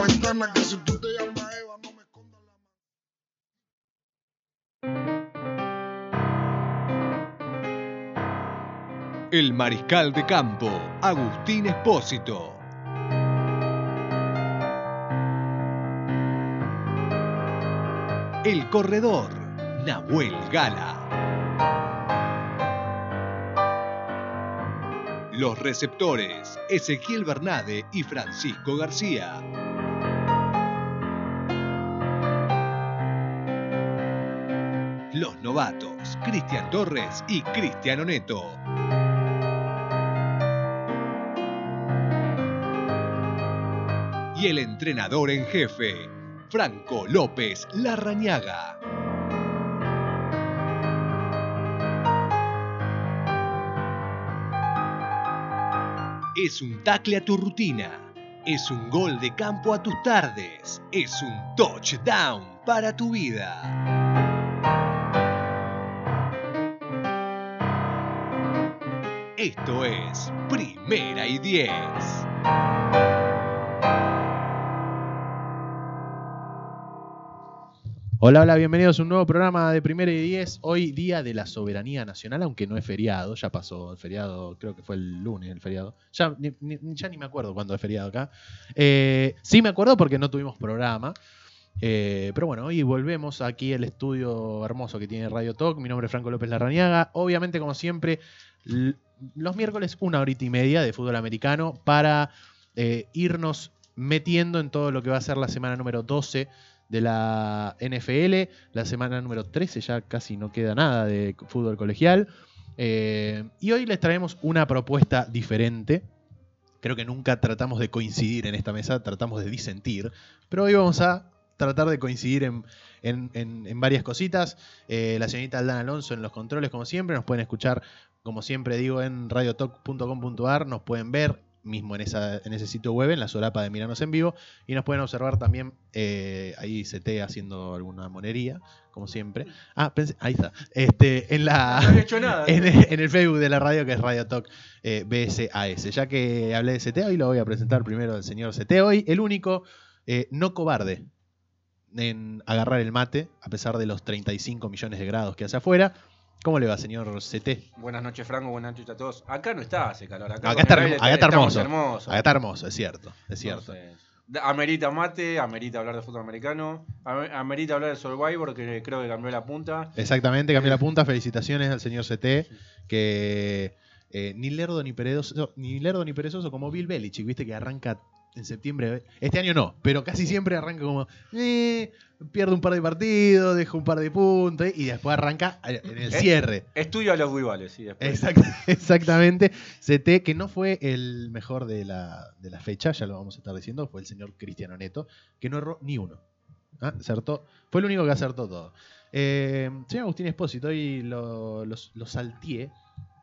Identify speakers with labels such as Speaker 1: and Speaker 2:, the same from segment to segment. Speaker 1: ventana que si tú te llamas Eva, no me escondas la mano.
Speaker 2: El mariscal de campo, Agustín Espósito. El corredor, Nahuel Gala. Los receptores, Ezequiel Bernade y Francisco García. Los novatos, Cristian Torres y Cristiano Neto. y el entrenador en jefe, Franco López Larrañaga. Es un tacle a tu rutina, es un gol de campo a tus tardes, es un touchdown para tu vida. Esto es Primera y Diez.
Speaker 3: Hola, hola, bienvenidos a un nuevo programa de Primera y Diez. Hoy día de la soberanía nacional, aunque no es feriado, ya pasó el feriado, creo que fue el lunes el feriado. Ya ni, ni- ya ni me acuerdo cuándo es feriado acá. Eh, sí me acuerdo porque no tuvimos programa. Eh, pero bueno, hoy volvemos aquí al estudio hermoso que tiene Radio Talk. Mi nombre es Franco López Larrañaga. Obviamente, como siempre, l- los miércoles una horita y media de fútbol americano para eh, irnos metiendo en todo lo que va a ser la semana número 12 de la NFL, la semana número 13 ya casi no queda nada de fútbol colegial. Eh, y hoy les traemos una propuesta diferente. Creo que nunca tratamos de coincidir en esta mesa, tratamos de disentir, pero hoy vamos a tratar de coincidir en, en- en- en varias cositas. Eh, la señorita Aldana Alonso en los controles, como siempre, nos pueden escuchar, como siempre digo, en radiotalk.com.ar, nos pueden ver mismo en, esa, en ese sitio web, en la solapa de Miranos en Vivo, y nos pueden observar también, eh, ahí CT haciendo alguna monería, como siempre. Ah, pensé- ahí está. Este, en la...
Speaker 4: No he hecho nada.
Speaker 3: en, en el Facebook de la radio que es Radio Talk eh, BSAS. Ya que hablé de CT, hoy lo voy a presentar primero al señor CT. Hoy el único eh, no cobarde en agarrar el mate, a pesar de los 35 millones de grados que hace afuera. ¿Cómo le va, señor CT?
Speaker 4: Buenas noches, Franco. Buenas noches a todos. Acá no está hace calor. Acá,
Speaker 3: Acá
Speaker 4: con
Speaker 3: está
Speaker 4: el
Speaker 3: hermo-
Speaker 4: aire
Speaker 3: acá está
Speaker 4: estamos
Speaker 3: hermoso.
Speaker 4: hermosos.
Speaker 3: Acá está hermoso, es cierto, es cierto.
Speaker 4: Entonces, da- Amerita mate, amerita hablar de fútbol americano, ame- amerita hablar de Survivor, que creo que cambió la punta.
Speaker 3: Exactamente, cambié la punta. Felicitaciones al señor CT, que eh, ni lerdo ni perezoso, ni lerdo ni perezoso como Bill Belichick, viste que arranca en septiembre. Este año no, pero casi siempre arranca como eh, pierde un par de partidos, deja un par de puntos y después arranca en el
Speaker 4: ¿Eh?
Speaker 3: cierre.
Speaker 4: Estudio a los rivales, y después.
Speaker 3: Exact- exactamente. CT, que no fue el mejor de la, de la fecha, ya lo vamos a estar diciendo, fue el señor Cristiano Neto, que no erró ni uno. Ah, Acertó, fue el único que acertó todo. Eh, señor Agustín Espósito, hoy lo, los- lo salteé,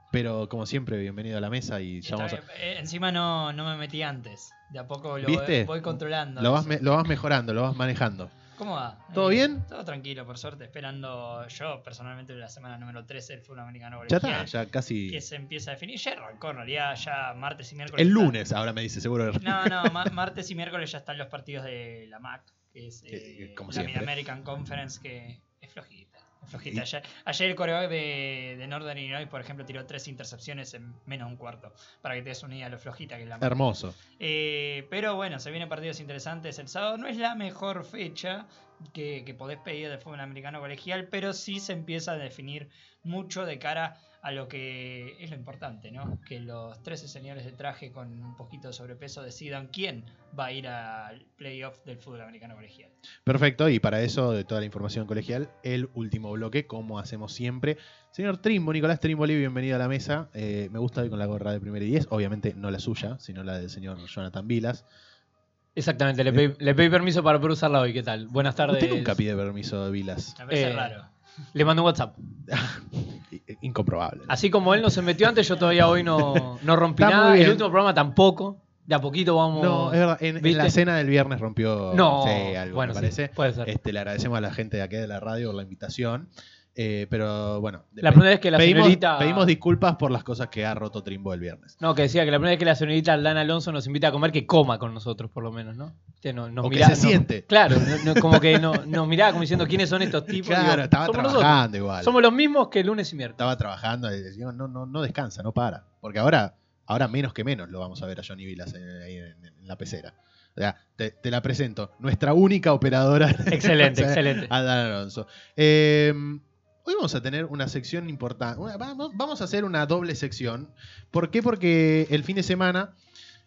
Speaker 3: pero como siempre, bienvenido a la mesa y ya
Speaker 5: Está
Speaker 3: vamos a-
Speaker 5: bien, eh, Encima no, no me metí antes. De a poco lo eh,
Speaker 3: ¿Viste?
Speaker 5: voy controlando.
Speaker 3: lo vas,
Speaker 5: eso.
Speaker 3: me- lo vas mejorando, lo vas manejando.
Speaker 5: ¿Cómo va?
Speaker 3: ¿Todo
Speaker 5: Eh,
Speaker 3: bien?
Speaker 5: Todo tranquilo, por suerte. Esperando yo personalmente la semana número 13 del fútbol americano.
Speaker 3: Ya
Speaker 5: colegial,
Speaker 3: está, ya casi.
Speaker 5: Que se empieza a definir. Ya arrancó en realidad, ya martes y miércoles.
Speaker 3: El
Speaker 5: está-
Speaker 3: lunes, ahora me dice, seguro.
Speaker 5: No, no, ma- martes y miércoles ya están los partidos de la MAC, que es
Speaker 3: Eh,
Speaker 5: eh,
Speaker 3: como
Speaker 5: la
Speaker 3: siempre.
Speaker 5: Mid-American Conference, que es flojita. es flojita.
Speaker 3: Y-
Speaker 5: Ayer, ayer el coreback de, de Northern Illinois, por ejemplo, tiró tres intercepciones en menos de un cuarto. Para que te des una idea de lo flojita que es la MAC.
Speaker 3: Hermoso.
Speaker 5: Eh, pero bueno, se vienen partidos interesantes el sábado. No es la mejor fecha que, que podés pedir del fútbol americano colegial, pero sí se empieza a definir mucho de cara a lo que es lo importante, ¿no? Que los 13 señores de traje con un poquito de sobrepeso decidan quién va a ir al playoff del fútbol americano colegial.
Speaker 3: Perfecto, y para eso, de toda la información colegial, el último bloque, como hacemos siempre. Señor Trimbo, Nicolás Trimboli, bienvenido a la mesa. Eh, me gusta hoy con la gorra de primera y diez, obviamente no la suya, sino la del señor Jonathan Vilas.
Speaker 6: Exactamente, le pedí, le pedí permiso para poder usarla hoy, ¿qué tal? Buenas tardes.
Speaker 3: Eh, Usted nunca pide permiso de Vilas,
Speaker 5: Me parece
Speaker 6: Eh,
Speaker 5: raro.
Speaker 6: Le mando un WhatsApp.
Speaker 3: I- incomprobable.
Speaker 6: Así como él no se metió antes, yo todavía hoy no, no rompí
Speaker 3: Está muy
Speaker 6: nada.
Speaker 3: bien.
Speaker 6: El último programa tampoco. De a poquito vamos.
Speaker 3: No, es verdad, en- en, la
Speaker 6: ¿Viste?
Speaker 3: cena del viernes rompió
Speaker 6: No.
Speaker 3: sí, algo,
Speaker 6: bueno,
Speaker 3: me
Speaker 6: sí,
Speaker 3: parece. Eh,
Speaker 6: puede ser.
Speaker 3: Este, le agradecemos a la gente de aquí de la radio por la invitación. Eh, pero bueno,
Speaker 6: La primera vez que la
Speaker 3: pedimos,
Speaker 6: señorita-
Speaker 3: pedimos disculpas por las cosas que ha roto Trimbo el viernes.
Speaker 6: No, que decía que la primera vez que la señorita Aldana Alonso nos invita a comer, que coma con nosotros, por lo menos, ¿no? Usted no- nos
Speaker 3: O que
Speaker 6: mirá-
Speaker 3: se
Speaker 6: no-
Speaker 3: siente.
Speaker 6: Claro, no- no- como que no- nos miraba como diciendo quiénes son estos tipos.
Speaker 3: Claro,
Speaker 6: Digo,
Speaker 3: estaba
Speaker 6: somos
Speaker 3: trabajando
Speaker 6: nosotros.
Speaker 3: igual.
Speaker 6: Somos los mismos que lunes y miércoles.
Speaker 3: Estaba trabajando y decía, no, no, no descansa, no para. Porque ahora, ahora menos que menos lo vamos a ver a Johnny Vilas en- ahí en, en la pecera. O sea, te, te la presento, nuestra única operadora. O
Speaker 6: Excelente,
Speaker 3: sea,
Speaker 6: excelente.
Speaker 3: Adán Alonso. Eh, hoy vamos a tener una sección importante. Una- vamos- Vamos a hacer una doble sección. ¿Por qué? Porque el fin de semana,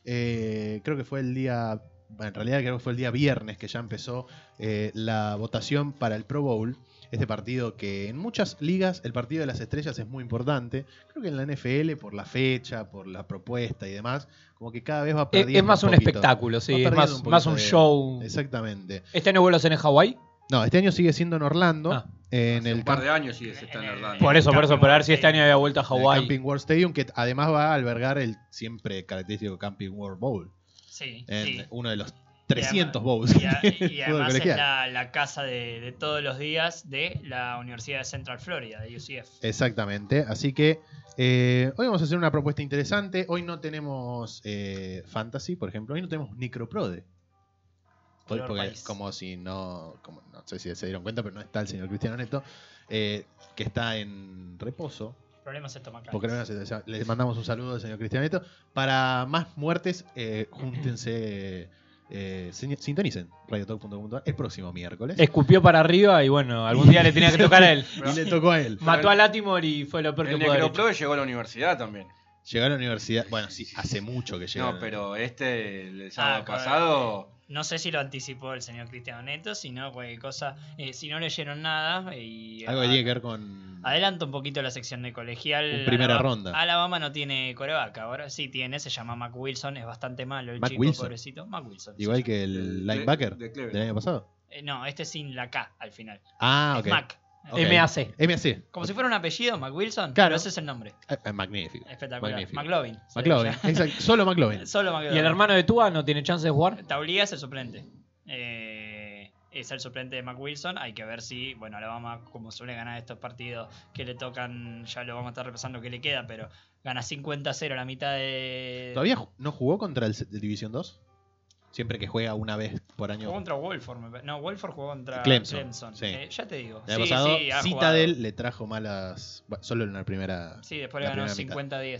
Speaker 3: eh, creo que fue el día. bueno, en realidad creo que fue el día viernes que ya empezó eh, la votación para el Pro Bowl. Este partido que en muchas ligas el partido de las estrellas es muy importante. Creo que en la NFL por la fecha, por la propuesta y demás, como que cada vez va
Speaker 6: Es,
Speaker 3: perdiendo
Speaker 6: Eh, es más un
Speaker 3: poquito.
Speaker 6: espectáculo,
Speaker 3: Va
Speaker 6: sí. Es
Speaker 3: perdiendo
Speaker 6: más más
Speaker 3: un
Speaker 6: un,
Speaker 3: poquito de-
Speaker 6: show.
Speaker 3: Exactamente.
Speaker 6: ¿Este año vuelos en el Hawái?
Speaker 3: No, este año sigue siendo en Orlando,
Speaker 6: Ah.
Speaker 3: en
Speaker 4: Hace
Speaker 3: el
Speaker 4: un par
Speaker 3: campo
Speaker 4: de años sigue se está
Speaker 5: En el-
Speaker 4: enardando.
Speaker 6: Por eso, por eso, por ver si
Speaker 5: Sí.
Speaker 6: este año había vuelto a
Speaker 3: en el
Speaker 6: Hawái.
Speaker 3: Camping World Stadium, que además va a albergar el siempre característico Camping World Bowl,
Speaker 5: Sí,
Speaker 3: en
Speaker 5: sí.
Speaker 3: uno de los 300 bowls.
Speaker 5: Y, a-
Speaker 3: que tiene
Speaker 5: y
Speaker 3: el eh, fútbol
Speaker 5: además es
Speaker 3: colegial.
Speaker 5: la, la casa de, de todos los días de la Universidad de Central Florida, de UCF.
Speaker 3: Exactamente, así que eh, hoy vamos a hacer una propuesta interesante. Hoy no tenemos eh, Fantasy, por ejemplo, hoy no tenemos Necroprode. Hoy,
Speaker 5: Flor
Speaker 3: porque
Speaker 5: país.
Speaker 3: como si no, como, no sé si se dieron cuenta, pero no está el señor Cristiano Neto, eh, que está en reposo.
Speaker 5: Problemas estomacales.
Speaker 3: Porque no nos- o sea, les mandamos un saludo al señor Cristian Neto. Para más muertes, eh, júntense, eh, sin- sintonicen radiotalk.com.ar el próximo miércoles.
Speaker 6: Escupió para arriba y bueno, algún día le tenía que tocar a él.
Speaker 3: Y le tocó a él.
Speaker 6: Mató a Latimore y fue lo peor que
Speaker 4: El
Speaker 6: pudo haber hecho.
Speaker 4: Necropro llegó a la universidad también.
Speaker 3: Llegar a la universidad, bueno, sí, hace mucho que llegaron.
Speaker 4: No, pero este,
Speaker 5: Ah,
Speaker 4: el sábado
Speaker 5: claro.
Speaker 4: pasado,
Speaker 5: No sé si lo anticipó el señor Cristiano Neto, si no, cualquier cosa. eh, si no leyeron nada. eh, Y,
Speaker 4: ah,
Speaker 3: Algo que tiene que ver con...
Speaker 5: Adelanto un poquito la sección de colegial.
Speaker 3: Un primera
Speaker 5: Alabama-
Speaker 3: ronda.
Speaker 5: Alabama no tiene coreback ahora. Sí tiene, se llama Mac Wilson, es bastante malo el
Speaker 3: Mac
Speaker 5: chico,
Speaker 3: Wilson.
Speaker 5: pobrecito. Mac Wilson. sí.
Speaker 3: Igual que el linebacker
Speaker 4: de
Speaker 3: del
Speaker 4: Cleveland.
Speaker 3: año pasado.
Speaker 5: Eh, No, este sin la K al final.
Speaker 3: Ah, ok.
Speaker 5: Es Mac.
Speaker 3: Ok.
Speaker 6: MAC.
Speaker 3: MAC.
Speaker 5: Como si fuera un apellido, Mac Wilson.
Speaker 3: Claro.
Speaker 5: Pero ese es el nombre.
Speaker 3: Eh, eh, magnífico.
Speaker 5: Espectacular.
Speaker 3: Magnífico.
Speaker 5: McLovin. Sí,
Speaker 3: McLovin, exacto, solo McLovin.
Speaker 5: ya. Solo McLovin.
Speaker 6: ¿Y el hermano de Tua no tiene chance de jugar?
Speaker 5: Taulía es el suplente. Eh, es el suplente de Mac Wilson. Hay que ver si, bueno, Alabama, como suele ganar estos partidos que le tocan, ya lo vamos a estar repasando que le queda, pero gana 50-0 la mitad de.
Speaker 3: ¿Todavía ju- no jugó contra el, el División 2? Siempre que juega una vez por año.
Speaker 5: Jugó contra Wolford. me pa- No, Wolford jugó contra
Speaker 3: Clemson,
Speaker 5: Clemson.
Speaker 3: sí.
Speaker 5: Eh, ya te digo.
Speaker 3: El año
Speaker 5: Sí,
Speaker 3: pasado,
Speaker 5: sí, ha
Speaker 3: Citadel
Speaker 5: jugado.
Speaker 3: le trajo malas. bueno, solo en la primera.
Speaker 5: Sí, después
Speaker 3: la
Speaker 5: le ganó
Speaker 3: primera mitad.
Speaker 5: 50-10.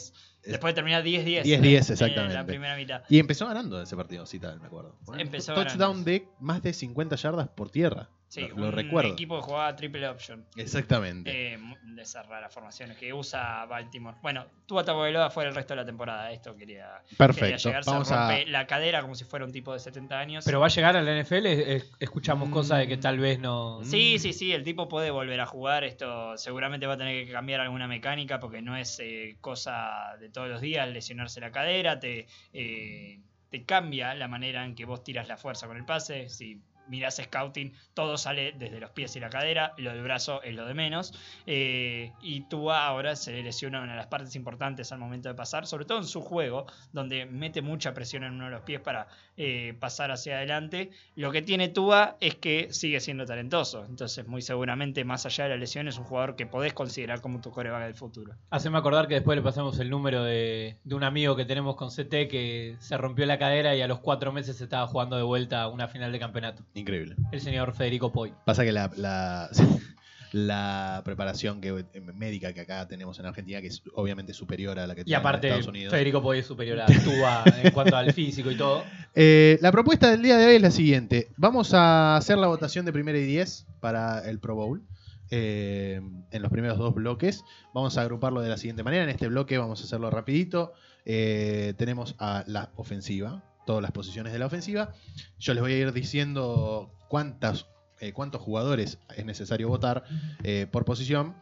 Speaker 3: Es-
Speaker 5: Después de terminar 10-10.
Speaker 3: 10-10,
Speaker 5: eh,
Speaker 3: exactamente.
Speaker 5: La primera mitad.
Speaker 3: Y empezó ganando ese partido, Citadel, me acuerdo. Fue un
Speaker 5: Empezó
Speaker 3: Touchdown
Speaker 5: ganando.
Speaker 3: de más de 50 yardas por tierra.
Speaker 5: Sí,
Speaker 3: lo, lo
Speaker 5: un
Speaker 3: recuerdo.
Speaker 5: equipo que jugaba triple option.
Speaker 3: Exactamente.
Speaker 5: Eh, mu- de esas raras formaciones que usa Baltimore. Bueno, tu Tagovailoa fuera el resto de la temporada. Esto quería, quería
Speaker 3: Perfecto.
Speaker 5: llegar. Se
Speaker 3: Vamos a.
Speaker 5: rompe la cadera como si fuera un tipo de 70 años.
Speaker 6: Pero va a llegar a la NFL, es- escuchamos cosas de que tal vez no...
Speaker 5: Sí, sí, sí, el tipo puede volver a jugar. Esto seguramente va a tener que cambiar alguna mecánica porque no es eh, cosa de todos los días lesionarse la cadera. Te, eh, te cambia la manera en que vos tiras la fuerza con el pase. Si mirás scouting, todo sale desde los pies y la cadera. Lo del brazo es lo de menos. Eh, y Tua ahora se le lesiona una de las partes importantes al momento de pasar, sobre todo en su juego, donde mete mucha presión en uno de los pies para eh, pasar hacia adelante. Lo que tiene Tua es que sigue siendo talentoso, entonces muy seguramente más allá de la lesión es un jugador que podés considerar como tu coreback del futuro.
Speaker 6: Haceme acordar que después le pasamos el número de, de un amigo que tenemos con CT que se rompió la cadera y a los cuatro meses estaba jugando de vuelta una final de campeonato.
Speaker 3: Increíble.
Speaker 6: El señor Federico Poi.
Speaker 3: Pasa que la, la, la preparación que, eh, médica que acá tenemos en Argentina, que es obviamente superior a la que
Speaker 6: Y
Speaker 3: tienen en
Speaker 6: aparte,
Speaker 3: Estados Unidos.
Speaker 6: Federico Poi es superior a Tua en cuanto al físico y todo.
Speaker 3: Eh, la propuesta del día de hoy es la siguiente. Vamos a hacer la votación de primera y 10 para el Pro Bowl. eh, en los primeros dos bloques. Vamos a agruparlo de la siguiente manera. En este bloque vamos a hacerlo rapidito. Eh, tenemos a la ofensiva, todas las posiciones de la ofensiva. Yo les voy a ir diciendo cuántas, eh, cuántos jugadores es necesario votar eh, por posición.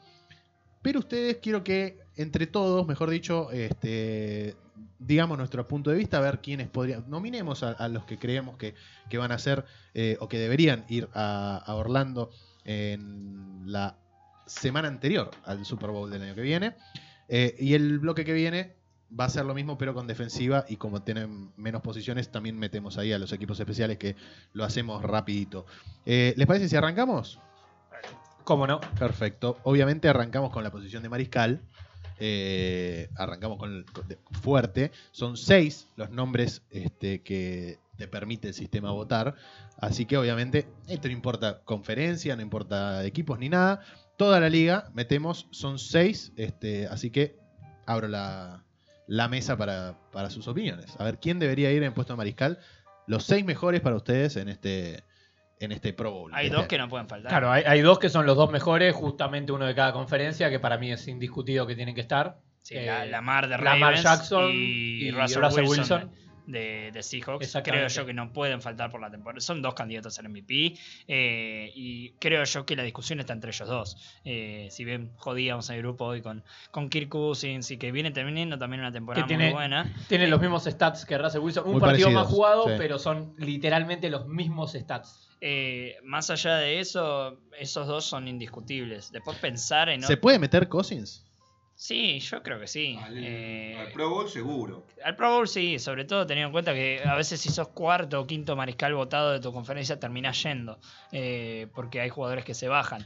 Speaker 3: Pero ustedes quiero que entre todos, mejor dicho, este, digamos nuestro punto de vista, a ver quiénes podrían. Nominemos a, a los que creemos que, que van a ser eh, o que deberían ir a, a Orlando en la semana anterior al Super Bowl del año que viene. Eh, y el bloque que viene va a ser lo mismo, pero con defensiva. Y como tienen menos posiciones, también metemos ahí a los equipos especiales que lo hacemos rapidito. Eh, ¿Les parece si arrancamos?
Speaker 6: ¿Cómo no?
Speaker 3: Perfecto. Obviamente arrancamos con la posición de mariscal. Eh, arrancamos con el- con- de- fuerte. Son seis los nombres este, que te permite el sistema votar. Así que obviamente esto no importa conferencia, no importa equipos ni nada. Toda la liga metemos, son seis. Este, así que abro la, la mesa para, para sus opiniones. A ver quién debería ir en puesto de mariscal. Los seis mejores para ustedes en este, en este Pro Bowl.
Speaker 5: Hay
Speaker 3: Este
Speaker 5: dos
Speaker 3: año.
Speaker 5: que no pueden faltar.
Speaker 6: Claro, hay, hay dos que son los dos mejores, justamente uno de cada conferencia, que para mí es indiscutido que tienen que estar.
Speaker 5: Sí, la,
Speaker 6: Eh,
Speaker 5: Lamar de
Speaker 6: Lamar
Speaker 5: Ravens
Speaker 6: Jackson
Speaker 5: y,
Speaker 6: y
Speaker 5: Russell,
Speaker 6: Russell
Speaker 5: Wilson.
Speaker 6: Wilson.
Speaker 5: De, de Seahawks, creo
Speaker 6: Exactamente.
Speaker 5: yo que no pueden faltar por la temporada. Son dos candidatos al MVP eh, y creo yo que la discusión está entre ellos dos. Eh, si bien jodíamos al grupo hoy con, con Kirk Cousins y que viene teniendo también una temporada
Speaker 6: Que tiene-
Speaker 5: muy buena.
Speaker 6: Tienen los mismos stats que Russell Wilson. Un
Speaker 3: Muy
Speaker 6: partido
Speaker 3: parecidos,
Speaker 6: más jugado,
Speaker 3: sí.
Speaker 6: pero son literalmente los mismos stats.
Speaker 5: Eh, más allá de eso, esos dos son indiscutibles. Después pensar en...
Speaker 3: ¿Se
Speaker 5: ot-
Speaker 3: puede meter Cousins?
Speaker 5: Sí, yo creo que sí.
Speaker 7: Al,
Speaker 5: Eh,
Speaker 7: al Pro Bowl seguro.
Speaker 5: Al Pro Bowl sí, sobre todo teniendo en cuenta que a veces si sos cuarto o quinto mariscal votado de tu conferencia terminás yendo, eh, porque hay jugadores que se bajan.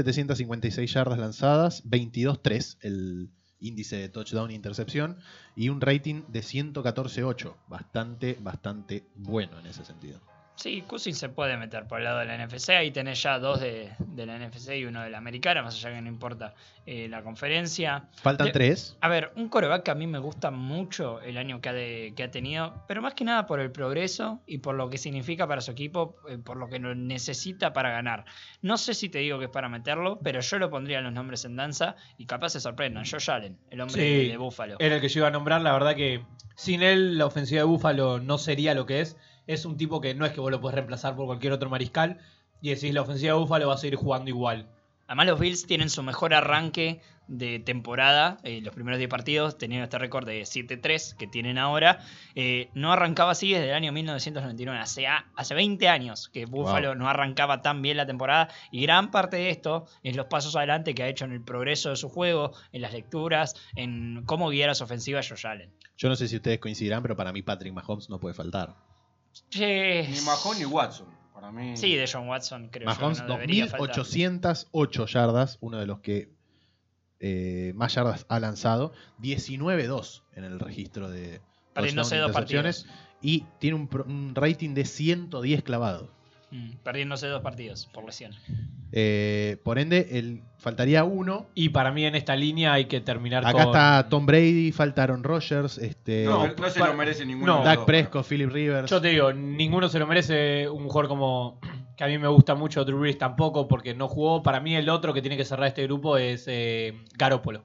Speaker 3: 2.756 yardas lanzadas, 22.3 el índice de touchdown e intercepción y un rating de 114.8. Bastante, bastante bueno en ese sentido.
Speaker 5: Sí, Cousins se puede meter por el lado de la NFC, ahí tenés ya dos de, de la NFC y uno de la americana, más allá que no importa eh, la conferencia.
Speaker 3: Faltan
Speaker 5: De-
Speaker 3: tres.
Speaker 5: A ver, un coreback que a mí me gusta mucho el año que ha, de- que ha tenido, pero más que nada por el progreso y por lo que significa para su equipo, eh, por lo que lo necesita para ganar. No sé si te digo que es para meterlo, pero yo lo pondría en los nombres en danza y capaz se sorprendan. Josh Allen, el hombre
Speaker 6: Sí.
Speaker 5: de, de Buffalo.
Speaker 6: Era el que yo iba a nombrar, la verdad que sin él la ofensiva de Búfalo no sería lo que es. Es un tipo que no es que vos lo puedes reemplazar por cualquier otro mariscal. Y decís, la ofensiva de Búfalo va a seguir jugando igual.
Speaker 5: Además, los Bills tienen su mejor arranque de temporada. eh, los primeros 10 partidos tenían este récord de 7-3 que tienen ahora. Eh, no arrancaba así desde el año 1999. Hace, a- hace 20 años que Buffalo no arrancaba tan bien la temporada. Y gran parte de esto es los pasos adelante que ha hecho en el progreso de su juego, en las lecturas, en cómo guiar a su ofensiva a Josh Allen.
Speaker 3: Yo no sé si ustedes coincidirán, pero para mí Patrick Mahomes no puede faltar.
Speaker 5: Yes.
Speaker 4: Ni Mahon ni Watson. Para mí.
Speaker 5: Sí, de John Watson, creo yo,
Speaker 3: Mahomes,
Speaker 5: no debería faltar.
Speaker 3: 2.808 yardas, uno de los que eh, más yardas ha lanzado. 19-2 en el registro de
Speaker 5: Perdiéndose
Speaker 3: touchdown e
Speaker 5: dos partidos.
Speaker 3: intercepciones, Y tiene un, pro- un rating de 110 clavados.
Speaker 5: Mm, Perdiéndose dos partidos por lesión.
Speaker 3: Eh, por ende, el, faltaría uno.
Speaker 6: Y para mí en esta línea hay que terminar
Speaker 3: Acá
Speaker 6: con...
Speaker 3: está Tom Brady, faltaron Rogers, este,
Speaker 4: No, no se lo merece ninguno. de
Speaker 6: no,
Speaker 4: los
Speaker 3: Dak
Speaker 4: dos,
Speaker 3: Prescott, Philip Rivers.
Speaker 6: Yo te digo, ninguno se lo merece. Un jugador como. que a mí me gusta mucho, Drew Brees tampoco, porque no jugó. Para mí, el otro que tiene que cerrar este grupo es eh, Garópolo.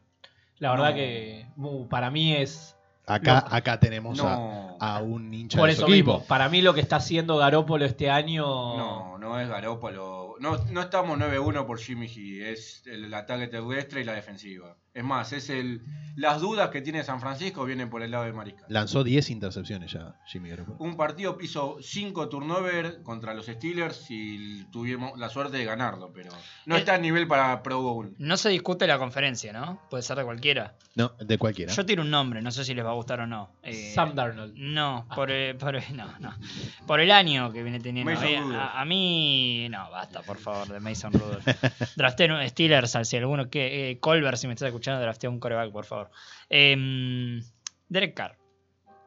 Speaker 6: La verdad
Speaker 4: No.
Speaker 6: que mu, para mí es.
Speaker 3: acá,
Speaker 6: no.
Speaker 3: acá tenemos a,
Speaker 4: No,
Speaker 3: a un hincha
Speaker 6: Por
Speaker 3: de su
Speaker 6: eso
Speaker 3: equipo.
Speaker 6: mismo. Para mí, lo que está haciendo Garópolo este año.
Speaker 4: no, no es Garópolo. No, no estamos 9-1 por Jimmy G. Es el, ataque terrestre y la defensiva. Es más, es el las dudas que tiene San Francisco vienen por el lado de Mariscal.
Speaker 3: Lanzó 10 intercepciones ya Jimmy Garoppolo.
Speaker 4: Un partido hizo 5 turnover contra los Steelers y tuvimos la suerte de ganarlo, pero no
Speaker 5: Eh,
Speaker 4: está a nivel para Pro Bowl.
Speaker 5: No se discute la conferencia, ¿no? Puede ser de cualquiera.
Speaker 3: No, de cualquiera.
Speaker 5: Yo tiro un nombre, no sé si les va a gustar o no. Eh,
Speaker 6: Sam Darnold.
Speaker 4: Ah.
Speaker 5: no, por, el- por el- no, no. Por el año que viene teniendo.
Speaker 4: Mason
Speaker 5: Eh,
Speaker 4: Rudolph.
Speaker 5: a, a mí, no, basta, por favor, de Mason Rudolph. Drafté un Steelers, al- si alguno que. eh, Colbert, si me estás escuchando, drafté un coreback, por favor. Em, Derek Carr.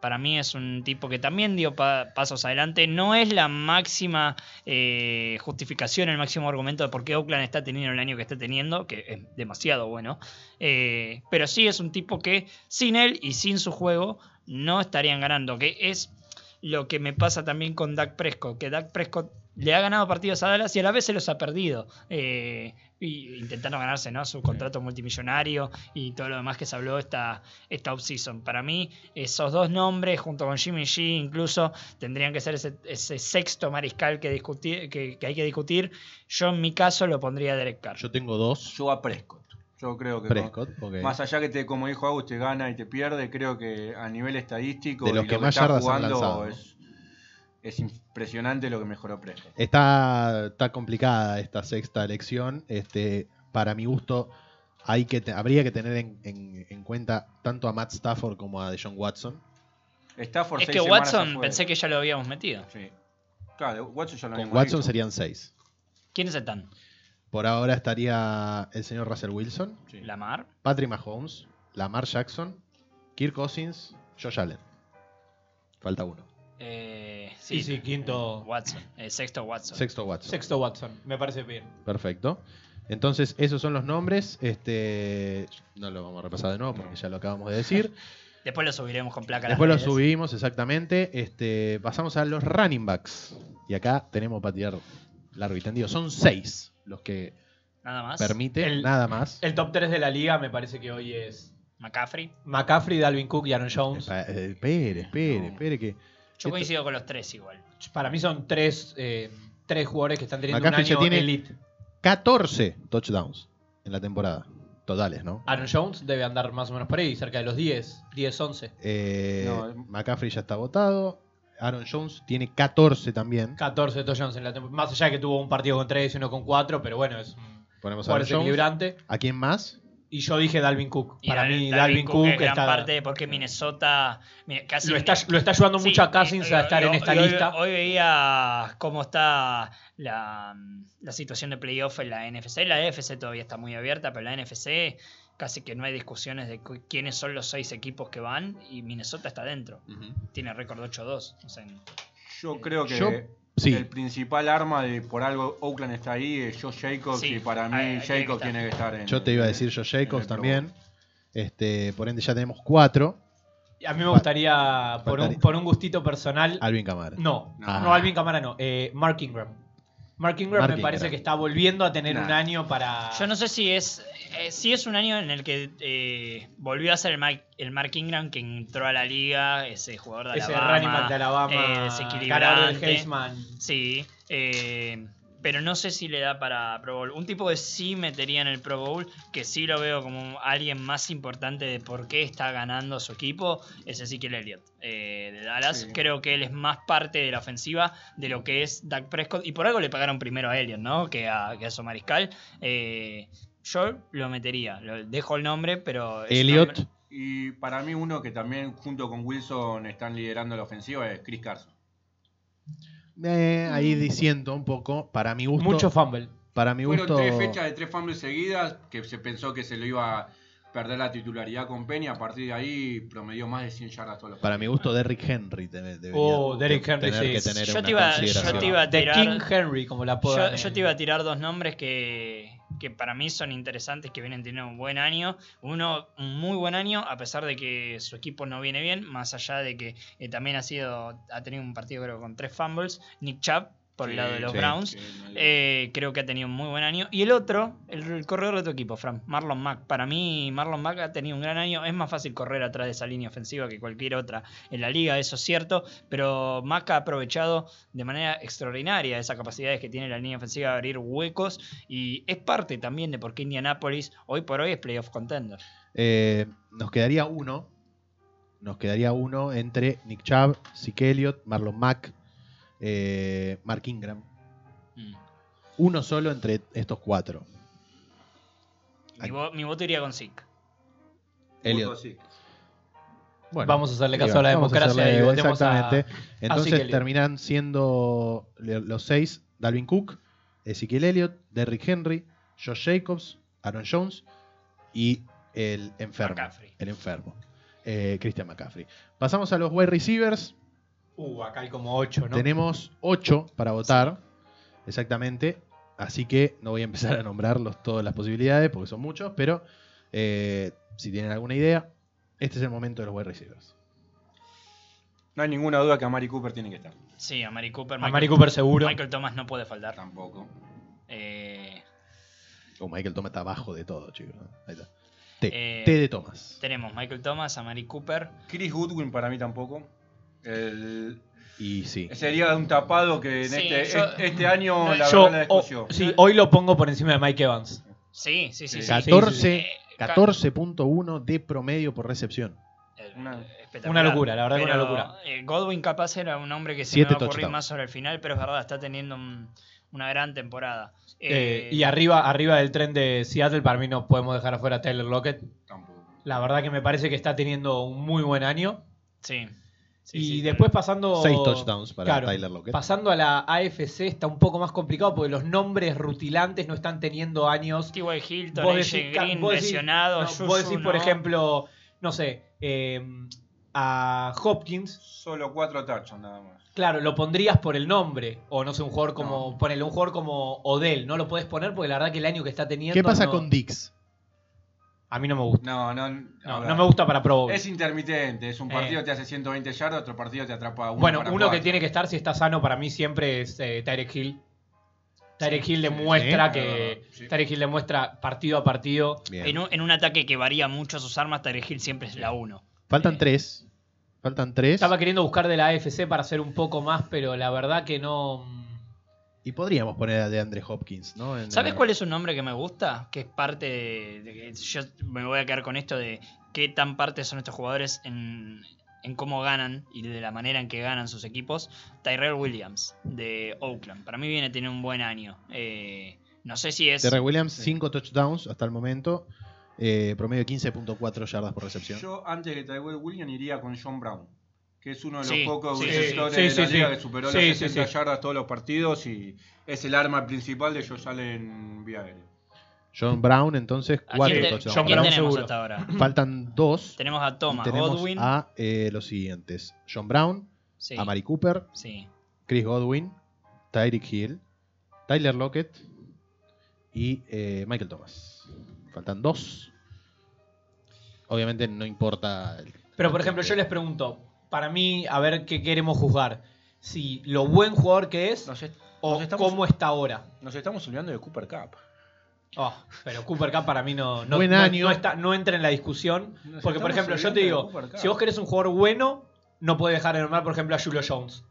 Speaker 5: Para mí es un tipo que también dio pa- pasos adelante. No es la máxima eh, justificación, el máximo argumento de por qué Oakland está teniendo el año que está teniendo, que es demasiado bueno. Eh, pero sí es un tipo que sin él y sin su juego no estarían ganando, que es lo que me pasa también con Dak Prescott, que Dak Prescott le ha ganado partidos a Dallas y a la vez se los ha perdido, eh, y intentando ganarse ¿no? su contrato multimillonario y todo lo demás que se habló esta, esta offseason. Para mí, esos dos nombres, junto con Jimmy G, incluso tendrían que ser ese, ese sexto mariscal que, discutir, que, que hay que discutir. Yo en mi caso lo pondría a Derek Carr.
Speaker 3: Yo tengo dos.
Speaker 4: Yo a Prescott. Yo creo que no.
Speaker 3: Prescott, ok.
Speaker 4: Más allá que te, como dijo Agus, te gana y te pierde, creo que a nivel estadístico
Speaker 3: De los
Speaker 4: y
Speaker 3: que
Speaker 4: lo
Speaker 3: más
Speaker 4: está
Speaker 3: yardas han
Speaker 4: jugando
Speaker 3: lanzado, ¿no?
Speaker 4: es, es impresionante lo que mejoró Prescott.
Speaker 3: Está, está complicada esta sexta elección. Este, para mi gusto, hay que te- habría que tener en, en- en cuenta tanto a Matt Stafford como a Deshaun Watson.
Speaker 4: Está por
Speaker 5: Es
Speaker 4: seis
Speaker 5: que
Speaker 4: semanas
Speaker 5: Watson
Speaker 4: afuera.
Speaker 5: pensé que ya lo habíamos metido.
Speaker 4: Sí. Claro, Watson ya lo
Speaker 3: Con
Speaker 4: habíamos
Speaker 3: Watson
Speaker 4: dicho.
Speaker 3: serían seis.
Speaker 5: ¿Quiénes están?
Speaker 3: Por ahora estaría el señor Russell Wilson,
Speaker 4: Sí.
Speaker 5: Lamar.
Speaker 3: Patrick Mahomes, Lamar Jackson, Kirk Cousins, Josh Allen. Falta uno.
Speaker 5: Eh, sí,
Speaker 6: Sí, sí, quinto.
Speaker 5: Watson. eh, sexto Watson.
Speaker 3: Sexto Watson.
Speaker 6: Sexto Watson, me parece bien.
Speaker 3: Perfecto. Entonces, esos son los nombres. Este, no lo vamos a repasar de nuevo porque ya lo acabamos de decir.
Speaker 5: Después lo subiremos con placa. a las
Speaker 3: Después lo
Speaker 5: redes.
Speaker 3: subimos, exactamente. Este, pasamos a los running backs. Y acá tenemos para tirar largo y tendido. Son seis los que
Speaker 5: Nada más.
Speaker 3: permite,
Speaker 6: El-
Speaker 3: nada más.
Speaker 6: El top 3 de la liga me parece que hoy es
Speaker 5: McCaffrey.
Speaker 6: McCaffrey, Dalvin Cook y Aaron Jones.
Speaker 3: Espa- eh, Espere, espere, espere que.
Speaker 5: Yo coincido con los tres igual.
Speaker 6: Para mí son tres, eh, tres jugadores que están teniendo
Speaker 3: McCaffrey
Speaker 6: un
Speaker 3: ya
Speaker 6: año
Speaker 3: tiene-
Speaker 6: elite.
Speaker 3: 14 touchdowns en la temporada. Totales, ¿no?
Speaker 6: Aaron Jones debe andar más o menos por ahí, cerca de los 10, 10, 11.
Speaker 3: Eh,
Speaker 4: No, eh.
Speaker 3: McCaffrey ya está votado. Aaron Jones tiene 14 también.
Speaker 6: 14 touchdowns en la temporada. Más allá de que tuvo un partido con 3 y uno con 4, pero bueno, es un
Speaker 3: Ponemos a Aaron
Speaker 6: jugador
Speaker 3: Jones.
Speaker 6: desequilibrante.
Speaker 3: ¿A quién más?
Speaker 6: Y yo dije Dalvin Cook.
Speaker 5: Y
Speaker 6: Para
Speaker 5: Dal-
Speaker 6: mí, Dalvin, Cook
Speaker 5: es gran
Speaker 6: está-
Speaker 5: parte de por qué Minnesota. mira, casi
Speaker 6: lo, está, lo está ayudando
Speaker 5: Sí,
Speaker 6: mucho a Cousins
Speaker 5: eh,
Speaker 6: a estar
Speaker 5: hoy-
Speaker 6: en esta
Speaker 5: hoy-
Speaker 6: lista.
Speaker 5: Hoy veía cómo está la, la situación de playoff en la NFC. La AFC todavía está muy abierta, pero la NFC casi que no hay discusiones de cu- quiénes son los seis equipos que van y Minnesota está dentro. Tiene récord 8-2. O sea,
Speaker 4: Yo creo que
Speaker 3: Yo- sí.
Speaker 4: el principal arma de por algo Oakland está ahí es Josh Jacobs
Speaker 5: Sí,
Speaker 4: y para mí
Speaker 5: ahí- ahí tiene
Speaker 4: Jacobs
Speaker 5: que estar.
Speaker 4: tiene que estar en.
Speaker 3: Yo te iba a decir Josh
Speaker 4: en el
Speaker 3: Jacobs
Speaker 4: Pro
Speaker 3: también.
Speaker 4: Bowl.
Speaker 3: Este, por ende, ya tenemos 4.
Speaker 6: A mí me gustaría, por un,
Speaker 3: faltaría.
Speaker 6: por un gustito personal.
Speaker 3: Alvin Kamara.
Speaker 6: No,
Speaker 4: No.
Speaker 6: no Alvin Kamara no. eh, Mark Ingram. Mark Ingram
Speaker 3: Mark
Speaker 6: me parece
Speaker 3: Ingram.
Speaker 6: que está volviendo a tener
Speaker 4: Nah.
Speaker 6: un año para.
Speaker 5: yo no sé si es eh, si es un año en el que eh, volvió a ser el, Mike- el Mark Ingram que entró a la liga, ese jugador de
Speaker 6: ese
Speaker 5: Alabama,
Speaker 6: running back de
Speaker 5: eh,
Speaker 6: Alabama. ganador del
Speaker 5: desequilibrante.
Speaker 6: Heisman.
Speaker 5: Sí, eh, pero no sé si le da para Pro Bowl. Un tipo que sí metería en el Pro Bowl, que sí lo veo como alguien más importante de por qué está ganando su equipo, es Ezekiel Elliott eh, de Dallas.
Speaker 4: Sí.
Speaker 5: Creo que él es más parte de la ofensiva de lo que es Dak Prescott. Y por algo le pagaron primero a Elliott, ¿no? Que a, que a su mariscal. Eh, yo lo metería. Lo- dejo el nombre, pero... es un
Speaker 3: Elliot.
Speaker 5: nombre-
Speaker 4: Y para mí uno que también junto con Wilson están liderando la ofensiva es Chris Carson.
Speaker 3: eh, ahí diciendo un poco. Para mi gusto.
Speaker 6: Mucho fumble.
Speaker 3: para mi
Speaker 4: Fueron
Speaker 3: gusto.
Speaker 4: tres fechas de tres fumbles seguidas que se pensó que se lo iba a perder la titularidad con Peña. A partir de ahí promedió más de 100 yardas todos los
Speaker 3: Para mi gusto, Derrick Henry te- debería
Speaker 6: Oh, Derrick
Speaker 3: tener
Speaker 6: Henry,
Speaker 3: que
Speaker 6: sí.
Speaker 3: tener
Speaker 5: Yo
Speaker 3: una
Speaker 5: te, iba, yo
Speaker 3: consideración.
Speaker 5: te iba a
Speaker 6: The
Speaker 5: tirar...
Speaker 6: King Henry, como la
Speaker 5: Yo,
Speaker 6: puedo. eh.
Speaker 5: yo te iba a tirar dos nombres que, que para mí son interesantes, que vienen teniendo un buen año. Uno, un muy buen año, a pesar de que su equipo no viene bien, más allá de que eh, también ha sido ha tenido un partido creo con tres fumbles. Nick Chubb, por el lado de los
Speaker 3: sí,
Speaker 5: Browns. Eh, creo que ha tenido un muy buen año. Y el otro, el, el corredor de tu equipo, Fran, Marlon Mack. Para mí, Marlon Mack ha tenido un gran año. Es más fácil correr atrás de esa línea ofensiva que cualquier otra en la liga, eso es cierto. Pero Mack ha aprovechado de manera extraordinaria esas capacidades que tiene la línea ofensiva de abrir huecos. Y es parte también de por qué Indianapolis hoy por hoy es playoff contender.
Speaker 3: Eh, nos quedaría uno. Nos quedaría uno entre Nick Chubb, Zeke Elliott, Marlon Mack, eh, Mark Ingram.
Speaker 5: Mm.
Speaker 3: Uno solo entre estos cuatro.
Speaker 5: Mi, vo- mi voto iría con Zeke.
Speaker 3: Elliot.
Speaker 4: Sí.
Speaker 3: Bueno,
Speaker 6: Vamos a hacerle
Speaker 3: diga,
Speaker 6: caso a la
Speaker 3: vamos
Speaker 6: democracia
Speaker 3: hacerle-
Speaker 6: y votemos a-
Speaker 3: exactamente. Entonces
Speaker 6: Zeke Elliott.
Speaker 3: terminan siendo le- los seis: Dalvin Cook, Ezekiel Elliott, Derrick Henry, Josh Jacobs, Aaron Jones y el enfermo.
Speaker 5: McCaffrey.
Speaker 3: El enfermo. eh, Christian McCaffrey. Pasamos a los wide receivers.
Speaker 6: Uh, acá hay como 8, ¿no?
Speaker 3: Tenemos 8 para votar, exactamente. Así que no voy a empezar a nombrarlos todas las posibilidades porque son muchos, pero eh, si tienen alguna idea, este es el momento de los wide receivers.
Speaker 4: No hay ninguna duda que Amari Cooper tiene que estar.
Speaker 5: Sí, a Mari Cooper.
Speaker 6: A
Speaker 5: Michael-
Speaker 6: Mari Cooper seguro.
Speaker 5: Michael Thomas no puede faltar.
Speaker 4: Tampoco.
Speaker 5: Eh,
Speaker 3: O Oh, Michael Thomas está abajo de todo, chicos. ¿no? Ahí está. T,
Speaker 5: Eh,
Speaker 3: T de Thomas.
Speaker 5: tenemos Michael Thomas, a Mari Cooper.
Speaker 4: Chris Goodwin para mí tampoco. El-
Speaker 3: Y sí.
Speaker 4: Sería un tapado que en
Speaker 5: Sí,
Speaker 4: este,
Speaker 5: yo-
Speaker 4: este año la
Speaker 6: Yo,
Speaker 4: verdad la
Speaker 6: oh,
Speaker 4: descosió.
Speaker 6: sí, hoy lo pongo por encima de Mike Evans.
Speaker 5: Sí, sí, sí.
Speaker 4: Sí.
Speaker 5: sí.
Speaker 6: Casi.
Speaker 3: 14,
Speaker 5: Eh, ca-
Speaker 3: 14.1 de promedio por recepción.
Speaker 5: Eh,
Speaker 4: Una-
Speaker 5: espectacular.
Speaker 6: una locura, la verdad que una locura.
Speaker 5: eh, Godwin capaz era un hombre que se
Speaker 3: Siete
Speaker 5: me va a ocurrir
Speaker 3: touchdowns.
Speaker 5: más sobre el final, pero es verdad, está teniendo un- una gran temporada. Eh,
Speaker 6: Eh, y arriba, arriba del tren de Seattle, para mí no podemos dejar afuera a Tyler Lockett.
Speaker 4: Tampoco.
Speaker 6: La verdad que me parece que está teniendo un muy buen año.
Speaker 5: Sí. Sí,
Speaker 6: y
Speaker 5: sí,
Speaker 6: después pasando.
Speaker 3: Seis touchdowns para
Speaker 6: Claro.
Speaker 3: Tyler Lockett.
Speaker 6: Pasando a la AFC está un poco más complicado porque los nombres rutilantes no están teniendo años.
Speaker 5: T.Y. Hilton,
Speaker 6: Vos
Speaker 5: AJ
Speaker 6: decís-
Speaker 5: Green
Speaker 6: vos decís-
Speaker 5: lesionado,
Speaker 6: no,
Speaker 5: Juju,
Speaker 6: vos decís, por
Speaker 5: no.
Speaker 6: ejemplo, no sé, eh, a Hopkins,
Speaker 4: Solo cuatro tachos nada más.
Speaker 6: claro, lo pondrías por el nombre. O no sé, un jugador como. Ponele, un jugador como Odell, no lo podés poner porque la verdad que el año que está teniendo.
Speaker 3: ¿Qué pasa
Speaker 6: no-
Speaker 3: con Dix?
Speaker 6: A mí no me gusta.
Speaker 4: No, no. a
Speaker 6: No,
Speaker 4: ver.
Speaker 6: no me gusta para Pro Bowl.
Speaker 4: Es intermitente. Es un
Speaker 6: Eh.
Speaker 4: partido te hace 120 yardas, otro partido te atrapa uno.
Speaker 6: Bueno,
Speaker 4: para
Speaker 6: uno que
Speaker 4: cuatro.
Speaker 6: tiene que estar si está sano para mí siempre es eh, Tyreek Hill. Tyreek Hill
Speaker 4: sí,
Speaker 6: demuestra
Speaker 4: sí,
Speaker 6: que
Speaker 4: claro, sí.
Speaker 6: Tyreek Hill demuestra partido a partido.
Speaker 3: Bien.
Speaker 5: En un, en un ataque que varía mucho sus armas, Tarek Hill siempre es la 1.
Speaker 3: Faltan
Speaker 5: eh,
Speaker 3: tres. Faltan tres.
Speaker 6: Estaba queriendo buscar de la AFC para hacer un poco más, pero la verdad que no. mm,
Speaker 3: Y podríamos poner a DeAndre Hopkins, ¿no? En-
Speaker 5: ¿Sabes cuál es un nombre que me gusta? Que es parte de, de que Yo me voy a quedar con esto de qué tan parte son estos jugadores en, en cómo ganan y de la manera en que ganan sus equipos. Tyrell Williams, de Oakland. Para mí viene a tener un buen año. Eh, no sé si es...
Speaker 3: Terrell Williams, 5 touchdowns hasta el momento. eh, promedio 15.4 yardas por recepción.
Speaker 4: Yo antes que Tyrell Williams iría con John Brown, que es uno de los
Speaker 5: Sí,
Speaker 4: pocos
Speaker 5: sí,
Speaker 4: receptores
Speaker 6: sí,
Speaker 4: de
Speaker 6: sí,
Speaker 4: la
Speaker 6: sí.
Speaker 4: liga que superó
Speaker 6: Sí,
Speaker 4: las
Speaker 6: sí,
Speaker 4: 60
Speaker 6: sí.
Speaker 4: yardas todos los partidos y es el arma principal de ellos salen vía aérea.
Speaker 3: John Brown, entonces,
Speaker 5: ¿A quién,
Speaker 3: 4
Speaker 5: te-
Speaker 3: touchdowns.
Speaker 5: a quién
Speaker 6: Brown
Speaker 5: tenemos
Speaker 6: seguro.
Speaker 5: hasta ahora?
Speaker 3: Faltan dos.
Speaker 5: Tenemos a
Speaker 3: y
Speaker 5: Thomas
Speaker 3: tenemos
Speaker 5: Godwin.
Speaker 3: a eh, los siguientes: John Brown,
Speaker 5: sí,
Speaker 3: a Mari Cooper,
Speaker 5: sí.
Speaker 3: Chris Godwin, Tyreek Hill, Tyler Lockett y eh, Michael Thomas. Faltan dos. Obviamente no importa. el-
Speaker 6: Pero por ejemplo, yo les pregunto, para mí, a ver qué queremos juzgar. Si lo buen jugador que es
Speaker 4: Nos, est-
Speaker 6: o
Speaker 4: nos estamos-
Speaker 6: cómo está ahora.
Speaker 4: nos estamos olvidando de Cooper Cup.
Speaker 6: Oh, pero Cooper Cup para mí no, no,
Speaker 3: Buen
Speaker 6: no-
Speaker 3: año.
Speaker 6: no está, no entra en la discusión.
Speaker 4: Nos
Speaker 6: Porque, por
Speaker 4: estamos
Speaker 6: ejemplo, yo te
Speaker 4: olvidando de
Speaker 6: digo,
Speaker 4: Cooper Cup.
Speaker 6: si vos querés un jugador bueno, no podés dejar de nombrar, por ejemplo, a Julio Jones.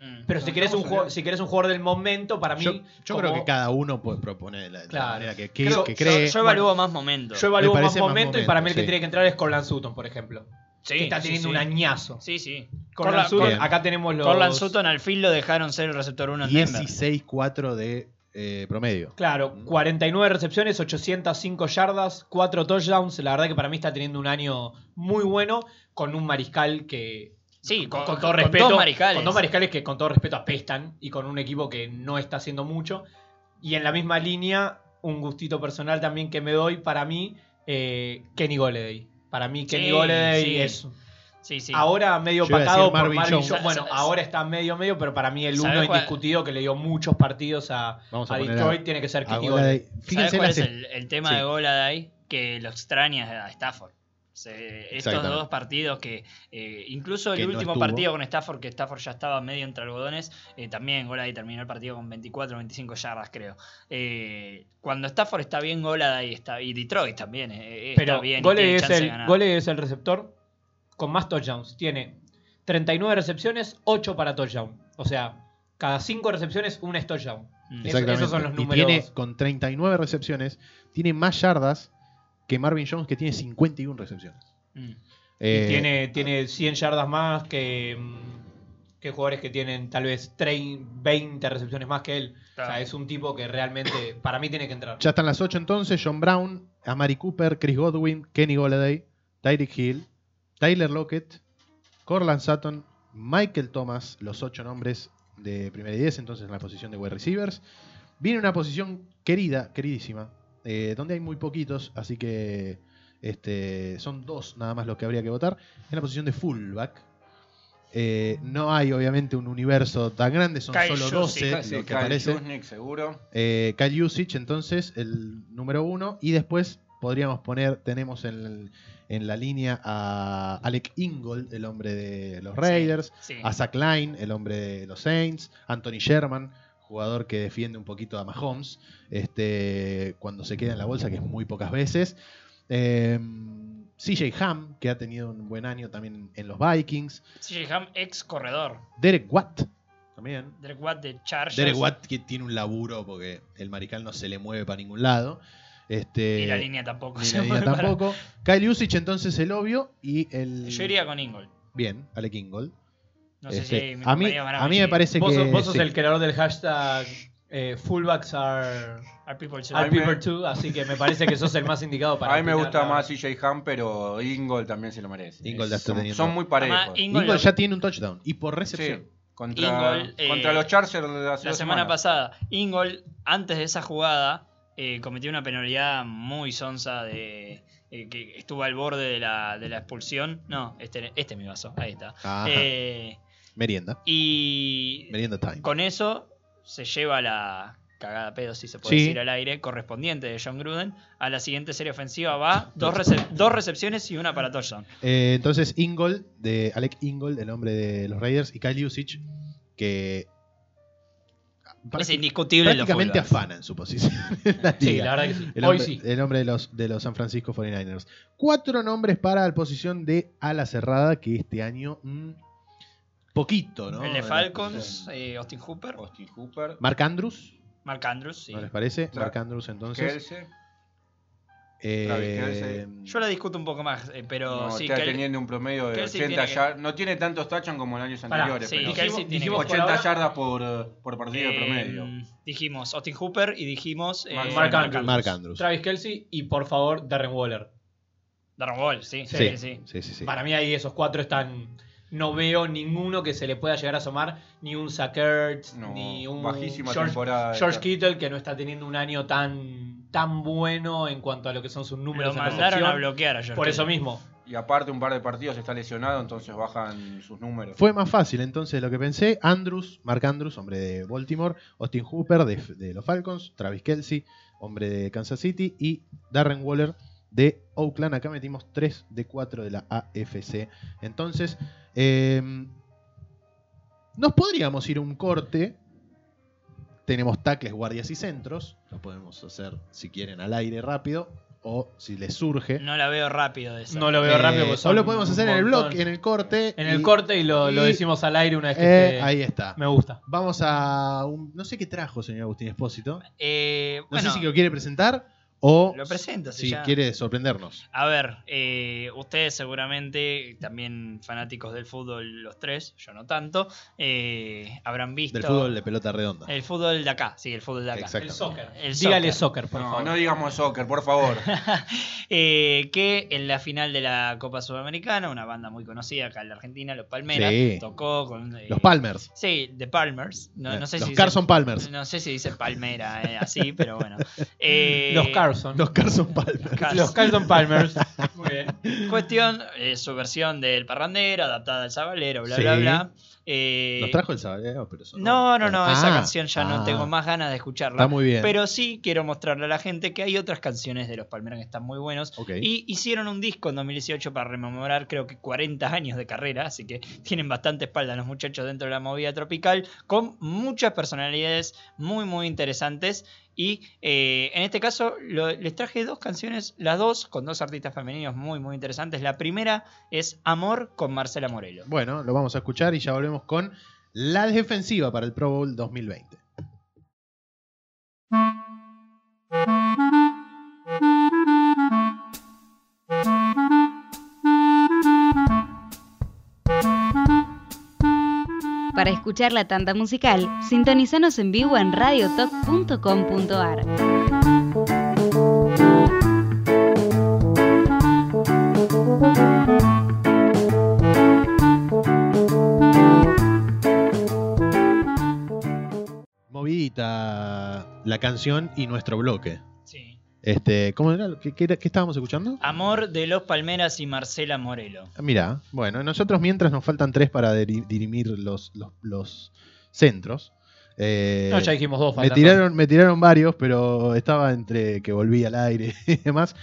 Speaker 5: Mm.
Speaker 6: Pero si
Speaker 4: Nos
Speaker 6: querés, un
Speaker 4: estamos
Speaker 6: jugador,
Speaker 4: olvidando.
Speaker 6: si querés un jugador del momento, para mí.
Speaker 3: Yo, yo creo
Speaker 6: como-
Speaker 3: que cada uno puede proponer la, la
Speaker 6: Claro.
Speaker 3: manera que, que-
Speaker 6: Creo-
Speaker 3: que
Speaker 5: Yo-
Speaker 3: cree.
Speaker 5: yo, evalúo
Speaker 6: Bueno,
Speaker 5: más momentos.
Speaker 6: Yo evalúo
Speaker 3: Me
Speaker 6: más
Speaker 3: parece
Speaker 6: momento,
Speaker 3: más
Speaker 6: y para mí el que
Speaker 3: momento, sí.
Speaker 6: tiene que entrar es Corland Sutton, por ejemplo.
Speaker 5: Sí,
Speaker 6: que está
Speaker 5: sí,
Speaker 6: teniendo
Speaker 5: sí.
Speaker 6: un añazo.
Speaker 5: Sí, sí.
Speaker 6: Corland
Speaker 5: Corla-
Speaker 6: Sutton,
Speaker 3: Bien.
Speaker 6: acá tenemos los.
Speaker 5: Corland Sutton al fin lo dejaron ser el receptor 1 en Denver.
Speaker 3: 16-4 de eh, promedio.
Speaker 6: Claro,
Speaker 5: Mm.
Speaker 6: 49 recepciones, 805 yardas, 4 touchdowns. La verdad que para mí está teniendo un año muy bueno con un mariscal que.
Speaker 5: Sí, con-
Speaker 6: todo
Speaker 5: con
Speaker 6: respeto.
Speaker 5: dos mariscales.
Speaker 6: con dos mariscales que con todo respeto apestan y con un equipo que no está haciendo mucho. Y en la misma línea, un gustito personal también que me doy para mí, eh, Kenny Goleday. Para mí, Kenny
Speaker 5: Sí,
Speaker 6: Goleday
Speaker 5: sí.
Speaker 6: es
Speaker 5: Sí, sí.
Speaker 6: Ahora medio
Speaker 3: Yo iba a
Speaker 6: patado
Speaker 3: decir
Speaker 6: por
Speaker 3: Marvin
Speaker 6: Marvin
Speaker 3: Jones.
Speaker 6: Jones. Bueno,
Speaker 5: Sa- sa-
Speaker 6: ahora está medio medio, pero para mí el
Speaker 5: ¿Sabes
Speaker 6: uno
Speaker 5: cuál-
Speaker 6: indiscutido que le dio muchos partidos a,
Speaker 3: Vamos a
Speaker 6: a
Speaker 3: poner a-
Speaker 6: Detroit tiene que ser
Speaker 3: A
Speaker 6: Kenny
Speaker 3: Gola
Speaker 6: Golladay.
Speaker 3: de-
Speaker 5: ¿Sabes
Speaker 3: Fíjense
Speaker 5: cuál
Speaker 3: las
Speaker 5: es el, el tema
Speaker 3: sí.
Speaker 5: de Goladay? Que lo extraña a Stafford. Se- estos
Speaker 3: Exactamente.
Speaker 5: dos partidos que eh, incluso
Speaker 3: Que
Speaker 5: el
Speaker 3: no
Speaker 5: último
Speaker 3: estuvo.
Speaker 5: partido con Stafford, que Stafford ya estaba medio entre algodones, eh, también Goladay terminó el partido con 24 25 yardas, creo. Eh, cuando Stafford está bien, Goladay está y Detroit también eh, eh, está
Speaker 6: Pero
Speaker 5: bien. y
Speaker 6: Golladay
Speaker 5: tiene
Speaker 6: es,
Speaker 5: chance de
Speaker 6: el,
Speaker 5: ganar. Mm.
Speaker 6: Golladay es el receptor con más touchdowns. Tiene 39 recepciones, 8 para touchdown. O sea, cada 5 recepciones, una es touchdown.
Speaker 5: Mm.
Speaker 6: Eso-
Speaker 3: Exactamente.
Speaker 6: esos son los números.
Speaker 3: Y tiene con 39 recepciones, tiene más yardas que Marvin Jones, que tiene 51 recepciones.
Speaker 5: Mm.
Speaker 3: Eh,
Speaker 6: y tiene, tiene 100 yardas más que, mm, que jugadores que tienen tal vez 30, 20 recepciones más que él.
Speaker 5: Claro.
Speaker 6: O sea, es un tipo que realmente, para mí, tiene que entrar.
Speaker 3: Ya están las 8 entonces. John Brown, Amari Cooper, Chris Godwin, Kenny Golladay, Tyreek Hill, Tyler Lockett, Corland Sutton, Michael Thomas, los 8 nombres de primera y 10, entonces en la posición de wide receivers. Viene una posición querida, queridísima, eh, donde hay muy poquitos, así que este, son dos nada más los que habría que votar. En la posición de fullback. Eh, no hay obviamente un universo tan grande, son
Speaker 5: Kyle
Speaker 3: solo
Speaker 5: Juszczyk,
Speaker 3: 12
Speaker 4: Casi
Speaker 3: los que
Speaker 4: Kyle
Speaker 3: aparecen.
Speaker 4: Juszczyk, seguro.
Speaker 3: Eh, Kyle Juszczyk, entonces, el número uno. Y después podríamos poner, tenemos en, en la línea a Alec Ingold, el hombre de los Raiders,
Speaker 5: Sí, sí.
Speaker 3: a Zach Line, el hombre de los Saints, Anthony Sherman, jugador que defiende un poquito a Mahomes este, cuando se queda en la bolsa, que es muy pocas veces. Eh, CJ Ham, que ha tenido un buen año también en los Vikings.
Speaker 5: CJ Ham, ex corredor.
Speaker 3: Derek Watt, también.
Speaker 5: Derek Watt de Chargers.
Speaker 3: Derek Watt que tiene un laburo porque el mariscal no se le mueve para ningún lado. Este,
Speaker 5: Y la línea tampoco.
Speaker 3: ni
Speaker 5: se
Speaker 3: la línea
Speaker 5: mueve para-
Speaker 3: tampoco. Kyle Usich entonces el obvio y el...
Speaker 5: Yo iría con Ingold.
Speaker 3: Bien, Alec Ingold.
Speaker 5: No sé
Speaker 3: Este,
Speaker 5: si mis
Speaker 3: a mí,
Speaker 5: compañeros van
Speaker 3: a mí me
Speaker 5: coincidir.
Speaker 3: parece
Speaker 6: Vos,
Speaker 3: que...
Speaker 6: sos- vos sos
Speaker 3: sí.
Speaker 6: el creador del hashtag eh, fullbacks are,
Speaker 5: Are people should-
Speaker 6: are
Speaker 4: A mí me-
Speaker 6: people too, así que me parece que sos el más indicado para.
Speaker 4: a mí me
Speaker 6: opinar,
Speaker 4: gusta
Speaker 6: la-
Speaker 4: más CJ Ham, pero Ingold también se lo merece.
Speaker 3: Ingold la está
Speaker 4: son,
Speaker 3: teniendo.
Speaker 4: son muy
Speaker 5: Además,
Speaker 4: parejos.
Speaker 5: Ingol
Speaker 3: Ingol
Speaker 5: lo-
Speaker 3: ya tiene un touchdown. Y por
Speaker 4: Sí,
Speaker 3: recepción.
Speaker 4: contra,
Speaker 5: Ingold, eh,
Speaker 4: contra los Chargers de hace
Speaker 5: la
Speaker 4: dos
Speaker 5: semana
Speaker 4: semanas.
Speaker 5: pasada, Ingol, antes de esa jugada, eh, cometió una penalidad muy sonsa de eh, que estuvo al borde de la, de la expulsión. No, este, este es mi vaso, ahí está.
Speaker 3: Ajá.
Speaker 5: Eh,
Speaker 3: merienda.
Speaker 5: y
Speaker 3: Merienda time.
Speaker 5: con eso se lleva la cagada a pedo, si se puede
Speaker 3: Sí.
Speaker 5: decir al aire, correspondiente de John Gruden. A la siguiente serie ofensiva va dos, recep- dos recepciones y una para touchdown.
Speaker 3: Eh, entonces, Ingold, de Alec Ingold, el hombre de los Raiders, y Kyle Usich, que.
Speaker 5: Es
Speaker 3: prácti-
Speaker 5: indiscutible en los
Speaker 3: prácticamente
Speaker 5: fullbacks.
Speaker 3: afana en su posición. en la
Speaker 6: Sí,
Speaker 3: liga.
Speaker 6: la verdad que sí.
Speaker 3: El
Speaker 6: Hoy
Speaker 3: hombre,
Speaker 6: sí.
Speaker 3: el hombre de, los, de los San Francisco 49ers. Cuatro nombres para la posición de ala cerrada, que este año. mm, poquito, ¿no? Eh, Este,
Speaker 5: El de
Speaker 3: La
Speaker 5: Falcons,
Speaker 3: posición.
Speaker 5: eh, Austin Hooper,
Speaker 4: Austin Hooper,
Speaker 3: Mark Andrews,
Speaker 5: Mark Andrews. sí.
Speaker 3: ¿no les parece?
Speaker 4: Tra-
Speaker 3: Mark Andrews, entonces.
Speaker 4: Kelsey. Travis
Speaker 3: Eh,
Speaker 4: Kelce.
Speaker 5: Yo la discuto un poco más, eh, pero
Speaker 4: no,
Speaker 5: sí,
Speaker 4: está
Speaker 5: que él-
Speaker 4: teniendo un promedio de
Speaker 5: Kelsey
Speaker 4: 80
Speaker 5: tiene que-
Speaker 4: yardas. No tiene tantos touchdowns como en años
Speaker 6: Pará,
Speaker 4: anteriores,
Speaker 5: sí,
Speaker 4: pero
Speaker 5: Kelsey
Speaker 6: Dijimos-
Speaker 5: tiene
Speaker 6: dijimos por
Speaker 4: 80
Speaker 6: ahora-
Speaker 4: yardas por, por partido de
Speaker 5: eh,
Speaker 4: promedio.
Speaker 5: dijimos Austin Hooper y dijimos eh,
Speaker 4: Mark-
Speaker 6: Mark Andrews.
Speaker 3: Mark Andrews.
Speaker 6: Travis Kelsey y por favor Darren Waller.
Speaker 5: Darren Waller, sí, sí,
Speaker 3: Sí,
Speaker 5: sí.
Speaker 3: sí, sí, sí.
Speaker 6: Para mí ahí esos cuatro están. No veo ninguno que se le pueda llegar a asomar, ni un Sackert,
Speaker 4: No,
Speaker 6: ni un
Speaker 4: bajísima
Speaker 6: George,
Speaker 4: temporada.
Speaker 6: George
Speaker 4: esta.
Speaker 6: Kittle, que no está teniendo un año tan, tan bueno en cuanto a lo que son sus números.
Speaker 5: Lo
Speaker 6: en
Speaker 5: mandaron a
Speaker 6: recepción.
Speaker 5: bloquear a George
Speaker 6: Por eso
Speaker 5: Kittle.
Speaker 6: mismo.
Speaker 4: Y aparte un par de partidos está lesionado, entonces bajan sus números.
Speaker 3: Fue más fácil entonces de lo que pensé. Andrews, Mark Andrews, hombre de Baltimore, Austin Hooper de, de los Falcons, Travis Kelsey, hombre de Kansas City y Darren Waller de Oakland. Acá metimos 3 de 4 de la AFC. Entonces, eh, nos podríamos ir a un corte. Tenemos tacles, guardias y centros. Lo podemos hacer si quieren al aire rápido o si les surge.
Speaker 5: No la veo rápido de esa.
Speaker 6: No lo veo
Speaker 3: Eh,
Speaker 6: rápido. porque
Speaker 3: o
Speaker 6: son
Speaker 3: lo podemos hacer en el
Speaker 6: un
Speaker 3: blog,
Speaker 6: montón.
Speaker 3: en el corte.
Speaker 6: En el
Speaker 3: y-
Speaker 6: corte y lo, lo
Speaker 3: y-
Speaker 6: decimos al aire una vez que
Speaker 3: eh,
Speaker 6: esté-
Speaker 3: ahí está.
Speaker 6: me gusta.
Speaker 3: Vamos a. un- no sé qué trajo, señor Agustín Espósito. No
Speaker 5: Eh, bueno,
Speaker 3: sé si lo quiere presentar o
Speaker 5: lo presento. si
Speaker 3: si
Speaker 5: ya-
Speaker 3: quiere sorprendernos.
Speaker 5: A ver, eh, ustedes seguramente, también fanáticos del fútbol, los tres, yo no tanto, eh, habrán visto.
Speaker 3: Del fútbol de pelota redonda.
Speaker 5: El fútbol de acá, sí, el fútbol de acá.
Speaker 3: Exacto.
Speaker 6: El soccer.
Speaker 5: El
Speaker 6: Dígale soccer, por
Speaker 4: No,
Speaker 6: favor.
Speaker 4: no digamos soccer, por favor.
Speaker 5: Eh, que en la final de la Copa Sudamericana, una banda muy conocida acá en la Argentina, Los Palmeras,
Speaker 3: Sí.
Speaker 5: tocó con. eh,
Speaker 3: Los Palmers.
Speaker 5: Sí, The Palmers. No, no sé
Speaker 3: los
Speaker 5: si
Speaker 3: Carson
Speaker 5: dice,
Speaker 3: Palmers.
Speaker 5: No sé si dice Palmera eh, así, pero bueno. Eh,
Speaker 6: Los Carson.
Speaker 3: Los Carson Palmers.
Speaker 5: Carson.
Speaker 6: Los Carson Palmers. Muy bien.
Speaker 5: Cuestión, eh, su versión del parrandero, adaptada al sabalero, bla,
Speaker 3: Sí.
Speaker 5: bla, bla. Eh,
Speaker 3: Los trajo el sabalero, pero son-
Speaker 5: No, no, no, esa
Speaker 3: Ah,
Speaker 5: canción ya no
Speaker 3: ah,
Speaker 5: tengo más ganas de escucharla.
Speaker 3: Está muy bien.
Speaker 5: Pero sí quiero mostrarle a la gente que hay otras canciones de Los Palmeras que están muy buenos.
Speaker 3: Ok.
Speaker 5: Y hicieron un disco en 2018 para rememorar creo que 40 años de carrera, así que tienen bastante espalda los muchachos dentro de la movida tropical, con muchas personalidades muy muy interesantes. Y eh, en este caso lo- les traje dos canciones, las dos con dos artistas femeninos muy muy interesantes. La primera es Amor con Marcela Morelo.
Speaker 3: Bueno, lo vamos a escuchar y ya volvemos con la defensiva para el Pro Bowl 2020.
Speaker 7: Para escuchar la tanda musical, sintonizanos en vivo en radiotoc.com.ar.
Speaker 3: Movidita la canción y nuestro bloque.
Speaker 5: Sí.
Speaker 3: Este, ¿Cómo era? lo que- ¿Qué, era- qué estábamos escuchando?
Speaker 5: Amor de los Palmeras y Marcela Morelo.
Speaker 3: Ah, Mirá, bueno, nosotros mientras nos faltan tres para diri- dirimir los, los, los centros. Eh,
Speaker 6: No, ya dijimos dos.
Speaker 3: me,
Speaker 6: faltan dos.
Speaker 3: tiraron, me tiraron varios, pero estaba entre que volví al aire y demás.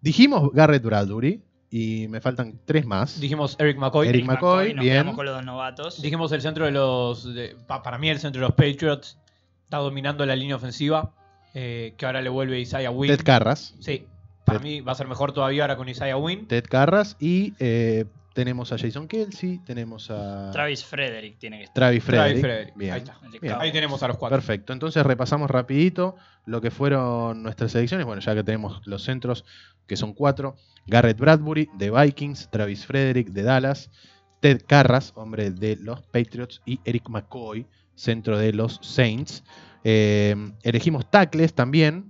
Speaker 3: Dijimos Garrett Bradbury y me faltan tres más.
Speaker 6: Dijimos Eric McCoy.
Speaker 3: Eric McCoy,
Speaker 5: nos
Speaker 3: bien.
Speaker 5: quedamos con los dos novatos.
Speaker 6: Dijimos el centro de los. de- pa- para mí, el centro de los Patriots está dominando la línea ofensiva. eh, que ahora le vuelve Isaiah Wynn.
Speaker 3: Ted Carras.
Speaker 6: Sí. Para
Speaker 3: Ted-
Speaker 6: mí va a ser mejor todavía ahora con Isaiah Wynn.
Speaker 3: Ted Carras y eh, tenemos a Jason Kelsey, tenemos a
Speaker 5: Travis Frederick tiene que estar.
Speaker 3: Travis Frederick.
Speaker 6: Travis Frederick.
Speaker 3: Bien.
Speaker 6: Ahí está.
Speaker 5: El
Speaker 3: Bien.
Speaker 5: cabo.
Speaker 6: Ahí tenemos a los cuatro.
Speaker 3: Perfecto, entonces repasamos rapidito lo que fueron nuestras selecciones. Bueno, ya que tenemos los centros, que son cuatro. Garrett Bradbury de Vikings, Travis Frederick de Dallas, Ted Carras, hombre de los Patriots, y Eric McCoy, centro de los Saints. Eh, elegimos tackles también.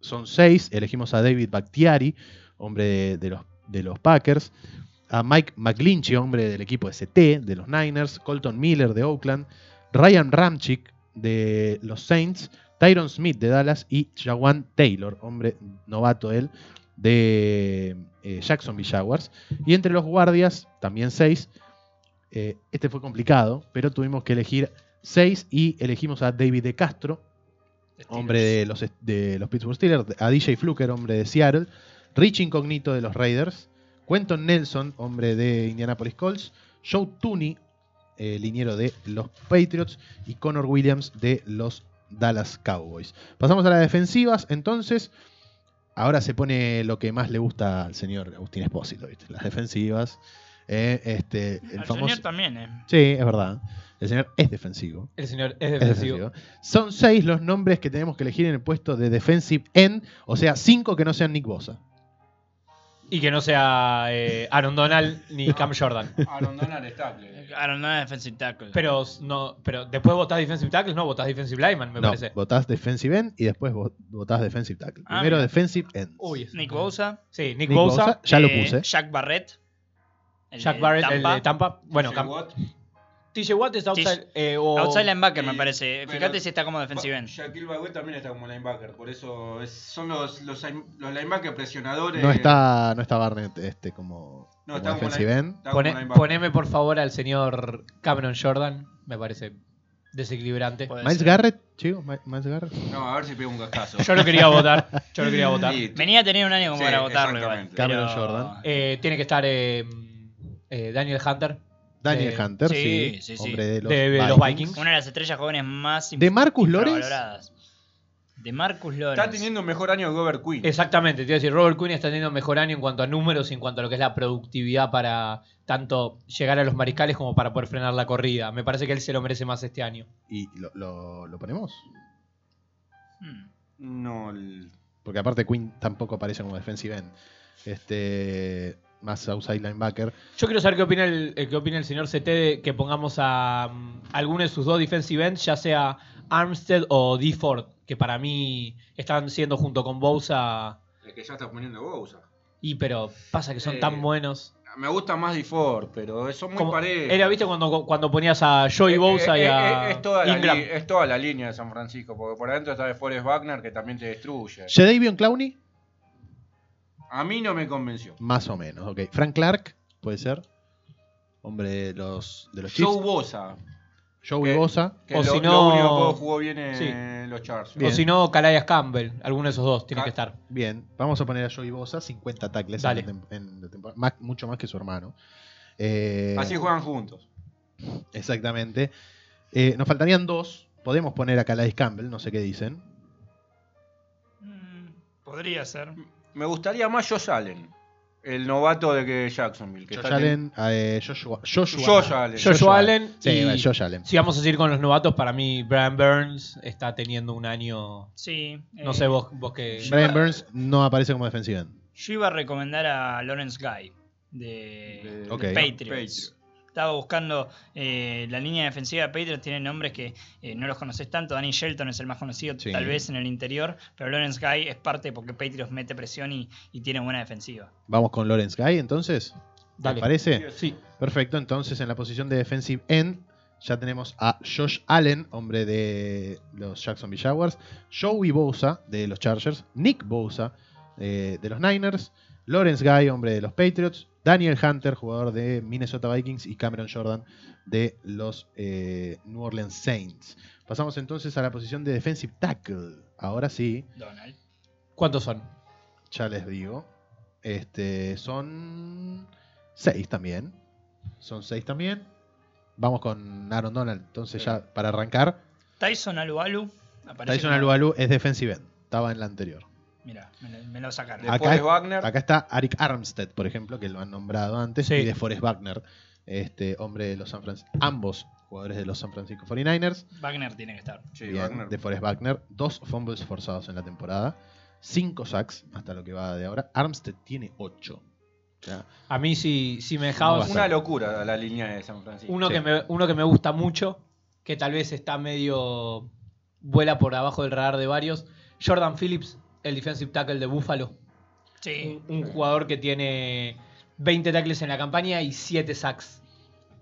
Speaker 3: Son seis. Elegimos a David Bactiari, hombre de, de los, de los Packers. A Mike McGlinchey, hombre del equipo ST de los Niners. Colton Miller de Oakland. Ryan Ramchick de los Saints. Tyron Smith de Dallas. Y Jawan Taylor, hombre novato él, de eh, Jacksonville Jaguars. Y entre los guardias, también seis. Eh, este fue complicado, pero tuvimos que elegir seis y elegimos a David De Castro, hombre de los, de los Pittsburgh Steelers, a DJ Fluker, hombre de Seattle, Rich Incognito de los Raiders, Quentin Nelson, hombre de Indianapolis Colts, Joe Tooney, eh, liniero de los Patriots, y Connor Williams de los Dallas Cowboys. Pasamos a las defensivas, entonces. Ahora se pone lo que más le gusta al señor Agustín Espósito, ¿viste? las defensivas. eh, este, el
Speaker 5: Al
Speaker 3: famoso...
Speaker 5: señor también, eh.
Speaker 3: Sí, es verdad. El señor es defensivo.
Speaker 6: El señor es
Speaker 3: Es
Speaker 6: defensivo.
Speaker 3: defensivo. Son seis los nombres que tenemos que elegir en el puesto de defensive end, o sea, cinco que no sean Nick Bosa.
Speaker 6: Y que no sea eh, Aaron Donald ni Cam Jordan.
Speaker 4: Aaron Donald Ah, es tackle.
Speaker 5: Claro, Ah, no era defensive tackle.
Speaker 6: Pero, no, pero después votás defensive tackles, no votás defensive lineman, me
Speaker 3: no,
Speaker 6: parece.
Speaker 3: votás defensive end y después vo- votás defensive tackle.
Speaker 5: Ah,
Speaker 3: Primero
Speaker 5: mira.
Speaker 3: defensive end.
Speaker 6: Uy,
Speaker 5: Nick Bosa.
Speaker 6: Sí, Nick,
Speaker 3: Nick Bosa,
Speaker 6: Bosa,
Speaker 3: ya lo
Speaker 5: eh,
Speaker 3: puse.
Speaker 5: Jack Barrett. el
Speaker 6: Jack
Speaker 5: de
Speaker 6: Barrett,
Speaker 5: Tampa.
Speaker 6: el de Tampa. Bueno,
Speaker 4: Sí,
Speaker 6: Cam-
Speaker 4: Watt.
Speaker 6: TJ Watt es outside. eh, o-
Speaker 5: Outside linebacker, me
Speaker 4: Y-
Speaker 5: parece.
Speaker 4: pero-
Speaker 5: Fíjate si está como defensive end.
Speaker 4: Shaquille Barrett también está como linebacker, por eso es- son los, los, line- los linebackers presionadores.
Speaker 3: No está, no está Barnett este, como,
Speaker 4: No,
Speaker 3: como
Speaker 4: está como
Speaker 3: defensive end.
Speaker 4: está como
Speaker 6: Pone-
Speaker 4: linebacker.
Speaker 6: poneme por favor al señor Cameron Jordan, me parece desequilibrante.
Speaker 5: Puede
Speaker 3: Miles
Speaker 5: ser.
Speaker 3: Garrett, chicos, Mi- Miles Garrett.
Speaker 4: No, a ver si pega un cascazo.
Speaker 6: Yo lo quería votar, yo lo quería votar.
Speaker 4: Sí,
Speaker 5: Venía a tener un año como
Speaker 4: Sí,
Speaker 5: para votarlo igual.
Speaker 4: exactamente.
Speaker 3: Cameron
Speaker 5: pero-
Speaker 3: Jordan.
Speaker 6: Eh, tiene que estar eh, eh, Daniel Hunter
Speaker 3: Daniel
Speaker 6: de-
Speaker 3: Hunter, sí,
Speaker 5: sí, sí, sí.
Speaker 3: hombre de los,
Speaker 6: de, de los
Speaker 3: Vikings.
Speaker 6: Vikings.
Speaker 5: Una de las estrellas jóvenes más
Speaker 3: ¿De Marcus Lawrence?
Speaker 5: infravaloradas. De Marcus Lawrence.
Speaker 4: Está teniendo un mejor año que Robert Quinn.
Speaker 6: Exactamente, te iba a decir, Robert Quinn está teniendo mejor año en cuanto a números y en cuanto a lo que es la productividad para tanto llegar a los mariscales como para poder frenar la corrida. Me parece que él se lo merece más este año.
Speaker 3: ¿Y lo, lo- lo ponemos?
Speaker 5: Hmm.
Speaker 4: No, el-
Speaker 3: Porque aparte Quinn tampoco aparece como defensive end. Este, más outside linebacker.
Speaker 6: Yo quiero saber qué opina el, eh, qué opina el señor CT de que pongamos a mm, alguno de sus dos defensive ends, ya sea Armstead o D. Ford, que para mí están siendo junto con Bosa.
Speaker 4: el que ya está poniendo Bousa.
Speaker 6: Y pero pasa que son
Speaker 4: Eh,
Speaker 6: tan buenos.
Speaker 4: Me gusta más DeFord, pero son muy
Speaker 6: Como-
Speaker 4: parejos.
Speaker 6: era, viste, cuando, cuando ponías a Joey
Speaker 4: Eh,
Speaker 6: Bosa
Speaker 4: eh,
Speaker 6: y
Speaker 4: eh,
Speaker 6: a
Speaker 4: es, toda la
Speaker 6: Ingram.
Speaker 4: li- es toda la línea de San Francisco, porque por adentro está de Forrest Wagner que también te destruye.
Speaker 3: Jadavion Clowney,
Speaker 4: A mí no me convenció.
Speaker 3: más o menos. ok. Frank Clark, puede ser. Hombre de los, de los
Speaker 4: Joe
Speaker 3: Chiefs.
Speaker 4: Bosa,
Speaker 3: Joey
Speaker 4: que-
Speaker 3: Bosa.
Speaker 4: que
Speaker 6: O
Speaker 4: lo,
Speaker 6: si
Speaker 4: lo
Speaker 6: no-
Speaker 4: único que jugó bien en los Chargers.
Speaker 3: Bien.
Speaker 6: O si no, Calais Campbell. Alguno de esos dos tiene
Speaker 4: Ca-
Speaker 6: que estar.
Speaker 3: Bien, vamos a poner a Joey Bosa, 50 tackles en
Speaker 6: Dale.
Speaker 3: la tem- en la temporada. Más- mucho más que su hermano. Eh,
Speaker 4: Así juegan juntos.
Speaker 3: Exactamente. Eh, nos faltarían dos. Podemos poner a Calais Campbell, no sé qué dicen.
Speaker 5: Mm, Podría ser.
Speaker 4: Me gustaría más Josh Allen, el novato de que Jacksonville. Que
Speaker 3: Josh
Speaker 4: está
Speaker 3: Allen, eh, Joshua, Joshua,
Speaker 4: Josh Allen.
Speaker 6: Josh
Speaker 3: Joshua
Speaker 6: Allen.
Speaker 3: Sí,
Speaker 6: y-
Speaker 3: Josh Allen.
Speaker 6: Si vamos a seguir con los novatos, para mí Brian Burns está teniendo un año.
Speaker 5: Sí.
Speaker 6: No
Speaker 5: eh,
Speaker 6: sé vos, vos que.
Speaker 3: Brian Burns no aparece como defensive end.
Speaker 5: Yo iba a recomendar a Lawrence Guy de,
Speaker 4: De-
Speaker 3: Ok.
Speaker 5: de Patriots.
Speaker 4: Patriots.
Speaker 5: Estaba buscando eh, la línea defensiva de Patriots, tiene nombres que eh, no los conoces tanto. Danny Shelton es el más conocido,
Speaker 3: Sí.
Speaker 5: tal vez en el interior, pero Lawrence Guy es parte porque Patriots mete presión y, y tiene buena defensiva.
Speaker 3: Vamos con Lawrence Guy entonces. ¿Te
Speaker 6: Dale.
Speaker 3: parece?
Speaker 6: Sí,
Speaker 3: Perfecto, entonces en la posición de defensive end ya tenemos a Josh Allen, hombre de los Jacksonville Jaguars, Joey Bosa de los Chargers, Nick Bosa eh, de los Niners, Lawrence Guy, hombre de los Patriots, Daniel Hunter, jugador de Minnesota Vikings y Cameron Jordan de los eh, New Orleans Saints. Pasamos entonces a la posición de defensive tackle. Ahora sí,
Speaker 5: Donald.
Speaker 6: ¿Cuántos son?
Speaker 3: ya les digo. Este, son seis también. Son seis también. Vamos con Aaron Donald. Entonces,
Speaker 4: Sí.
Speaker 3: ya para arrancar,
Speaker 5: Tyson Alualu. aparece
Speaker 3: Tyson
Speaker 5: como-
Speaker 3: Alualu es defensive end. Estaba en la anterior.
Speaker 5: Mira, me, lo- me lo sacaron.
Speaker 4: De
Speaker 3: Acá-
Speaker 4: Forrest Wagner.
Speaker 3: Acá está Arik Armstead, por ejemplo, que lo han nombrado antes,
Speaker 6: Sí.
Speaker 3: y de Forrest Wagner, este hombre de los San Francisco, ambos jugadores de los San Francisco 49ers.
Speaker 5: Wagner tiene que estar.
Speaker 4: Sí,
Speaker 3: Bien,
Speaker 4: Wagner.
Speaker 3: de Forrest Wagner, dos fumbles forzados en la temporada, cinco sacks hasta lo que va de ahora. Armstead tiene ocho. O sea,
Speaker 6: A mí, si, si me
Speaker 3: No
Speaker 6: dejabas.
Speaker 3: vas
Speaker 4: Una locura la línea de San Francisco.
Speaker 6: uno,
Speaker 3: Sí.
Speaker 6: que me, uno que me gusta mucho, que tal vez está medio vuela por abajo del radar de varios. Jordan Phillips, el defensive tackle de Buffalo.
Speaker 5: Sí.
Speaker 6: Un, un jugador que tiene 20 tackles en la campaña y 7 sacks.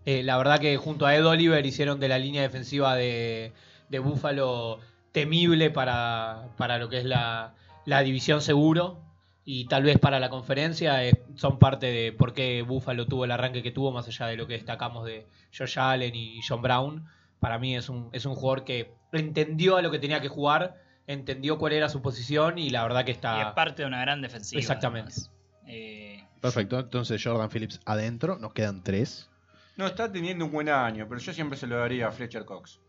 Speaker 6: Eh, la verdad que junto a Ed Oliver hicieron de la línea defensiva de, de Buffalo temible para, para lo que es la, la división seguro y tal vez para la conferencia eh, son parte de por qué Buffalo tuvo el arranque que tuvo, más allá de lo que destacamos de Josh Allen y John Brown. Para mí es un, es un jugador que entendió a lo que tenía que jugar, entendió cuál era su posición y la verdad que
Speaker 5: Y es
Speaker 6: está...
Speaker 5: parte de una gran defensiva.
Speaker 6: Ah. Exactamente.
Speaker 5: además. Eh,
Speaker 3: Perfecto, entonces Jordan Phillips adentro, nos quedan tres.
Speaker 4: No está teniendo un buen año, pero yo siempre se lo daría a Fletcher Cox.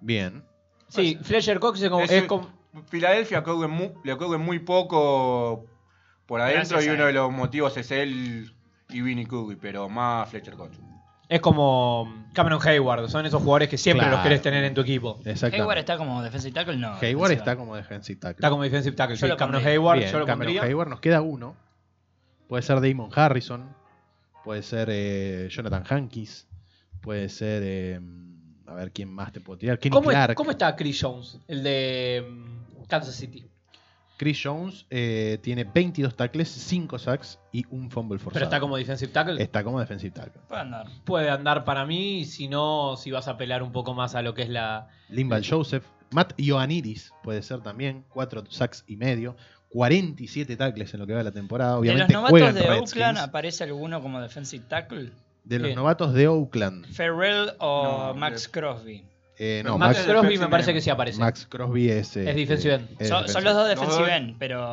Speaker 3: Bien.
Speaker 6: Sí, Fletcher Cox es como...
Speaker 4: Es
Speaker 6: es
Speaker 4: un-
Speaker 6: como-
Speaker 4: Filadelfia cobre mu- le cobre muy poco por adentro
Speaker 5: Gracias
Speaker 4: y
Speaker 5: a
Speaker 4: uno
Speaker 5: él.
Speaker 4: de los motivos es él y Vinny Curry, pero más Fletcher Cox.
Speaker 6: es como Cameron Hayward, son esos jugadores que siempre
Speaker 3: Claro.
Speaker 6: los querés tener en tu equipo.
Speaker 3: Exacto.
Speaker 5: Hayward está como defensive tackle, no.
Speaker 3: Hayward
Speaker 5: defensiva.
Speaker 3: está como defensive tackle.
Speaker 6: Está como defensive tackle.
Speaker 5: Yo
Speaker 6: sí,
Speaker 5: lo
Speaker 6: Cameron
Speaker 5: pondría.
Speaker 6: Hayward,
Speaker 3: Bien,
Speaker 6: yo lo
Speaker 3: Cameron
Speaker 6: pondría.
Speaker 3: Hayward, nos queda uno. Puede ser Damon Harrison, puede ser eh, Jonathan Hankins, puede ser. eh, a ver quién más te puedo tirar. Kenny
Speaker 6: ¿Cómo, es-
Speaker 3: Clark,
Speaker 6: cómo está Chris Jones, el de mm, Kansas City?
Speaker 3: Chris Jones eh, tiene 22 tackles, 5 sacks y un fumble forzado.
Speaker 6: Pero está como defensive tackle.
Speaker 3: Está como defensive tackle.
Speaker 5: Puede andar.
Speaker 6: puede andar para mí, y si no, si vas a apelar un poco más a lo que es la...
Speaker 3: Limbal Joseph, Matt Ioannidis puede ser también, 4 sacks y medio, 47 tackles en lo que va de la temporada.
Speaker 5: De los
Speaker 3: Obviamente
Speaker 5: novatos
Speaker 3: juegan
Speaker 5: de
Speaker 3: Redskins.
Speaker 5: Oakland aparece alguno como defensive tackle.
Speaker 3: De los
Speaker 6: Bien.
Speaker 3: novatos de Oakland,
Speaker 5: Ferrell o
Speaker 4: No,
Speaker 5: Max
Speaker 4: de-
Speaker 5: Crosby.
Speaker 3: eh, no,
Speaker 6: Max
Speaker 3: Max,
Speaker 4: Max-
Speaker 6: Crosby me
Speaker 4: defensive
Speaker 6: parece
Speaker 4: end.
Speaker 6: que sí aparece.
Speaker 3: Max Crosby es. eh,
Speaker 6: defensive end.
Speaker 3: es
Speaker 5: Son, son los dos defensive
Speaker 4: Los dos-
Speaker 5: end, pero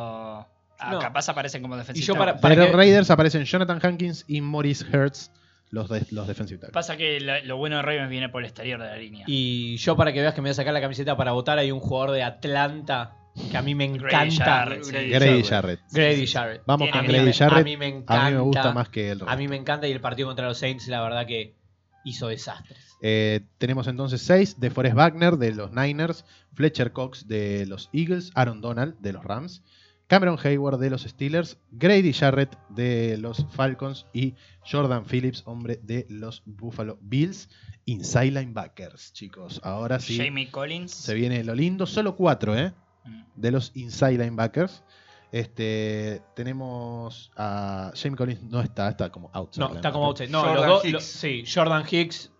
Speaker 5: ah,
Speaker 6: No.
Speaker 5: capaz aparecen como defensive
Speaker 6: Y yo para-
Speaker 5: tackle.
Speaker 3: Para los
Speaker 6: que-
Speaker 3: Raiders aparecen Jonathan Hankins y Morris Hertz, los, de- los defensive tackles.
Speaker 5: Pasa que la- lo bueno de Ravens viene por el exterior de la línea.
Speaker 6: Y yo para que veas que me voy a sacar la camiseta para votar, hay un jugador de Atlanta que a mí me
Speaker 5: Grady
Speaker 6: encanta.
Speaker 5: Jarrett, sí.
Speaker 4: Grady
Speaker 3: Grady
Speaker 4: Jarrett.
Speaker 3: Jarrett.
Speaker 6: Grady Jarrett.
Speaker 3: Vamos
Speaker 5: Tiene
Speaker 3: con
Speaker 5: que
Speaker 3: Grady
Speaker 5: tener-
Speaker 3: Jarrett.
Speaker 6: A mí me encanta.
Speaker 3: A mí me gusta más que él.
Speaker 6: A mí me encanta y el partido contra los Saints, la verdad que hizo desastres.
Speaker 3: Eh, tenemos entonces 6 de Forrest Wagner de los Niners, Fletcher Cox de los Eagles, Aaron Donald de los Rams, Cameron Hayward de los Steelers, Grady Jarrett de los Falcons y Jordan Phillips, hombre de los Buffalo Bills. Inside linebackers, chicos. Ahora sí
Speaker 5: Jamie Collins.
Speaker 3: se viene lo lindo. Solo 4, ¿eh?
Speaker 5: Mm.
Speaker 3: de los inside linebackers. Este, tenemos a Jamie Collins, no está, está como outside.
Speaker 6: No, está como
Speaker 3: linebacker.
Speaker 6: usted. No,
Speaker 4: Jordan
Speaker 6: los dos-
Speaker 4: Hicks.
Speaker 6: los- sí, Jordan Hicks.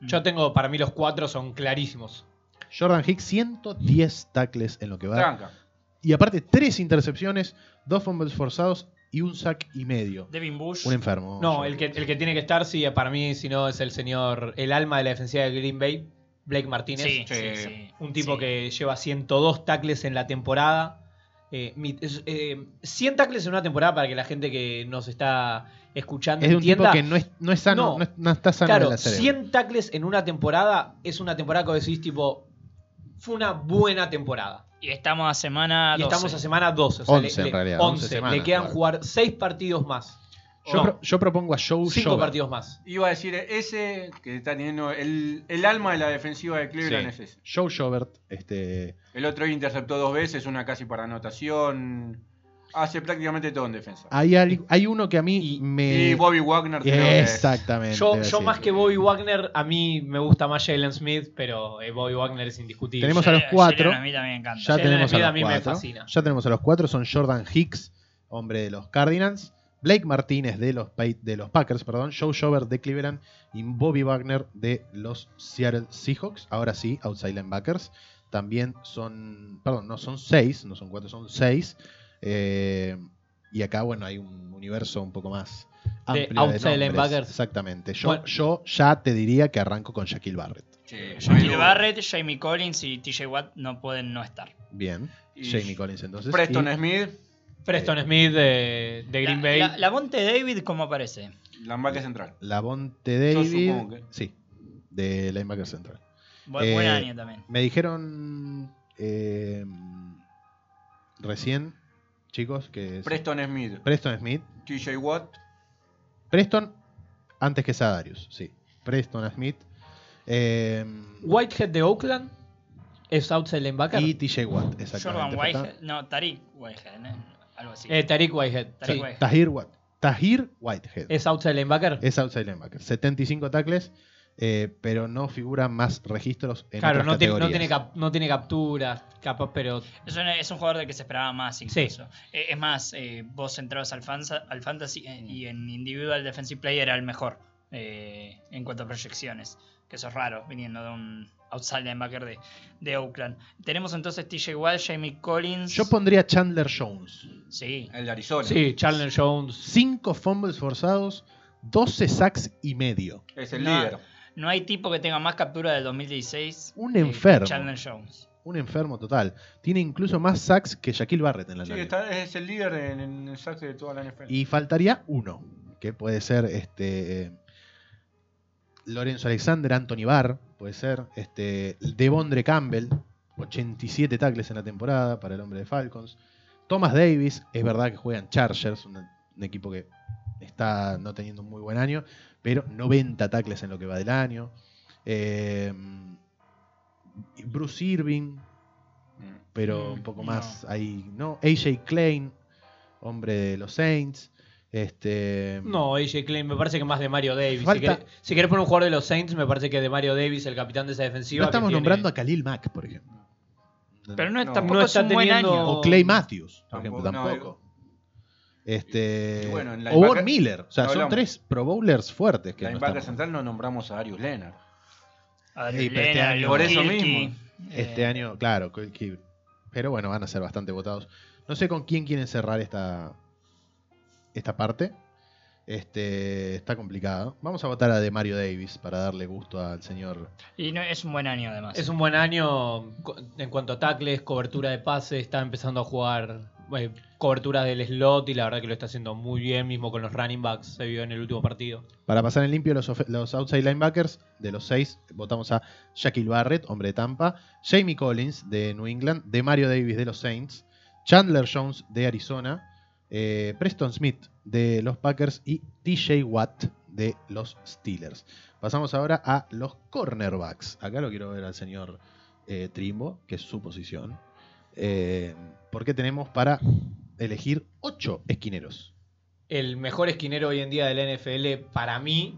Speaker 5: Mm.
Speaker 6: Yo tengo, para mí los cuatro son clarísimos.
Speaker 3: Jordan Hicks, 110 tackles en lo que va.
Speaker 4: Tranca.
Speaker 3: Y aparte, tres intercepciones, dos fumbles forzados y un sack y medio.
Speaker 5: Devin Bush.
Speaker 3: Un enfermo.
Speaker 6: No,
Speaker 3: Jordan
Speaker 6: el que,
Speaker 3: Hicks.
Speaker 6: el que tiene que estar, sí, para mí, si no, es el señor, el alma de la defensiva de Green Bay, Blake Martínez.
Speaker 5: Sí, sí,
Speaker 4: Sí.
Speaker 5: sí.
Speaker 6: Un tipo
Speaker 5: Sí.
Speaker 6: que lleva 102 tackles en la temporada. Eh, mi- es- eh, 100 tackles en una temporada para que la gente que nos está escuchando
Speaker 3: Es de un tipo
Speaker 6: entienda.
Speaker 3: que no, es, no es sano, no,
Speaker 6: No.
Speaker 3: es- no está sano de
Speaker 6: claro,
Speaker 3: la serie.
Speaker 6: 100 tackles en una temporada es una temporada que vos decís, tipo, fue una buena temporada.
Speaker 5: Y estamos a semana.
Speaker 6: Y
Speaker 5: 12.
Speaker 6: estamos a semana 12. o sea,
Speaker 3: 11 en realidad, 11
Speaker 6: 11,
Speaker 3: semanas,
Speaker 6: le quedan
Speaker 3: claro.
Speaker 6: jugar 6 partidos más.
Speaker 3: Yo, pro- yo propongo a
Speaker 5: Uh,
Speaker 3: Joe
Speaker 6: 5
Speaker 3: Schobert.
Speaker 6: partidos más.
Speaker 4: Iba a decir, ese que está teniendo el, el alma de la defensiva de Cleveland
Speaker 3: Sí.
Speaker 4: es ese.
Speaker 3: Joe Schobert, este,
Speaker 4: El otro interceptó dos veces, una casi para anotación. Hace prácticamente todo en defensa.
Speaker 3: hay, al- hay uno que a mí
Speaker 6: Y-
Speaker 3: me...
Speaker 4: Y Bobby Wagner creo que es-
Speaker 3: Exactamente.
Speaker 6: Yo,
Speaker 3: iba a
Speaker 6: yo
Speaker 3: Eh, decir.
Speaker 6: más que Bobby Wagner, a mí me gusta más Jalen Smith, pero eh, Bobby Wagner es indiscutible.
Speaker 3: Tenemos a los
Speaker 5: Jalen-
Speaker 3: cuatro.
Speaker 5: Jalen A mí también me encanta.
Speaker 3: Ya
Speaker 6: Jalen
Speaker 3: tenemos a
Speaker 6: Smith
Speaker 3: los
Speaker 6: a mí me
Speaker 3: cuatro.
Speaker 6: fascina.
Speaker 3: Ya tenemos a los cuatro. Son Jordan Hicks, hombre de los Cardinals. Blake Martínez de los, Pa- de los Packers, perdón, Joe Schobert de Cleveland y Bobby Wagner de los Seattle Seahawks. Ahora sí, outside linebackers. También son, perdón, no son seis, no son cuatro, son seis. Eh, y acá, bueno, hay un universo un poco más
Speaker 6: De
Speaker 3: amplio de,
Speaker 6: outside
Speaker 3: nombres.
Speaker 6: linebackers.
Speaker 3: Exactamente. Yo,
Speaker 6: Bueno.
Speaker 3: yo ya te diría que arranco con Shaquille Barrett.
Speaker 4: Sí,
Speaker 5: Shaquille
Speaker 4: Manu.
Speaker 5: Barrett, Jamie Collins y TJ Watt no pueden no estar.
Speaker 3: Bien.
Speaker 4: Y
Speaker 3: Jamie Collins entonces.
Speaker 4: Preston
Speaker 3: Y-
Speaker 4: Smith,
Speaker 6: Preston Smith de, de Green
Speaker 5: La-
Speaker 6: Bay.
Speaker 5: La, la Monte David, ¿cómo aparece?
Speaker 4: Lambaque Central.
Speaker 3: Lavonte
Speaker 4: Yo
Speaker 3: David.
Speaker 4: supongo que-
Speaker 3: Sí, de linebacker central.
Speaker 5: Buen,
Speaker 3: Eh,
Speaker 5: buen año también.
Speaker 3: Me dijeron eh, recién, chicos, que es-
Speaker 4: Preston Smith,
Speaker 3: Preston Smith.
Speaker 4: TJ Watt,
Speaker 3: Preston antes que Sadarius, sí. Preston Smith. eh,
Speaker 6: Whitehead de Oakland es outside linebacker.
Speaker 3: y TJ Watt, exactamente.
Speaker 5: Jordan
Speaker 3: falta-
Speaker 5: Whitehead. No, Tariq Whitehead, ¿eh? algo así.
Speaker 6: Eh, Tariq Whitehead.
Speaker 5: Tariq
Speaker 6: sí.
Speaker 5: Whitehead.
Speaker 3: Tahir, Watt, Tahir Whitehead.
Speaker 6: Es outside linebacker.
Speaker 3: Es outside linebacker. 75 tackles eh, pero no figuran más registros en
Speaker 6: claro,
Speaker 3: otras
Speaker 6: no tiene, no,
Speaker 3: categorías.
Speaker 6: tiene cap- no tiene capturas, capaz, pero
Speaker 5: Es un, es un jugador del que se esperaba más incluso. Eh, es más, eh, vos entrabas al, fansa- al Fantasy eh, y en Individual Defensive Player era el mejor eh, en cuanto a proyecciones. Que eso es raro, viniendo de un outside linebacker de, de Oakland. Tenemos entonces TJ Watt, Jamie Collins.
Speaker 3: Yo pondría Chandler Jones.
Speaker 5: sí.
Speaker 4: El de Arizona.
Speaker 6: sí, Chandler Jones.
Speaker 3: 5 fumbles forzados, 12 sacks y medio.
Speaker 4: Es el
Speaker 5: No.
Speaker 3: Ah,
Speaker 4: líder.
Speaker 5: No hay tipo que tenga más captura del 2016.
Speaker 3: Un
Speaker 5: eh, que
Speaker 3: enfermo.
Speaker 5: Chandler Jones.
Speaker 3: Un enfermo total. Tiene incluso más sacks que Shaquille Barrett en la
Speaker 4: Sí,
Speaker 3: liga.
Speaker 4: está- es el líder en, en el saque de toda la NFL.
Speaker 3: Y faltaría uno, que puede ser este eh, Lorenzo Alexander, Anthony Barr, puede ser este Devondre Campbell, 87 tackles en la temporada para el hombre de Falcons. Thomas Davis, es verdad que juegan Chargers, un, un equipo que está no teniendo un muy buen año, pero 90 tackles en lo que va del año. Eh, Bruce Irving,
Speaker 4: Mm.
Speaker 3: pero
Speaker 5: Mm,
Speaker 3: un poco
Speaker 5: no.
Speaker 3: más ahí, ¿no? AJ Klein, hombre de los Saints. Este,
Speaker 6: No, AJ Klein, me parece que más de Mario Davis. Si
Speaker 3: Falta-
Speaker 6: querés, si querés poner un jugador de los Saints, me parece que de Mario Davis, el capitán de esa
Speaker 3: no
Speaker 6: defensiva.
Speaker 3: estamos
Speaker 6: que tiene-
Speaker 3: nombrando a Khalil Mack, por ejemplo.
Speaker 5: Pero no, es-
Speaker 4: No,
Speaker 5: tampoco
Speaker 6: no
Speaker 5: es
Speaker 6: está
Speaker 5: un buen
Speaker 6: teniendo-
Speaker 5: año.
Speaker 3: o Clay Matthews, por
Speaker 4: Tampoco,
Speaker 3: ejemplo,
Speaker 4: no, eh,
Speaker 3: tampoco. Este,
Speaker 4: Y bueno, en
Speaker 3: o Von
Speaker 4: linebacker-
Speaker 3: Miller. O sea,
Speaker 4: no
Speaker 3: son
Speaker 4: hablamos.
Speaker 3: tres Pro Bowlers fuertes. Que no
Speaker 4: Linebacker
Speaker 3: estamos-
Speaker 4: central no nombramos a Arius Leonard.
Speaker 5: A
Speaker 3: Sí, pero este
Speaker 5: Lena,
Speaker 3: año-
Speaker 5: Luke
Speaker 4: Por eso
Speaker 5: Kuechly,
Speaker 4: mismo.
Speaker 5: eh,
Speaker 3: Este año, claro. que- que- Pero bueno, van a ser bastante votados. No sé con quién quieren cerrar esta, esta parte. Este, está complicado. Vamos a votar a de Mario Davis para darle gusto al señor.
Speaker 5: Y no, es un buen año además.
Speaker 6: Es un buen año co- en cuanto a tackles, cobertura de pases, está empezando a jugar eh, cobertura del slot y la verdad que lo está haciendo muy bien, mismo con los running backs, se vio en el último partido.
Speaker 3: Para pasar en limpio los, ofe- los outside linebackers, de los seis, votamos a Shaquille Barrett, hombre de Tampa, Jamie Collins de New England, de Mario Davis de los Saints, Chandler Jones de Arizona, eh, Preston Smith de los Packers y TJ Watt de los Steelers. Pasamos ahora a los cornerbacks. Acá lo quiero ver al señor eh, Trimbo, que es su posición. Eh, porque tenemos para elegir ocho esquineros.
Speaker 6: El mejor esquinero hoy en día de la NFL para mí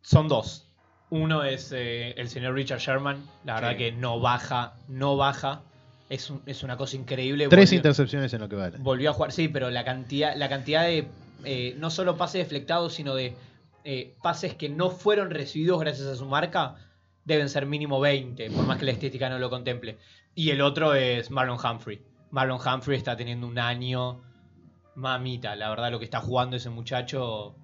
Speaker 6: son dos. Uno es eh, el señor Richard Sherman, la verdad
Speaker 4: Sí.
Speaker 6: que no baja, no baja. Es, un- es una cosa increíble.
Speaker 3: Tres
Speaker 6: Volvió-
Speaker 3: intercepciones en lo que vale.
Speaker 6: Volvió a jugar, sí, pero la cantidad, la cantidad de eh, no solo pases deflectados, sino de eh, pases que no fueron recibidos gracias a su marca, deben ser mínimo 20, por más que la estética no lo contemple. Y el otro es Marlon Humphrey. Marlon Humphrey está teniendo un año mamita, la verdad, lo que está jugando ese muchacho,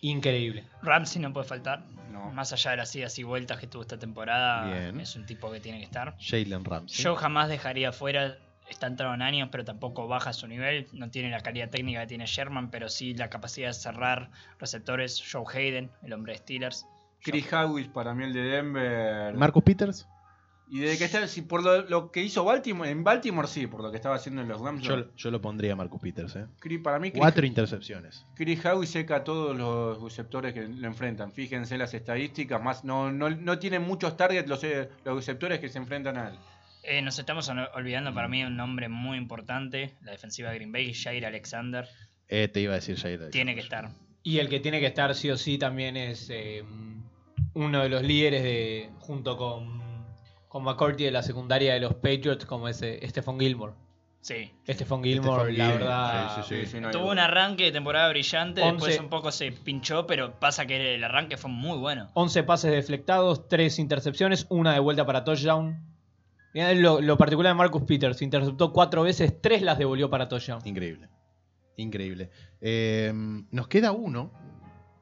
Speaker 6: increíble.
Speaker 5: Ramsey no puede faltar.
Speaker 4: No.
Speaker 5: Más allá de las idas y vueltas que tuvo esta temporada,
Speaker 3: Bien.
Speaker 5: es un tipo que tiene que estar.
Speaker 3: Jalen Ramsey.
Speaker 5: Yo jamás dejaría fuera, está entrado en años, pero tampoco baja su nivel. No tiene la calidad técnica que tiene Sherman, pero sí la capacidad de cerrar receptores. Joe Hayden, el hombre de Steelers.
Speaker 4: Chris Howis para mí el de Denver.
Speaker 3: Marcus Peters.
Speaker 4: y desde que está, si por lo, lo que hizo Baltimore, en Baltimore sí, por lo que estaba haciendo en los Rams.
Speaker 3: Yo, yo lo pondría a Marcus Peters. ¿eh?
Speaker 4: Chris- para mí Chris,
Speaker 3: Cuatro intercepciones.
Speaker 4: Chris Howie seca a todos los receptores que lo enfrentan. Fíjense las estadísticas, más no, no, no tienen muchos targets los, eh, los receptores que se enfrentan a él.
Speaker 5: Eh, nos estamos ol- olvidando para mí de un nombre muy importante, la defensiva de Green Bay, Jair Alexander.
Speaker 3: Eh, te iba a decir Jair. Alexander.
Speaker 5: Tiene que estar.
Speaker 6: Y el que tiene que estar sí o sí también es eh, uno de los líderes de junto con, con McCourty de la secundaria de los Patriots, como es eh, Stephon Gilmore.
Speaker 5: Sí.
Speaker 6: Stephon Este Gilmore,
Speaker 3: Stephon
Speaker 6: la
Speaker 3: Gilmore,
Speaker 6: verdad.
Speaker 3: sí, sí, sí.
Speaker 4: no hay
Speaker 5: Tuvo
Speaker 4: duda.
Speaker 5: un arranque de temporada brillante, después
Speaker 6: Once.
Speaker 5: un poco se pinchó, pero pasa que el arranque fue muy bueno.
Speaker 6: 11 pases deflectados, 3 intercepciones, una de vuelta para touchdown. Mirá lo, lo particular de Marcus Peters, interceptó 4 veces, 3 las devolvió para touchdown.
Speaker 3: Increíble. Increíble. Eh, nos queda uno.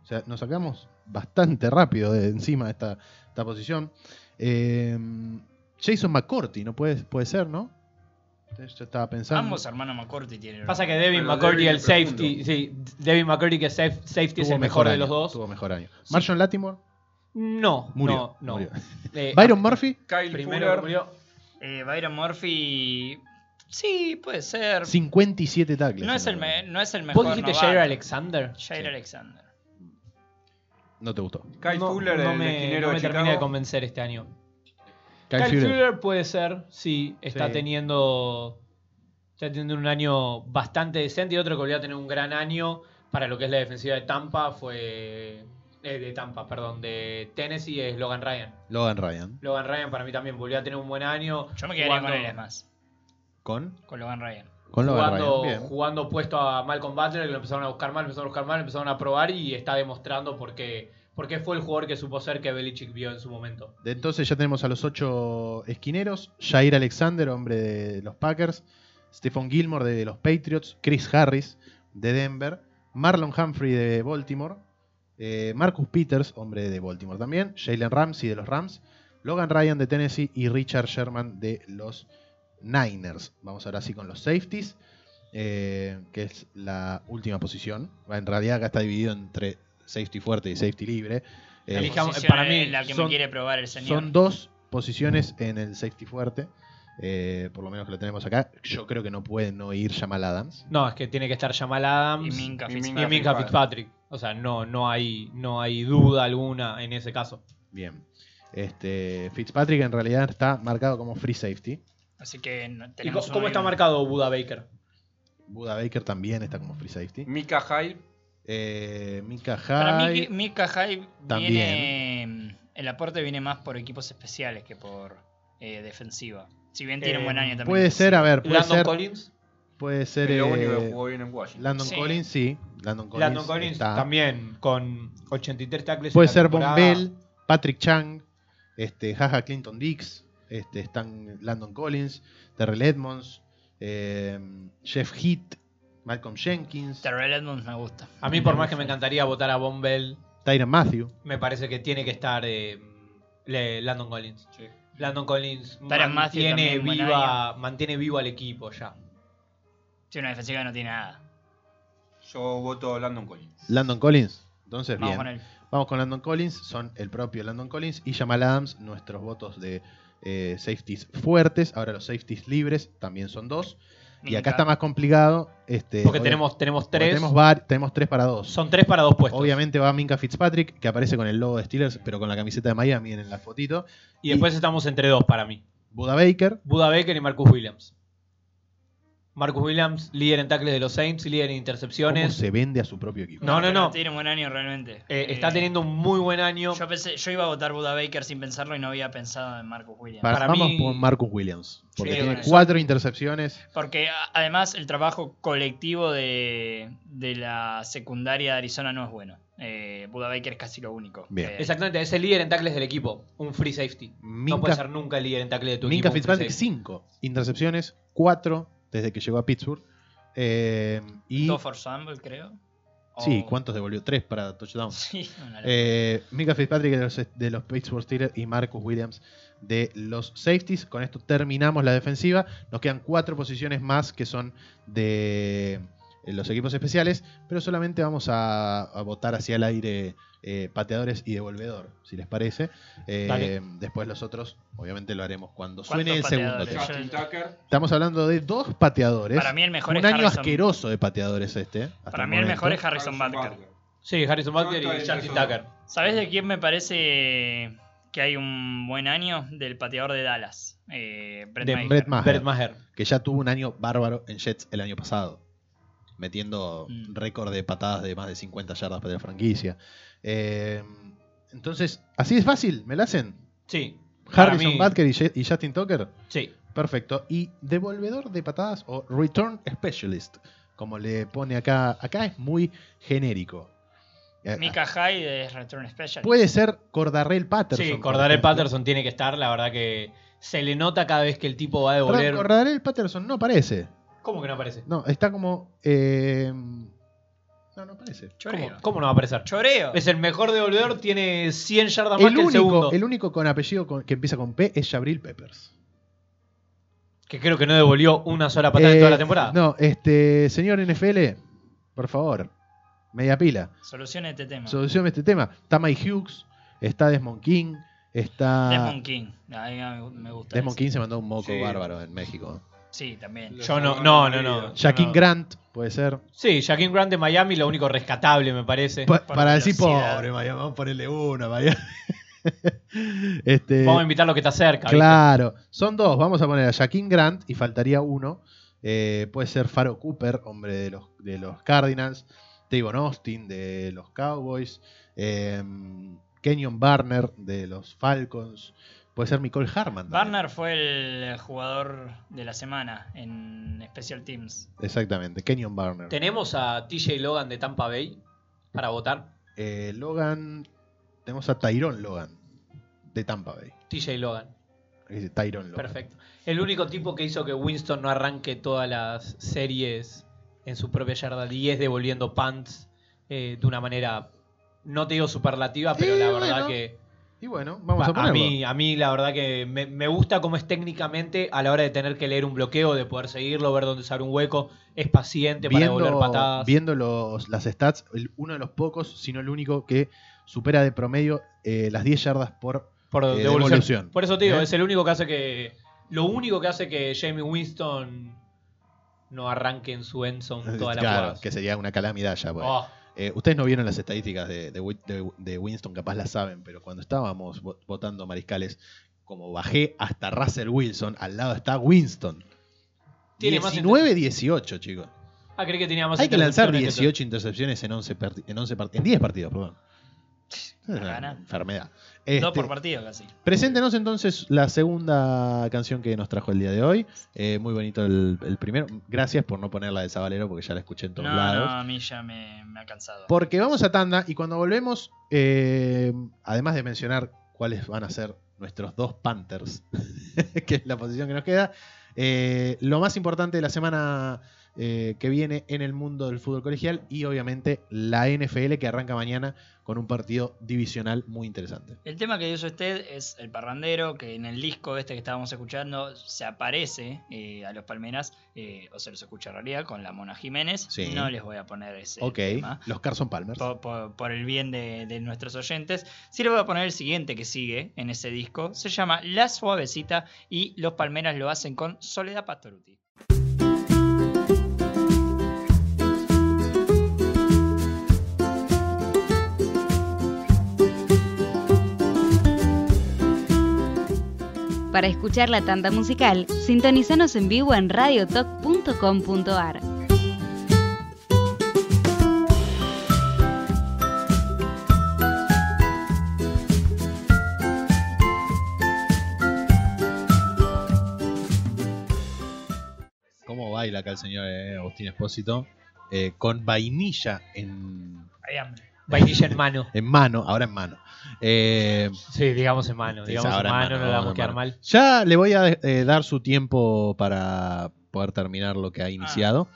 Speaker 3: O sea, nos sacamos bastante rápido de encima esta, esta posición. Eh, Jason McCourty, ¿no puede, puede ser, no? Entonces, Yo estaba pensando.
Speaker 5: Ambos hermanos McCourty tienen.
Speaker 6: Pasa que Devin
Speaker 4: Pero
Speaker 6: McCourty,
Speaker 4: Devin
Speaker 6: el
Speaker 4: es profundo.
Speaker 6: safety, sí, Devin McCourty que es saf- safety
Speaker 3: Tuvo
Speaker 6: es el mejor, de
Speaker 3: año,
Speaker 6: los dos.
Speaker 3: Tuvo mejor año. Marshall Latimore
Speaker 6: No,
Speaker 3: murió.
Speaker 6: no, no.
Speaker 3: murió.
Speaker 6: Eh,
Speaker 3: Byron Murphy,
Speaker 4: Kyle
Speaker 6: primero
Speaker 4: Fuller,
Speaker 6: murió.
Speaker 5: Eh, Byron Murphy. Sí, puede ser.
Speaker 3: 57 tackles.
Speaker 5: no, es el me-
Speaker 3: men
Speaker 5: no es el mejor.
Speaker 6: ¿Vos dijiste
Speaker 5: novato.
Speaker 6: Jair Alexander?
Speaker 5: Jair
Speaker 3: Sí.
Speaker 5: Alexander.
Speaker 3: No te gustó.
Speaker 4: Kyle
Speaker 6: no,
Speaker 4: Fuller,
Speaker 6: no
Speaker 4: el
Speaker 6: me,
Speaker 4: esquinero
Speaker 6: no
Speaker 4: de
Speaker 6: me termina de
Speaker 4: Chicago.
Speaker 6: convencer este año.
Speaker 3: Kyle
Speaker 6: Kyle,
Speaker 3: Fuller.
Speaker 6: Fuller. puede ser, sí, está
Speaker 3: Sí.
Speaker 6: teniendo está teniendo un año bastante decente y otro que volvió a tener un gran año para lo que es la defensiva de Tampa fue eh, de Tampa, perdón, de Tennessee es Logan Ryan.
Speaker 3: Logan Ryan.
Speaker 6: Logan Ryan para mí también volvió a tener un buen año.
Speaker 5: Yo me quedaría
Speaker 6: jugando-
Speaker 5: con él, es más.
Speaker 3: ¿Con?
Speaker 5: Con Logan Ryan.
Speaker 3: Con Logan
Speaker 6: jugando,
Speaker 3: Ryan. Bien.
Speaker 6: jugando puesto a Malcolm Butler, que lo empezaron a buscar mal, empezaron a buscar mal, empezaron a probar y está demostrando por qué, por qué fue el jugador que supo ser que Belichick vio en su momento.
Speaker 3: De Entonces ya tenemos a los ocho esquineros. Jair Alexander, hombre de los Packers. Stephon Gilmore de los Patriots. Chris Harris de Denver. Marlon Humphrey de Baltimore. eh, Marcus Peters, hombre de Baltimore también. Jalen Ramsey de los Rams. Logan Ryan de Tennessee y Richard Sherman de los Niners. Vamos ahora sí con los safeties, eh, que es la última posición. En realidad acá está dividido entre safety fuerte y safety libre. Eh,
Speaker 6: Elijamos-
Speaker 5: Posición
Speaker 6: para mí
Speaker 5: es la que
Speaker 3: son-
Speaker 5: me quiere probar el señor.
Speaker 3: son dos posiciones en el safety fuerte. eh, por lo menos que lo tenemos acá. Yo creo que no puede no ir Jamal Adams.
Speaker 6: No, es que tiene que estar Jamal Adams
Speaker 5: y
Speaker 6: y
Speaker 5: Minka
Speaker 4: y
Speaker 5: Fitzpatrick.
Speaker 4: Minka
Speaker 6: Minka
Speaker 4: Fitzpatrick.
Speaker 6: Fitzpatrick. O sea, no, no, hay, no hay duda alguna en ese caso.
Speaker 3: Bien. Este, Fitzpatrick en realidad está marcado como free safety.
Speaker 5: Así que no-
Speaker 6: ¿Y
Speaker 5: tenemos
Speaker 6: co- cómo
Speaker 5: uno
Speaker 6: está
Speaker 5: y uno.
Speaker 6: marcado Buda Baker?
Speaker 3: Buda Baker también está como free safety.
Speaker 4: Mika Hyde,
Speaker 3: Eh, Mika
Speaker 5: Para mí,
Speaker 3: Hyde.
Speaker 5: que Mika Hyde
Speaker 3: También.
Speaker 5: viene. El aporte viene más por equipos especiales que por eh, defensiva. Si bien tiene un buen
Speaker 6: Eh,
Speaker 5: año también.
Speaker 3: Puede ser, a ver, puede
Speaker 6: Landon
Speaker 3: ser.
Speaker 6: Collins.
Speaker 3: Puede ser.
Speaker 4: que lo
Speaker 3: eh,
Speaker 4: único que jugó bien en Washington.
Speaker 3: Landon
Speaker 5: Sí.
Speaker 3: Collins, sí. Landon Collins.
Speaker 6: Landon Collins
Speaker 3: está.
Speaker 6: también con 83 tackles. en
Speaker 3: Puede
Speaker 6: la
Speaker 3: ser Von
Speaker 6: temporada.
Speaker 3: Bell, Patrick Chang, este, Jaja Clinton Dix, este, están Landon Collins, Terrell Edmonds, eh, Jeff Heat, Malcolm Jenkins,
Speaker 5: Terrell Edmonds me gusta.
Speaker 6: A mí, por más que me encantaría votar a Von Bell,
Speaker 3: Tyron Matthew.
Speaker 6: me parece que tiene que estar eh, le- Landon Collins.
Speaker 4: Sí.
Speaker 6: Landon Collins
Speaker 5: Tyron Matthew
Speaker 6: mantiene
Speaker 5: también, buen
Speaker 6: viva, mantiene vivo al equipo ya.
Speaker 5: Tiene una defensiva que no tiene nada.
Speaker 4: Yo voto Landon Collins.
Speaker 3: Landon Collins. Entonces,
Speaker 5: Vamos
Speaker 3: bien.
Speaker 5: con él.
Speaker 3: Vamos con Landon Collins, son el propio Landon Collins y Jamal Adams, nuestros votos de eh, safeties fuertes. Ahora los safeties libres también son dos. Y
Speaker 5: Minka.
Speaker 3: acá está más complicado. Este,
Speaker 6: Porque
Speaker 3: obvia-
Speaker 6: tenemos, tenemos
Speaker 3: porque
Speaker 6: tres.
Speaker 3: Tenemos, var- tenemos tres para dos.
Speaker 6: son tres para dos puestos.
Speaker 3: Obviamente va Minka Fitzpatrick, que aparece con el logo de Steelers, pero con la camiseta de Miami en la fotito.
Speaker 6: Y después estamos entre dos para mí.
Speaker 3: Buda Baker,
Speaker 6: Buda Baker y Marcus Williams. Marcus Williams, líder en tackles de los Saints, líder en
Speaker 3: ¿cómo
Speaker 6: intercepciones.
Speaker 3: se vende a su propio equipo?
Speaker 6: No, no,
Speaker 5: Pero
Speaker 6: no.
Speaker 5: Tiene un buen año realmente. Eh,
Speaker 6: Eh, está teniendo un muy buen año.
Speaker 5: Yo, pensé, yo iba a votar Buda Baker sin pensarlo y no había pensado en Marcus Williams.
Speaker 3: Para-
Speaker 6: para
Speaker 3: vamos
Speaker 6: mí-
Speaker 3: por Marcus Williams, porque
Speaker 5: Sí,
Speaker 3: tiene
Speaker 5: bueno, eso-
Speaker 3: cuatro intercepciones.
Speaker 5: Porque a- además el trabajo colectivo de, de la secundaria de Arizona no es bueno. Eh, Buda Baker es casi lo único. Eh,
Speaker 3: Bien.
Speaker 5: que hay.
Speaker 6: Exactamente, es el líder en tackles del equipo. Un free safety. no puede
Speaker 3: Minka,
Speaker 6: ser nunca el líder en tackles de tu
Speaker 3: Minka
Speaker 6: equipo. un free
Speaker 3: Fitzpatrick,
Speaker 6: safety.
Speaker 3: cinco intercepciones, cuatro desde que llegó a Pittsburgh. Eh, y,
Speaker 5: Dos for Sample, creo.
Speaker 3: sí,
Speaker 5: O-
Speaker 6: Oh.
Speaker 3: ¿cuántos devolvió? Tres para touchdown.
Speaker 5: Sí, una locura.
Speaker 3: Eh, Mika Fitzpatrick de los, de los Pittsburgh Steelers y Marcus Williams de los safeties. Con esto terminamos la defensiva. Nos quedan cuatro posiciones más que son de eh, los equipos especiales, pero solamente vamos a, a votar hacia el aire eh, pateadores y devolvedor, si les parece. Eh,
Speaker 6: Dale.
Speaker 3: después los otros, obviamente lo haremos cuando
Speaker 5: ¿Cuántos
Speaker 3: suene el segundo
Speaker 5: pateadores?
Speaker 3: tema.
Speaker 4: Justin Tucker,
Speaker 3: Estamos hablando de dos pateadores.
Speaker 5: Para mí el mejor
Speaker 3: un
Speaker 5: es
Speaker 3: año
Speaker 5: Harrison.
Speaker 3: asqueroso de pateadores este. hasta
Speaker 5: Para mí el
Speaker 3: momento.
Speaker 5: mejor es Harrison Butker.
Speaker 6: Sí, Harrison Butker y
Speaker 4: No, está bien,
Speaker 6: Justin
Speaker 4: eso no.
Speaker 6: Tucker.
Speaker 5: ¿Sabes de quién me parece que hay un buen año? Del pateador de Dallas. Eh, Brett
Speaker 6: De
Speaker 5: Maher.
Speaker 3: Brett Maher.
Speaker 6: Brett Maher.
Speaker 3: que ya tuvo un año bárbaro en Jets el año pasado, metiendo
Speaker 5: Mm.
Speaker 3: récord de patadas de más de 50 yardas para la franquicia. Eh, entonces, así es fácil, me la hacen.
Speaker 6: Sí. para
Speaker 3: Harrison
Speaker 6: mí,
Speaker 3: Butker y, Je- y Justin Tucker,
Speaker 6: Sí.
Speaker 3: perfecto. Y devolvedor de patadas o return specialist, como le pone acá. Acá es muy genérico. Eh,
Speaker 5: Mika Hyde es Return Special.
Speaker 3: Puede ser Cordarrell Patterson.
Speaker 6: Sí,
Speaker 3: por
Speaker 6: Cordarel
Speaker 3: ejemplo.
Speaker 6: Patterson tiene que estar. La verdad que se le nota cada vez que el tipo va a
Speaker 3: Perdón,
Speaker 6: devolver.
Speaker 3: Cordarrelle Patterson no aparece.
Speaker 6: ¿Cómo que no aparece?
Speaker 3: No, está como. eh, no, no aparece.
Speaker 5: Choreo.
Speaker 6: ¿Cómo, cómo no va a aparecer?
Speaker 5: Choreo.
Speaker 6: Es el mejor devolvedor, tiene 100 yardas más
Speaker 3: el
Speaker 6: que el segundo.
Speaker 3: único, el único con apellido con- que empieza con P es Jabril Peppers.
Speaker 6: Que creo que no devolvió una sola patada en
Speaker 3: Eh,
Speaker 6: toda la temporada.
Speaker 3: No, este, señor NFL, por favor, media pila,
Speaker 5: Solucione este tema.
Speaker 3: solucione este tema. Está Mike Hughes, está Desmond King, está...
Speaker 5: Desmond King. A mí me- me gusta.
Speaker 3: Desmond
Speaker 5: ese.
Speaker 3: King se mandó un moco
Speaker 4: Sí.
Speaker 3: bárbaro en México.
Speaker 5: Sí, también.
Speaker 6: Yo no, no, no, no.
Speaker 3: Shaquin
Speaker 6: No.
Speaker 3: Grant, puede ser.
Speaker 6: Sí, Jaquín Grant de Miami, lo único rescatable, me parece.
Speaker 3: Pa- para decir
Speaker 5: velocidad.
Speaker 3: pobre, Miami, vamos a ponerle uno, Miami. este,
Speaker 6: Vamos a invitar lo que está cerca. ¿viste?
Speaker 3: Claro, son dos. Vamos a poner a Jaquín Grant y faltaría uno. Eh, puede ser Faro Cooper, hombre de los, de los Cardinals. Tavon Austin de los Cowboys. eh, Kenyon Barner de los Falcons, puede ser Nicole Harman. también.
Speaker 5: Barnard fue el eh, jugador de la semana en Special Teams.
Speaker 3: Exactamente, Kenyon Barner.
Speaker 6: Tenemos a TJ Logan de Tampa Bay para votar.
Speaker 3: Eh, Logan, tenemos a Tyrone Logan de Tampa Bay.
Speaker 6: TJ Logan.
Speaker 3: Dice Tyrone Logan.
Speaker 6: Perfecto. El único tipo que hizo que Winston no arranque todas las series en su propia yarda 10, devolviendo punts eh, de una manera, no te digo superlativa, pero
Speaker 3: Eh,
Speaker 6: la verdad
Speaker 3: bueno,
Speaker 6: que
Speaker 3: Y bueno, vamos a
Speaker 6: a,
Speaker 3: ponerlo.
Speaker 6: mí, a mí la verdad que me, me gusta cómo es técnicamente a la hora de tener que leer un bloqueo, de poder seguirlo, ver dónde se abre un hueco, es paciente para devolver
Speaker 3: viendo,
Speaker 6: patadas.
Speaker 3: viendo los, las stats, el- uno de los pocos, si no el único, que supera de promedio eh, las 10 yardas por...
Speaker 6: por
Speaker 3: eh,
Speaker 6: devolución.
Speaker 3: devolución.
Speaker 6: Por eso te digo,
Speaker 3: ¿Eh?
Speaker 6: es el único que hace que. Lo único que hace que Jamie Winston no arranque en su end zone toda la
Speaker 3: Claro,
Speaker 6: jugada.
Speaker 3: que sería una calamidad ya. pues.
Speaker 6: Oh,
Speaker 3: Eh, ustedes no vieron las estadísticas de, de Win- de- de Winston, capaz las saben, pero cuando estábamos vo- votando mariscales, como bajé hasta Russell Wilson, al lado está Winston.
Speaker 6: Tiene más
Speaker 3: 19-18, chicos.
Speaker 6: ah, creí que tenía más
Speaker 3: Hay que lanzar
Speaker 6: intercepciones
Speaker 3: 18 intercepciones en 11 parti- en, 11 parti- en 10 partidos, perdón. Es una
Speaker 5: Gana.
Speaker 3: enfermedad.
Speaker 5: Dos
Speaker 3: Este,
Speaker 5: por partido casi.
Speaker 3: Preséntenos entonces la segunda canción que nos trajo el día de hoy. Eh, muy bonito el, el primero. Gracias por no poner la de Sabalero porque ya la escuché en
Speaker 5: No,
Speaker 3: todos lados.
Speaker 5: no, a mí ya me, me ha cansado.
Speaker 3: Porque vamos a tanda y cuando volvemos, eh, además de mencionar cuáles van a ser nuestros dos Panthers, que es la posición que nos queda, eh, lo más importante de la semana eh, que viene en el mundo del fútbol colegial y obviamente la NFL que arranca mañana con un partido divisional muy interesante.
Speaker 5: El tema que dice usted es el parrandero, que en el disco este que estábamos escuchando se aparece eh, a los Palmeras, eh, o se los escucha en realidad, con la Mona Jiménez.
Speaker 3: Sí.
Speaker 5: No les voy a poner ese
Speaker 3: ok,
Speaker 5: tema.
Speaker 3: los Carson Palmers.
Speaker 5: Por, por- por el bien de, de nuestros oyentes. Sí le voy a poner el siguiente que sigue en ese disco. Se llama La Suavecita y los Palmeras lo hacen con Soledad Pastoruti.
Speaker 7: Para escuchar la tanda musical, sintonizanos en vivo en radiotoc.com.ar.
Speaker 3: ¿Cómo baila acá el señor eh, Agustín Espósito? Eh, con vainilla en,
Speaker 5: Hay hambre.
Speaker 6: Vainilla en mano.
Speaker 3: en mano, ahora en mano. Eh,
Speaker 6: Sí, digamos en mano.
Speaker 3: Sí,
Speaker 6: Digamos en
Speaker 3: ahora en
Speaker 6: mano,
Speaker 3: mano,
Speaker 6: no le vamos a
Speaker 3: ahora en
Speaker 6: quedar
Speaker 3: mano.
Speaker 6: mal.
Speaker 3: Ya le voy a eh, dar su tiempo para poder terminar lo que ha iniciado.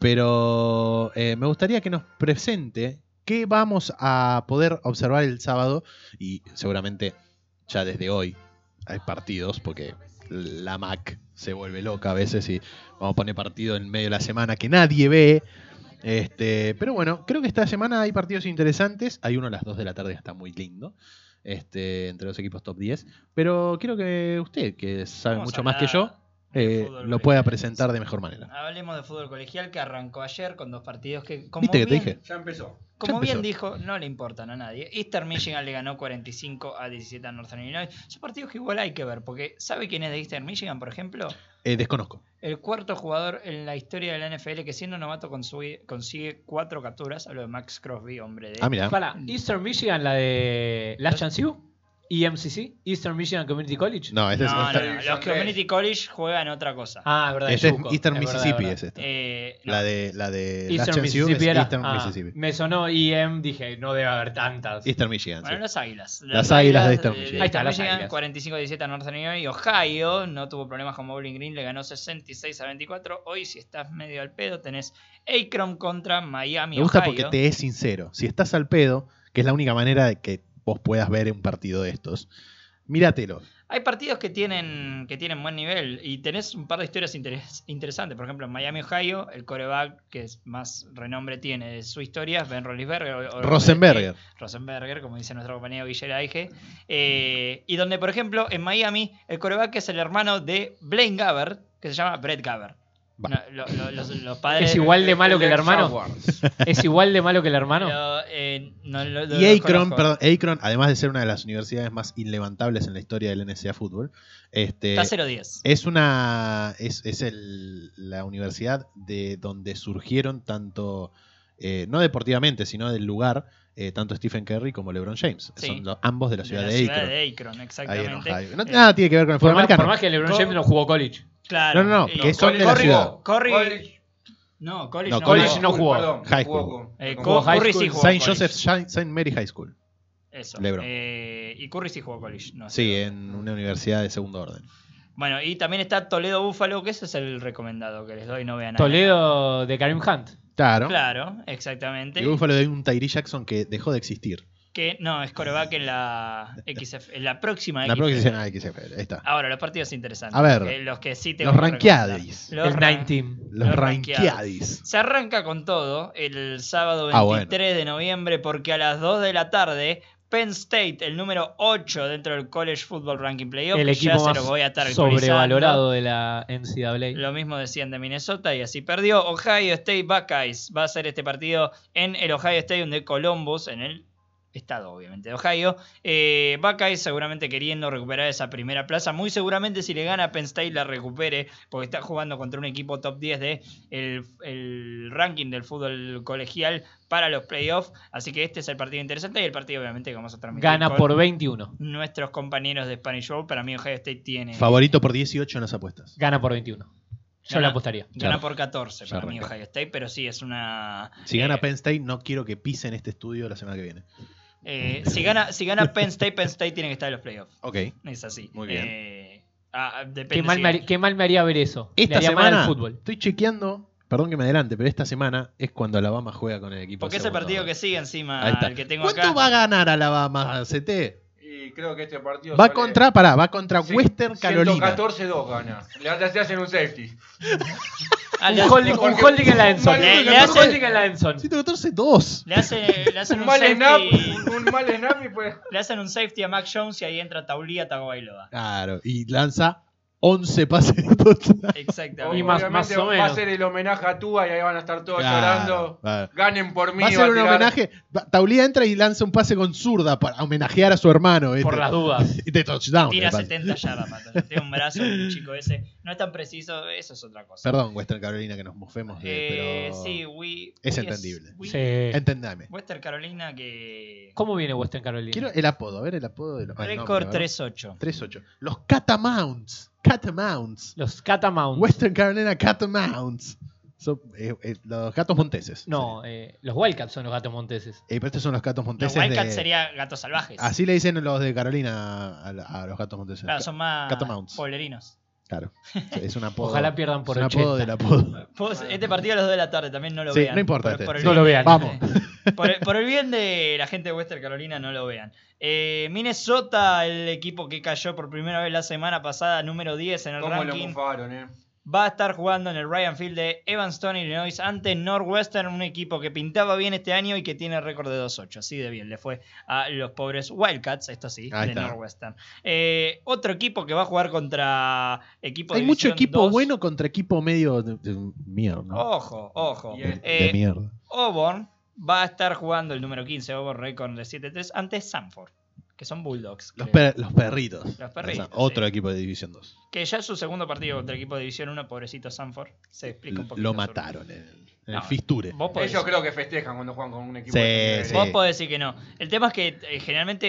Speaker 3: Pero eh, me gustaría que nos presente qué vamos a poder observar el sábado. Y seguramente ya desde hoy hay partidos, porque la Mac se vuelve loca a veces y vamos a poner partido en medio de la semana que nadie ve. Este, pero bueno, creo que esta semana hay partidos interesantes. Hay uno a las 2 de la tarde que está muy lindo. Este, entre los equipos top 10. Pero quiero que usted, que sabe
Speaker 5: Vamos a
Speaker 3: mucho más que yo,
Speaker 5: hablar
Speaker 3: eh,
Speaker 5: de fútbol
Speaker 3: lo pueda
Speaker 5: colegial.
Speaker 3: presentar de mejor manera.
Speaker 5: Hablemos de fútbol colegial que arrancó ayer con dos partidos que, como
Speaker 3: ¿Viste que te
Speaker 5: bien-
Speaker 3: dije?
Speaker 4: Ya empezó.
Speaker 5: Como
Speaker 3: Ya
Speaker 5: bien
Speaker 3: empezó.
Speaker 5: dijo, no le importan a nadie. Eastern Michigan le ganó 45 a 17 a Northern Illinois. Son partidos que igual hay que ver, porque ¿sabe quién es de Eastern Michigan, por ejemplo?
Speaker 3: Eh, desconozco.
Speaker 5: El cuarto jugador en la historia de la NFL que siendo novato consigue, consigue cuatro capturas. Hablo de Max Crosby, hombre de...
Speaker 3: Ah, mira.
Speaker 6: Eh, Para, Eastern Michigan, la de Last Chance U, E EMCC, Eastern Michigan Community College.
Speaker 3: No, este
Speaker 5: no,
Speaker 3: es,
Speaker 5: no,
Speaker 3: esta-
Speaker 5: no,
Speaker 4: Eastern-
Speaker 5: Los Community College juegan otra cosa.
Speaker 6: Ah, es verdad.
Speaker 3: este es
Speaker 6: Yuko,
Speaker 3: Eastern
Speaker 6: es verdad,
Speaker 3: Mississippi.
Speaker 6: verdad.
Speaker 3: es esta.
Speaker 5: Eh, no,
Speaker 3: La de, la de Last
Speaker 6: Eastern
Speaker 3: Chance U es
Speaker 6: Mississippi era.
Speaker 3: Eastern
Speaker 6: Ah,
Speaker 3: Mississippi.
Speaker 6: Me sonó EM, dije, no debe haber tantas.
Speaker 3: Eastern Michigan.
Speaker 5: Bueno,
Speaker 3: sí.
Speaker 5: las águilas.
Speaker 3: Las Águilas de Eastern Michigan.
Speaker 6: Ahí está, las
Speaker 5: Michigan,
Speaker 6: Águilas.
Speaker 5: 45 a 17 a Northern Illinois. Ohio no tuvo problemas con Bowling Green, le ganó 66 a 24. Hoy, si estás medio al pedo, tenés Akron contra Miami.
Speaker 3: Me gusta
Speaker 5: Ohio.
Speaker 3: porque te es sincero. Si estás al pedo, que es la única manera de que vos puedas ver un partido de estos, míratelo.
Speaker 5: Hay partidos que tienen, que tienen buen nivel y tenés un par de historias interes- interesantes. Por ejemplo, en Miami, Ohio, el coreback que es más renombre tiene de su historia es Ben Roethlisberger. o- o-
Speaker 3: Rosenberger.
Speaker 5: Rosenberger, como dice nuestro compañero Guillermo Aige. eh, y donde, por ejemplo, en Miami, el coreback es el hermano de Blaine Gabbert, que se llama Brett Gabbert.
Speaker 3: Va.
Speaker 5: No, lo- lo- los, los padres.
Speaker 6: Es igual de malo que el
Speaker 4: de
Speaker 6: hermano.
Speaker 4: Jaguars.
Speaker 6: Es igual de malo que el hermano.
Speaker 5: lo- eh, no lo- lo-
Speaker 3: Y
Speaker 5: los
Speaker 3: Akron,
Speaker 5: conozco.
Speaker 3: perdón, Akron, además de ser una de las universidades más inlevantables en la historia del NCAA fútbol, este,
Speaker 5: Está 0-10.
Speaker 3: es una es, es el- la universidad de donde surgieron tanto eh, no deportivamente, sino del lugar eh, tanto Stephen Curry como LeBron James.
Speaker 5: Sí.
Speaker 3: Son los- ambos de la ciudad de,
Speaker 5: ciudad
Speaker 3: Akron.
Speaker 5: de Akron,
Speaker 3: Ahí en
Speaker 5: exactamente.
Speaker 3: Ohio. No,
Speaker 5: Eh,
Speaker 3: nada tiene que ver con el
Speaker 6: Por
Speaker 3: fútbol
Speaker 6: más, por
Speaker 3: americano.
Speaker 6: más que LeBron
Speaker 5: Co-
Speaker 6: James no jugó college.
Speaker 5: claro. eh,
Speaker 3: No, no, no,
Speaker 5: Y-
Speaker 3: que son de la
Speaker 4: Curry-
Speaker 3: ciudad.
Speaker 5: Curry,
Speaker 4: College-
Speaker 5: no, College
Speaker 3: No,
Speaker 5: no,
Speaker 3: College
Speaker 5: jugó.
Speaker 6: no jugó.
Speaker 4: Perdón,
Speaker 3: High
Speaker 4: jugó
Speaker 3: school.
Speaker 4: con-
Speaker 5: Eh,
Speaker 4: con-
Speaker 5: Co-
Speaker 6: high
Speaker 5: Curry sí
Speaker 6: school.
Speaker 5: jugó.
Speaker 3: Saint
Speaker 5: college.
Speaker 3: Joseph, St. Mary High School.
Speaker 5: Eso.
Speaker 3: LeBron.
Speaker 5: Eh, y Curry sí jugó college. No,
Speaker 3: Sí, eh.
Speaker 5: sé.
Speaker 3: en una universidad de segundo orden.
Speaker 5: Bueno, y también está Toledo Búfalo, que ese es el recomendado que les doy, no vean nada.
Speaker 6: Toledo de Karim Hunt.
Speaker 3: Claro.
Speaker 5: Claro, exactamente.
Speaker 3: Y Buffalo de un Tyree Jackson que dejó de existir.
Speaker 5: Que no, es coreback en la XF, en la próxima
Speaker 3: La
Speaker 5: XF.
Speaker 3: próxima dicen, ah, XFL, ahí está.
Speaker 5: Ahora, los partidos interesantes.
Speaker 3: A ver,
Speaker 5: que los que sí te
Speaker 3: los
Speaker 5: van a recomendar.
Speaker 3: ranqueadis.
Speaker 5: Los
Speaker 6: El
Speaker 5: ran-
Speaker 6: 19.
Speaker 3: Los
Speaker 5: los
Speaker 3: ranqueadis.
Speaker 5: Se arranca con todo el sábado
Speaker 3: Ah,
Speaker 5: 23
Speaker 3: bueno.
Speaker 5: de noviembre porque a las 2 de la tarde Penn State, el número 8 dentro del College Football Ranking Playoff,
Speaker 6: El
Speaker 5: que ya
Speaker 6: equipo
Speaker 5: se
Speaker 6: más
Speaker 5: los voy a estar actualizando.
Speaker 6: sobrevalorado de la NCAA.
Speaker 5: Lo mismo decían de Minnesota y así perdió. Ohio State Buckeyes va a ser este partido en el Ohio Stadium de Columbus, en el estado obviamente de Ohio. Eh, Buckeyes seguramente queriendo recuperar esa primera plaza. Muy seguramente si le gana a Penn State la recupere porque está jugando contra un equipo top 10 de el, el ranking del fútbol colegial para los playoffs. Así que este es el partido interesante y el partido obviamente que vamos a transmitir
Speaker 6: Gana
Speaker 5: con
Speaker 6: por 21.
Speaker 5: nuestros compañeros de Spanish Bowl. Para mí Ohio State tiene...
Speaker 3: Favorito por 18 en las apuestas.
Speaker 6: Gana por 21. Yo
Speaker 5: Gana-
Speaker 6: la apostaría.
Speaker 5: Gana
Speaker 3: Ya.
Speaker 5: por 14
Speaker 3: Ya
Speaker 5: para mí
Speaker 3: arranca.
Speaker 5: Ohio State, pero sí, es una...
Speaker 3: Si gana
Speaker 5: eh,
Speaker 3: Penn State, no quiero que pisen este estudio la semana que viene.
Speaker 5: eh, si, gana, si gana Penn State, Penn State tiene que estar en los playoffs.
Speaker 3: Ok.
Speaker 5: Es así.
Speaker 3: Muy bien.
Speaker 5: Eh, ah, depende
Speaker 6: Qué mal,
Speaker 5: si-
Speaker 6: me, har- qué mal me haría ver eso. Le
Speaker 3: Esta
Speaker 6: haría mal al
Speaker 3: semana
Speaker 6: fútbol.
Speaker 3: estoy chequeando, perdón que me adelante, pero esta semana es cuando Alabama juega con el equipo.
Speaker 5: Porque
Speaker 3: de
Speaker 5: es el
Speaker 3: segundo
Speaker 5: partido
Speaker 3: orden.
Speaker 5: que sigue encima
Speaker 3: Ahí está.
Speaker 5: el que tengo
Speaker 3: ¿Cuánto
Speaker 5: acá.
Speaker 3: va a ganar Alabama CT?
Speaker 4: Y creo que este partido.
Speaker 3: Va
Speaker 4: sale-
Speaker 3: contra, pará, va contra
Speaker 4: Sí,
Speaker 3: Western Carolina.
Speaker 4: 114-2 gana. Le hacen- le hacen un safety.
Speaker 5: Ah,
Speaker 6: Un
Speaker 5: le,
Speaker 6: holding, un
Speaker 4: Jorge-
Speaker 6: holding en la Enson.
Speaker 5: Le- le
Speaker 6: un
Speaker 5: hace-
Speaker 6: holding en la Enson.
Speaker 3: 114-2.
Speaker 5: le hace- le hacen
Speaker 4: Un
Speaker 5: un
Speaker 4: mal snap,
Speaker 5: safety,
Speaker 4: un- un mal snap y pues.
Speaker 5: le hacen un safety a Mac Jones y ahí entra Taulía Tagovailoa.
Speaker 3: Claro, y lanza 11 pases de touchdown.
Speaker 5: Exactamente.
Speaker 6: Y más-
Speaker 4: Obviamente
Speaker 6: más o
Speaker 4: Va a
Speaker 6: menos.
Speaker 4: ser el homenaje a Tua y ahí van a estar todos
Speaker 3: Claro,
Speaker 4: llorando.
Speaker 3: claro.
Speaker 4: Ganen por mí.
Speaker 3: Va a ser
Speaker 4: a
Speaker 3: un
Speaker 4: tirar-
Speaker 3: homenaje. Va- Taulía entra y lanza un pase con zurda para homenajear a su hermano. ¿viste?
Speaker 6: Por las dudas.
Speaker 3: Y de touchdown.
Speaker 5: Tira
Speaker 3: de pase.
Speaker 5: 70 yardas, Pato. Yo Tiene un brazo, el chico ese. No es tan preciso, eso es otra cosa.
Speaker 3: Perdón, Western Carolina, que nos mofemos de.
Speaker 5: Eh,
Speaker 3: pero...
Speaker 5: sí, we-
Speaker 3: es
Speaker 5: we-
Speaker 3: entendible.
Speaker 5: we-
Speaker 6: Sí.
Speaker 3: Entendame.
Speaker 5: Western Carolina que...
Speaker 6: ¿Cómo viene Western Carolina?
Speaker 3: Quiero el apodo, a ver el apodo de los. ay, Pues no,
Speaker 5: Record
Speaker 3: pero-
Speaker 5: 3-8.
Speaker 3: 3-8. Los Catamounts. Catamounts.
Speaker 6: Los Catamounts.
Speaker 3: Western Carolina Catamounts. Son, eh, eh, los gatos monteses.
Speaker 6: No, eh, los Wildcats son los gatos monteses.
Speaker 3: Eh, pero estos son los gatos monteses.
Speaker 5: Los Wildcats
Speaker 3: de-
Speaker 5: sería gatos salvajes.
Speaker 3: Así le dicen los de Carolina a, la- a los gatos monteses.
Speaker 5: Claro, son más
Speaker 3: Catamounts.
Speaker 5: pueblerinos.
Speaker 3: Claro. Es un apodo.
Speaker 6: Ojalá pierdan por
Speaker 3: es un
Speaker 6: 80.
Speaker 3: apodo del apodo.
Speaker 5: Vos, este partido a las 2 de la tarde también no lo
Speaker 3: Sí,
Speaker 5: vean.
Speaker 3: no importa este.
Speaker 5: el
Speaker 6: No lo
Speaker 5: bien-
Speaker 6: vean.
Speaker 3: Vamos.
Speaker 5: Por el, por el bien de la gente de Western Carolina, no lo vean. Eh, Minnesota, el equipo que cayó por primera vez la semana pasada, número 10 en el
Speaker 4: ¿Cómo lo
Speaker 5: ranking,
Speaker 4: mufaron, eh?
Speaker 5: va a estar jugando en el Ryan Field de Evanston, Illinois, ante Northwestern, un equipo que pintaba bien este año y que tiene récord de 2-8. Así de bien le fue a los pobres Wildcats, esto sí,
Speaker 3: Ahí
Speaker 5: de
Speaker 3: está.
Speaker 5: Northwestern. Eh, otro equipo que va a jugar contra equipo
Speaker 3: Hay mucho
Speaker 5: División
Speaker 3: equipo
Speaker 5: 2.
Speaker 3: bueno contra equipo medio de, de mierda.
Speaker 5: Ojo, ojo.
Speaker 4: Y
Speaker 3: de,
Speaker 4: el-
Speaker 5: Eh,
Speaker 3: este de mierda.
Speaker 5: Auburn va a estar jugando el número 15, Auburn Record de 7-3 ante Sanford, que son Bulldogs.
Speaker 3: Los,
Speaker 5: creo.
Speaker 3: per- los perritos.
Speaker 5: Los perritos,
Speaker 3: O sea, otro
Speaker 5: sí.
Speaker 3: equipo de División 2.
Speaker 5: Que ya es su segundo partido contra el equipo de División 1, pobrecito Sanford. Se explica un poquito.
Speaker 3: Lo
Speaker 5: sobre-
Speaker 3: mataron en el, en el
Speaker 5: No,
Speaker 3: Fisture.
Speaker 5: Vos podés,
Speaker 4: Ellos creo que festejan cuando juegan con un equipo.
Speaker 3: Sí,
Speaker 4: de-
Speaker 3: sí.
Speaker 5: vos podés decir que no. El tema es que eh, generalmente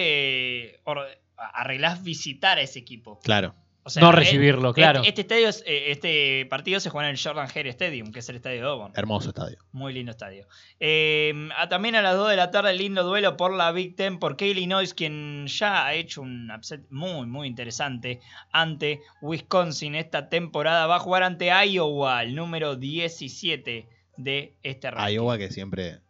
Speaker 5: eh, or- arreglás visitar a ese equipo.
Speaker 3: Claro.
Speaker 5: O sea,
Speaker 6: no
Speaker 5: eh,
Speaker 6: recibirlo,
Speaker 5: este-
Speaker 6: claro.
Speaker 5: Este, estadio es- eh, este partido se juega en el Jordan Hare Stadium, que es el estadio de Auburn.
Speaker 3: Hermoso estadio.
Speaker 5: Muy lindo estadio. Eh, a- también a las 2 de la tarde, lindo duelo por la Big Ten, porque Illinois, quien ya ha hecho un upset muy, muy interesante ante Wisconsin esta temporada, va a jugar ante Iowa, el número 17 de este ranking.
Speaker 3: Iowa que siempre.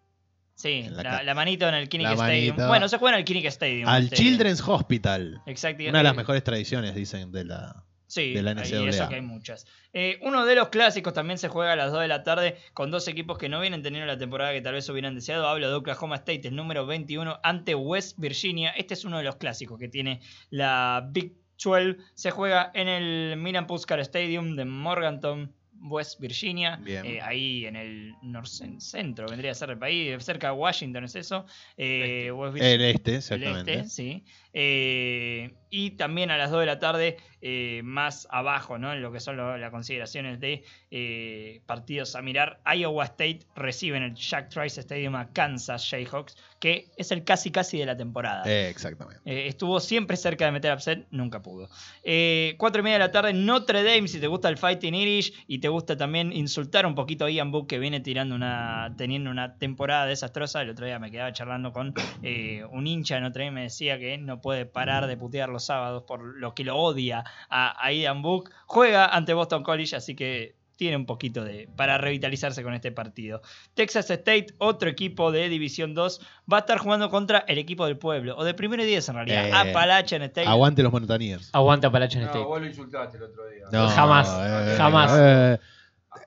Speaker 5: Sí,
Speaker 3: en la
Speaker 5: la,
Speaker 3: ca-
Speaker 5: la manito en el Kinnick
Speaker 3: La
Speaker 5: Stadium.
Speaker 3: manito.
Speaker 5: Bueno, se juega en el Kinnick Stadium.
Speaker 3: Al
Speaker 5: este,
Speaker 3: Children's Hospital.
Speaker 5: Exacto.
Speaker 3: Una de las
Speaker 5: Eh,
Speaker 3: mejores tradiciones, dicen, de la.
Speaker 5: Sí,
Speaker 3: de la
Speaker 5: y
Speaker 3: NCAA.
Speaker 5: eso que hay muchas. Eh, uno de los clásicos también se juega a las 2 de la tarde con dos equipos que no vienen teniendo la temporada que tal vez hubieran deseado. Hablo de Oklahoma State, el número 21, ante West Virginia. Este es uno de los clásicos que tiene la Big 12. Se juega en el Milan Puskar Stadium de Morganton, West Virginia,
Speaker 3: Bien.
Speaker 5: eh, ahí en el norcen- centro, vendría a ser el país, cerca de Washington es eso. eh, West Virginia.
Speaker 3: El este,
Speaker 5: El
Speaker 3: exactamente.
Speaker 5: este, sí. Eh, y también a las 2 de la tarde, eh, más abajo, ¿no? En lo que son lo- las consideraciones de eh, partidos a mirar, Iowa State recibe en el Jack Trice Stadium a Kansas Jayhawks, que es el casi casi de la temporada.
Speaker 3: Eh, exactamente.
Speaker 5: Eh, estuvo siempre cerca de meter upset, nunca pudo. Eh, cuatro y media de la tarde, Notre Dame, si te gusta el Fighting Irish y te gusta también insultar un poquito a Ian Book, que viene tirando una, teniendo una temporada desastrosa. El otro día me quedaba charlando con eh, un hincha de Notre Dame, me decía que no puede parar de putear los sábados por lo que lo odia a, a Ian Book. Juega ante Boston College, así que tiene un poquito de para revitalizarse con este partido. Texas State, otro equipo de División 2, va a estar jugando contra el equipo del pueblo, o de primero y 10 en realidad,
Speaker 3: Eh,
Speaker 5: Appalachian State.
Speaker 3: Aguante los Monotaniers.
Speaker 6: Aguanta Appalachian
Speaker 4: No,
Speaker 6: State.
Speaker 4: vos lo insultaste el otro día.
Speaker 6: Jamás, jamás.
Speaker 3: eh,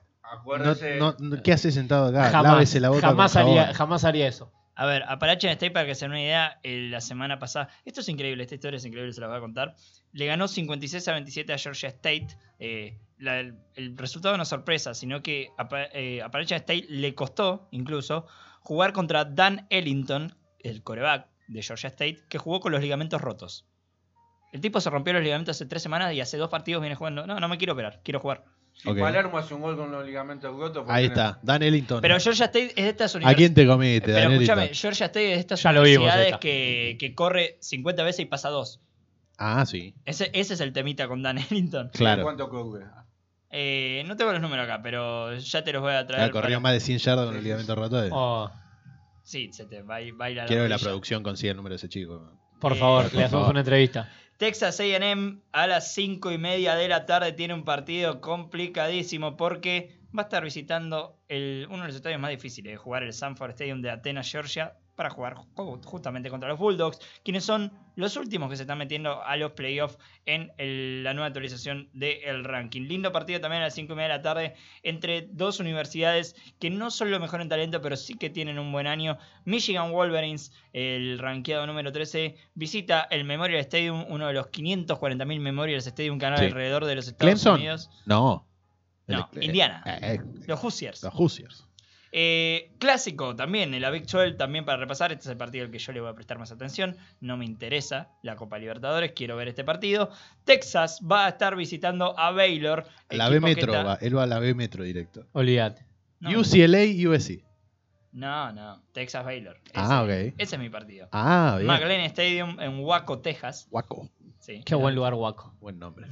Speaker 3: no-
Speaker 4: Acuérdese.
Speaker 3: no- no- ¿Qué hace sentado acá?
Speaker 6: jamás,
Speaker 3: Lávese la boca
Speaker 6: jamás
Speaker 3: con jabón.
Speaker 6: haría, jamás haría eso.
Speaker 5: A ver, Appalachian State, para que se den una idea, eh, la semana pasada, esto es increíble, esta historia es increíble, se la voy a contar. Le ganó 56 a 27 a Georgia State. eh, la- el, el resultado no es sorpresa, sino que Appa- eh, Appalachian State le costó incluso jugar contra Dan Ellington, el coreback de Georgia State, que jugó con los ligamentos rotos. El tipo se rompió los ligamentos hace tres semanas y hace dos partidos viene jugando. No, no me quiero operar, quiero jugar.
Speaker 4: si
Speaker 3: ok.
Speaker 4: Palermo hace un gol con los ligamentos rotos. ¿por qué
Speaker 3: Ahí
Speaker 4: no?
Speaker 3: está, Dan Ellington.
Speaker 5: Pero Georgia State es de estas
Speaker 3: ¿A
Speaker 5: universidades.
Speaker 3: quién te comiste,
Speaker 5: Pero
Speaker 3: Dan
Speaker 5: escúchame,
Speaker 3: Ellington?
Speaker 5: Georgia State es de estas
Speaker 6: Ya lo vimos,
Speaker 5: universidades
Speaker 6: esta.
Speaker 5: que, que corre 50 veces y pasa dos.
Speaker 3: Ah, sí,
Speaker 5: Ese, ese es el temita con Dan Ellington.
Speaker 3: claro.
Speaker 4: ¿Cuánto cubre?
Speaker 5: Eh, no tengo los números acá, pero ya te los voy a traer.
Speaker 3: Ah, corrió
Speaker 5: para-
Speaker 3: más de 100 yardas con el ligamento roto. de-
Speaker 6: Oh,
Speaker 5: Sí, se te va, baila
Speaker 3: Quiero que la
Speaker 5: rodilla.
Speaker 3: producción consiga el número de ese chico.
Speaker 6: por
Speaker 5: Eh,
Speaker 6: favor,
Speaker 3: por
Speaker 6: le hacemos
Speaker 3: favor.
Speaker 6: una entrevista.
Speaker 5: Texas AM a las 5 y media de la tarde tiene un partido complicadísimo porque va a estar visitando el, uno de los estadios más difíciles de jugar, el Sanford Stadium de Atenas, Georgia, para jugar ju- justamente contra los Bulldogs, quienes son los últimos que se están metiendo a los playoffs en el- la nueva actualización del ranking. Lindo partido también a las 5 y media de la tarde entre dos universidades que no son lo mejor en talento, pero sí que tienen un buen año. Michigan Wolverines, el ranqueado número 13, visita el Memorial Stadium, uno de los 540.000 Memorial Stadium que hay
Speaker 3: Sí.
Speaker 5: alrededor de los Estados
Speaker 3: ¿Clemson?
Speaker 5: Unidos.
Speaker 3: No.
Speaker 5: No,
Speaker 3: El-
Speaker 5: Indiana.
Speaker 3: Eh, eh,
Speaker 5: Los Hoosiers.
Speaker 3: los Hoosiers.
Speaker 5: Eh, clásico también, en la Big 12 también para repasar. Este es el partido al que yo le voy a prestar más atención. No me interesa la Copa Libertadores, quiero ver este partido. Texas va a estar visitando a Baylor.
Speaker 3: La B
Speaker 5: equipo que
Speaker 3: Metro,
Speaker 5: está-
Speaker 3: va, él va a la B Metro directo.
Speaker 6: Olvídate.
Speaker 5: No,
Speaker 3: UCLA y USC.
Speaker 5: no, no, Texas Baylor. Ese,
Speaker 3: Ah, ok.
Speaker 5: ese es mi partido.
Speaker 3: Ah, bien.
Speaker 5: McLean Stadium en Waco, Texas.
Speaker 3: Guaco.
Speaker 5: Sí.
Speaker 6: Qué buen lugar, Waco.
Speaker 3: Buen nombre.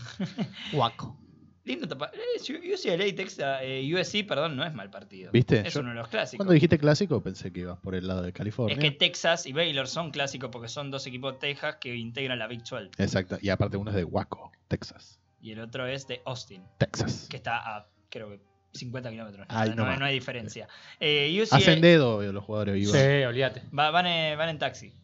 Speaker 6: Waco.
Speaker 5: Lindo tapa- eh, UCLA y Texas, eh, USC, perdón, no es mal partido.
Speaker 3: ¿Viste?
Speaker 5: Es
Speaker 3: Yo-
Speaker 5: uno de los clásicos.
Speaker 3: Cuando dijiste clásico pensé que ibas por el lado de
Speaker 5: Es
Speaker 3: California.
Speaker 5: que Texas y Baylor son clásicos porque son dos equipos de Texas que integran la Big 12
Speaker 3: Exacto. Y aparte uno es de Waco, Texas.
Speaker 5: y el otro es de Austin.
Speaker 3: Texas.
Speaker 5: que está a, creo que, 50 kilómetros.
Speaker 3: Ay,
Speaker 5: no,
Speaker 3: no
Speaker 5: no hay-
Speaker 3: más.
Speaker 5: no hay diferencia. Eh, UCLA
Speaker 3: Hacen dedo eh, los jugadores vivos.
Speaker 6: Sí, olvídate.
Speaker 5: va- van, en, van en taxi.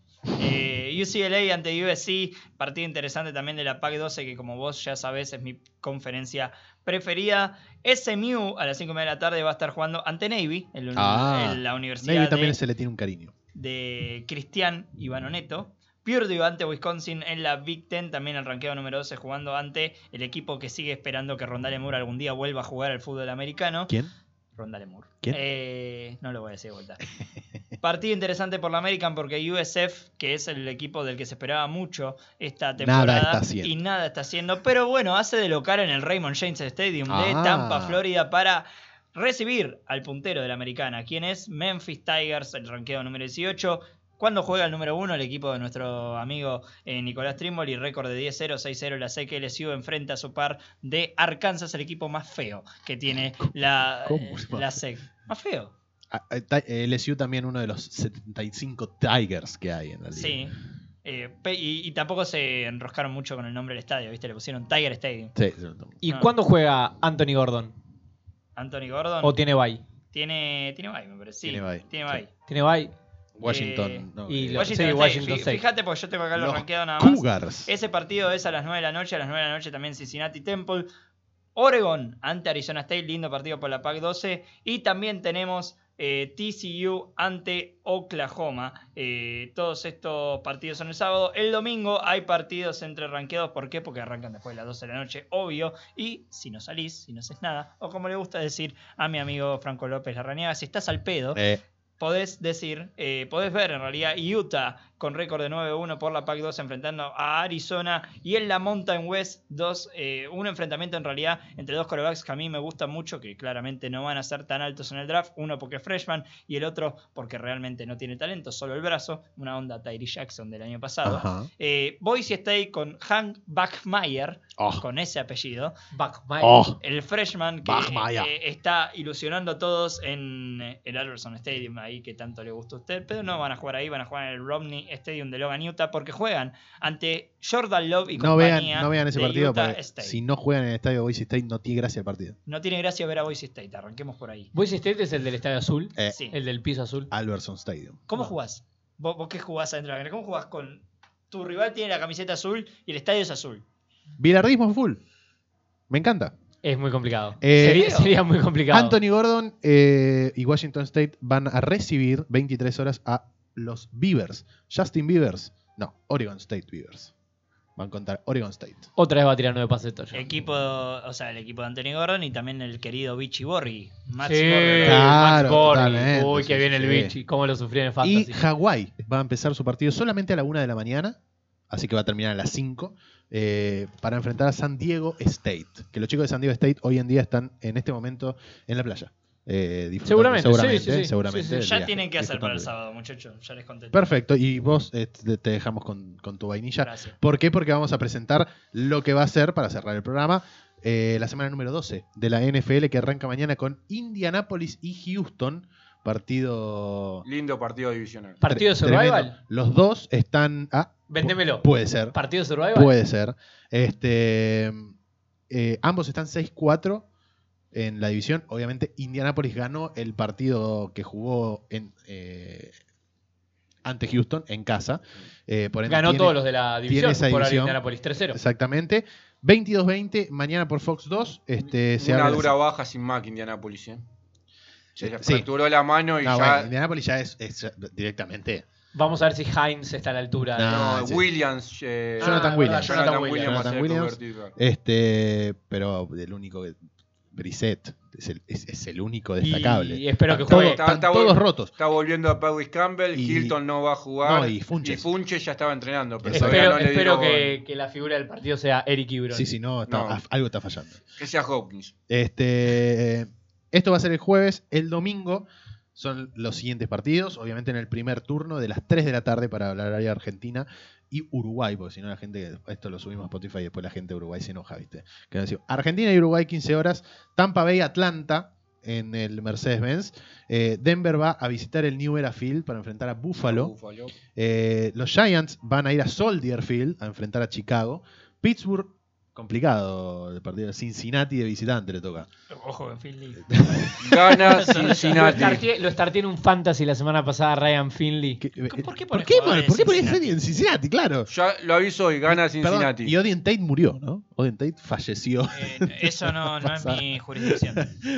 Speaker 5: Eh, UCLA ante USC, partido interesante también de la PAC 12, que como vos ya sabés es mi conferencia preferida. SMU a las 5 de la tarde va a estar jugando ante Navy, en la uni-
Speaker 3: Ah,
Speaker 5: en la universidad
Speaker 3: Navy también
Speaker 5: de-
Speaker 3: se le tiene un cariño.
Speaker 5: de Cristian Ivanoneto. Purdue ante Wisconsin en la Big Ten, también el ranqueo número 12 jugando ante el equipo que sigue esperando que Rondale Moore algún día vuelva a jugar al fútbol americano.
Speaker 3: ¿Quién?
Speaker 5: Rondale Moore.
Speaker 3: ¿Quién?
Speaker 5: Eh, no lo voy a decir de vuelta. Partido interesante por la American porque USF, que es el equipo del que se esperaba mucho esta temporada,
Speaker 3: está haciendo.
Speaker 5: y nada está haciendo, pero bueno, hace de local en el Raymond James Stadium de
Speaker 3: Ah.
Speaker 5: Tampa, Florida, para recibir al puntero de la Americana, quien es Memphis Tigers, el ranqueo número 18. Cuando juega el número 1 el equipo de nuestro amigo eh, Nicolás Trimoli, récord de 10-0, 6-0, la seca LSU enfrenta a su par de Arkansas, el equipo más feo que tiene la, eh,
Speaker 3: ¿Cómo es más
Speaker 5: la SEC. Más feo.
Speaker 3: Ah, ah, Ta- eh, LSU también uno de los 75 Tigers que hay en la liga.
Speaker 5: Sí. Eh, pe- y, y tampoco se enroscaron mucho con el nombre del estadio, ¿viste? Le pusieron Tiger Stadium.
Speaker 3: Sí, se lo tomo.
Speaker 6: ¿Y
Speaker 5: Ah.
Speaker 6: cuándo juega Anthony Gordon?
Speaker 5: Anthony Gordon
Speaker 6: ¿O tiene bye?
Speaker 5: tiene, tiene bye, me parece. Sí,
Speaker 3: Tiene bye,
Speaker 5: Tiene
Speaker 3: sí.
Speaker 5: bye.
Speaker 6: ¿Tiene bye?
Speaker 3: Washington.
Speaker 5: Eh,
Speaker 3: no, eh,
Speaker 6: y los-
Speaker 5: Washington,
Speaker 6: sí,
Speaker 5: State.
Speaker 6: Washington
Speaker 5: Fi-
Speaker 6: State.
Speaker 5: Fíjate, porque yo tengo acá los
Speaker 3: Los
Speaker 5: rankeados nada más.
Speaker 3: Cougars.
Speaker 5: Ese partido es a las 9 de la noche, a las 9 de la noche también Cincinnati Temple. Oregon ante Arizona State, lindo partido por la PAC 12. Y también tenemos eh, TCU ante Oklahoma. Eh, todos estos partidos son el sábado. El domingo hay partidos entre ranqueados. ¿Por qué? Porque arrancan después de las 12 de la noche, obvio. Y si no salís, si no haces nada, o como le gusta decir a mi amigo Franco López Larrañaga, si estás al pedo,
Speaker 3: Eh,
Speaker 5: podés decir, eh, podés ver en realidad Utah con récord de 9-1 por la PAC-2 enfrentando a Arizona y en la Mountain West dos, eh, un enfrentamiento en realidad entre dos corebacks que a mí me gustan mucho, que claramente no van a ser tan altos en el draft, uno porque es freshman y el otro porque realmente no tiene talento, solo el brazo, una onda Tyree Jackson del año pasado.
Speaker 3: ajá.
Speaker 5: Eh, Boise State con Hank Bachmeyer,
Speaker 3: Oh,
Speaker 5: con ese apellido,
Speaker 6: Bachmaier.
Speaker 3: oh,
Speaker 5: el freshman que
Speaker 3: Bachmaier.
Speaker 5: eh, está ilusionando a todos en eh, el Albertson Stadium, ahí que tanto le gusta a usted, pero no van a jugar ahí, van a jugar en el Romney Stadium de Logan, Utah, porque juegan ante Jordan Love y
Speaker 3: no,
Speaker 5: compañía
Speaker 3: vean, no vean ese
Speaker 5: de
Speaker 3: partido
Speaker 5: Utah
Speaker 3: porque
Speaker 5: State.
Speaker 3: si no juegan en el estadio Boise State no tiene gracia el partido.
Speaker 5: No tiene gracia ver a Boise State, arranquemos por ahí.
Speaker 6: Boise State es el del Estadio Azul,
Speaker 3: Eh,
Speaker 5: Sí.
Speaker 6: el del piso azul.
Speaker 3: Albertson Stadium. Ah.
Speaker 5: ¿Cómo
Speaker 6: no.
Speaker 5: jugás? ¿Vos, vos qué jugás adentro de la cancha? ¿Cómo jugás con... Tu rival tiene la camiseta azul y el estadio es azul.
Speaker 3: Bilardismo full. Me encanta.
Speaker 6: Es muy complicado.
Speaker 3: Eh,
Speaker 6: sería, sería muy complicado.
Speaker 3: Anthony Gordon eh, y Washington State van a recibir 23 horas a los Beavers. Justin Beavers. No, Oregon State Beavers. Van contra Oregon State.
Speaker 6: Otra vez va a tirar nueve pases de touchdown.
Speaker 5: Equipo, o sea, el equipo de Anthony Gordon y también el querido Vichy Borghi. Max
Speaker 6: sí,
Speaker 5: Borghi.
Speaker 3: Claro,
Speaker 6: Max Gorni.
Speaker 3: totalmente,
Speaker 6: Uy,
Speaker 3: sí,
Speaker 6: qué bien
Speaker 3: sí,
Speaker 6: el
Speaker 3: sí.
Speaker 6: bichi. Cómo lo sufrí en el
Speaker 3: Y
Speaker 6: fantasy.
Speaker 3: Hawái va a empezar su partido solamente a la 1 de la mañana. Así que va a terminar a las 5. eh, para enfrentar a San Diego State. Que los chicos de San Diego State hoy en día están en este momento en la playa. eh, disfrutando-
Speaker 6: Seguramente, sí,
Speaker 3: seguramente,
Speaker 6: sí, sí.
Speaker 3: seguramente
Speaker 6: Sí, sí,
Speaker 3: del
Speaker 5: Ya
Speaker 3: viaje,
Speaker 5: tienen que hacer para el
Speaker 3: disfrutando.
Speaker 5: sábado, muchachos. Ya les conté.
Speaker 3: Perfecto, y vos este, te dejamos con, con tu vainilla.
Speaker 5: Gracias.
Speaker 3: ¿Por qué? Porque vamos a presentar lo que va a ser, para cerrar el programa, eh, la semana número 12 de la NFL que arranca mañana con Indianapolis y Houston. Partido.
Speaker 4: Lindo partido divisional.
Speaker 6: Partido de
Speaker 3: tre- tremendo.
Speaker 6: survival.
Speaker 3: Los dos están. ah, pu-
Speaker 6: Vendémelo.
Speaker 3: Puede ser.
Speaker 6: Partido de survival.
Speaker 3: Puede ser. Este, eh, ambos están 6-4 en la división. Obviamente, Indianapolis ganó el partido que jugó en, eh, ante Houston en casa. Eh, por ende,
Speaker 6: Ganó
Speaker 3: tiene-
Speaker 6: todos los de la división.
Speaker 3: esa
Speaker 6: Por
Speaker 3: división.
Speaker 6: Indianapolis 3-0.
Speaker 3: Exactamente. 22-20, mañana por Fox 2. Este, se
Speaker 4: Una
Speaker 3: abre la-
Speaker 4: dura baja sin Mac Indianapolis. ¿eh? Se le
Speaker 3: Sí.
Speaker 4: fracturó la mano y
Speaker 3: No, bueno,
Speaker 4: ya.
Speaker 3: Indianapolis ya es, es ya- directamente.
Speaker 6: Vamos a ver si Hines está a la altura.
Speaker 3: No. Ah,
Speaker 4: no,
Speaker 3: sí.
Speaker 4: Williams. eh,
Speaker 3: Jonathan
Speaker 6: Ah,
Speaker 3: Williams.
Speaker 6: verdad, Jonathan
Speaker 4: Williams
Speaker 6: Williams.
Speaker 4: va a ser
Speaker 3: Jonathan Williams.
Speaker 4: titular.
Speaker 3: Este, pero el único que. Brissett es el, es- es el único destacable.
Speaker 6: Y espero que
Speaker 3: Están
Speaker 6: juegue.
Speaker 3: todos- están
Speaker 4: Está- está
Speaker 3: todos
Speaker 4: bueno.
Speaker 3: rotos.
Speaker 4: Está volviendo a Perry Campbell.
Speaker 3: Y-
Speaker 4: Hilton no va a jugar.
Speaker 3: No, y Funches.
Speaker 4: ya estaba entrenando. Pero
Speaker 3: Exacto.
Speaker 4: todavía
Speaker 6: Espero,
Speaker 4: no le
Speaker 6: espero
Speaker 4: dieron-
Speaker 6: que, que la figura del partido sea Eric Ibron.
Speaker 3: Sí, sí, no, está-
Speaker 4: No.
Speaker 3: af- algo está fallando.
Speaker 4: que sea Hopkins.
Speaker 3: Este, esto va a ser el jueves. El domingo son los siguientes partidos. Obviamente en el primer turno de las 3 de la tarde para la área argentina y Uruguay, porque si no la gente, esto lo subimos a Spotify y después la gente de Uruguay se enoja, ¿viste? Que nos dice, Argentina y Uruguay 15 horas, Tampa Bay, Atlanta en el Mercedes-Benz. Eh, Denver va a visitar el New Era Field para enfrentar a Buffalo.
Speaker 4: Buffalo.
Speaker 3: Eh, los Giants van a ir a Soldier Field a enfrentar a Chicago. Pittsburgh, complicado el partido. Cincinnati de visitante le toca.
Speaker 5: Ojo con Philly.
Speaker 4: Gana
Speaker 6: Lo
Speaker 4: Cincinnati.
Speaker 6: starté, lo starté en un fantasy la semana pasada, Ryan Finley.
Speaker 3: ¿Qué- eh,
Speaker 5: ¿Por
Speaker 3: ¿Por
Speaker 5: qué pones
Speaker 3: qué,
Speaker 5: jugadores
Speaker 3: por qué
Speaker 5: de
Speaker 3: ponés
Speaker 5: Cincinnati?
Speaker 3: serie en Cincinnati? Claro.
Speaker 4: Ya lo aviso hoy, gana
Speaker 3: Perdón,
Speaker 4: Cincinnati.
Speaker 3: y Odin Tate murió, ¿no? Odin Tate falleció.
Speaker 5: Eh, eso no, no es
Speaker 3: Pasa.
Speaker 5: mi jurisdicción.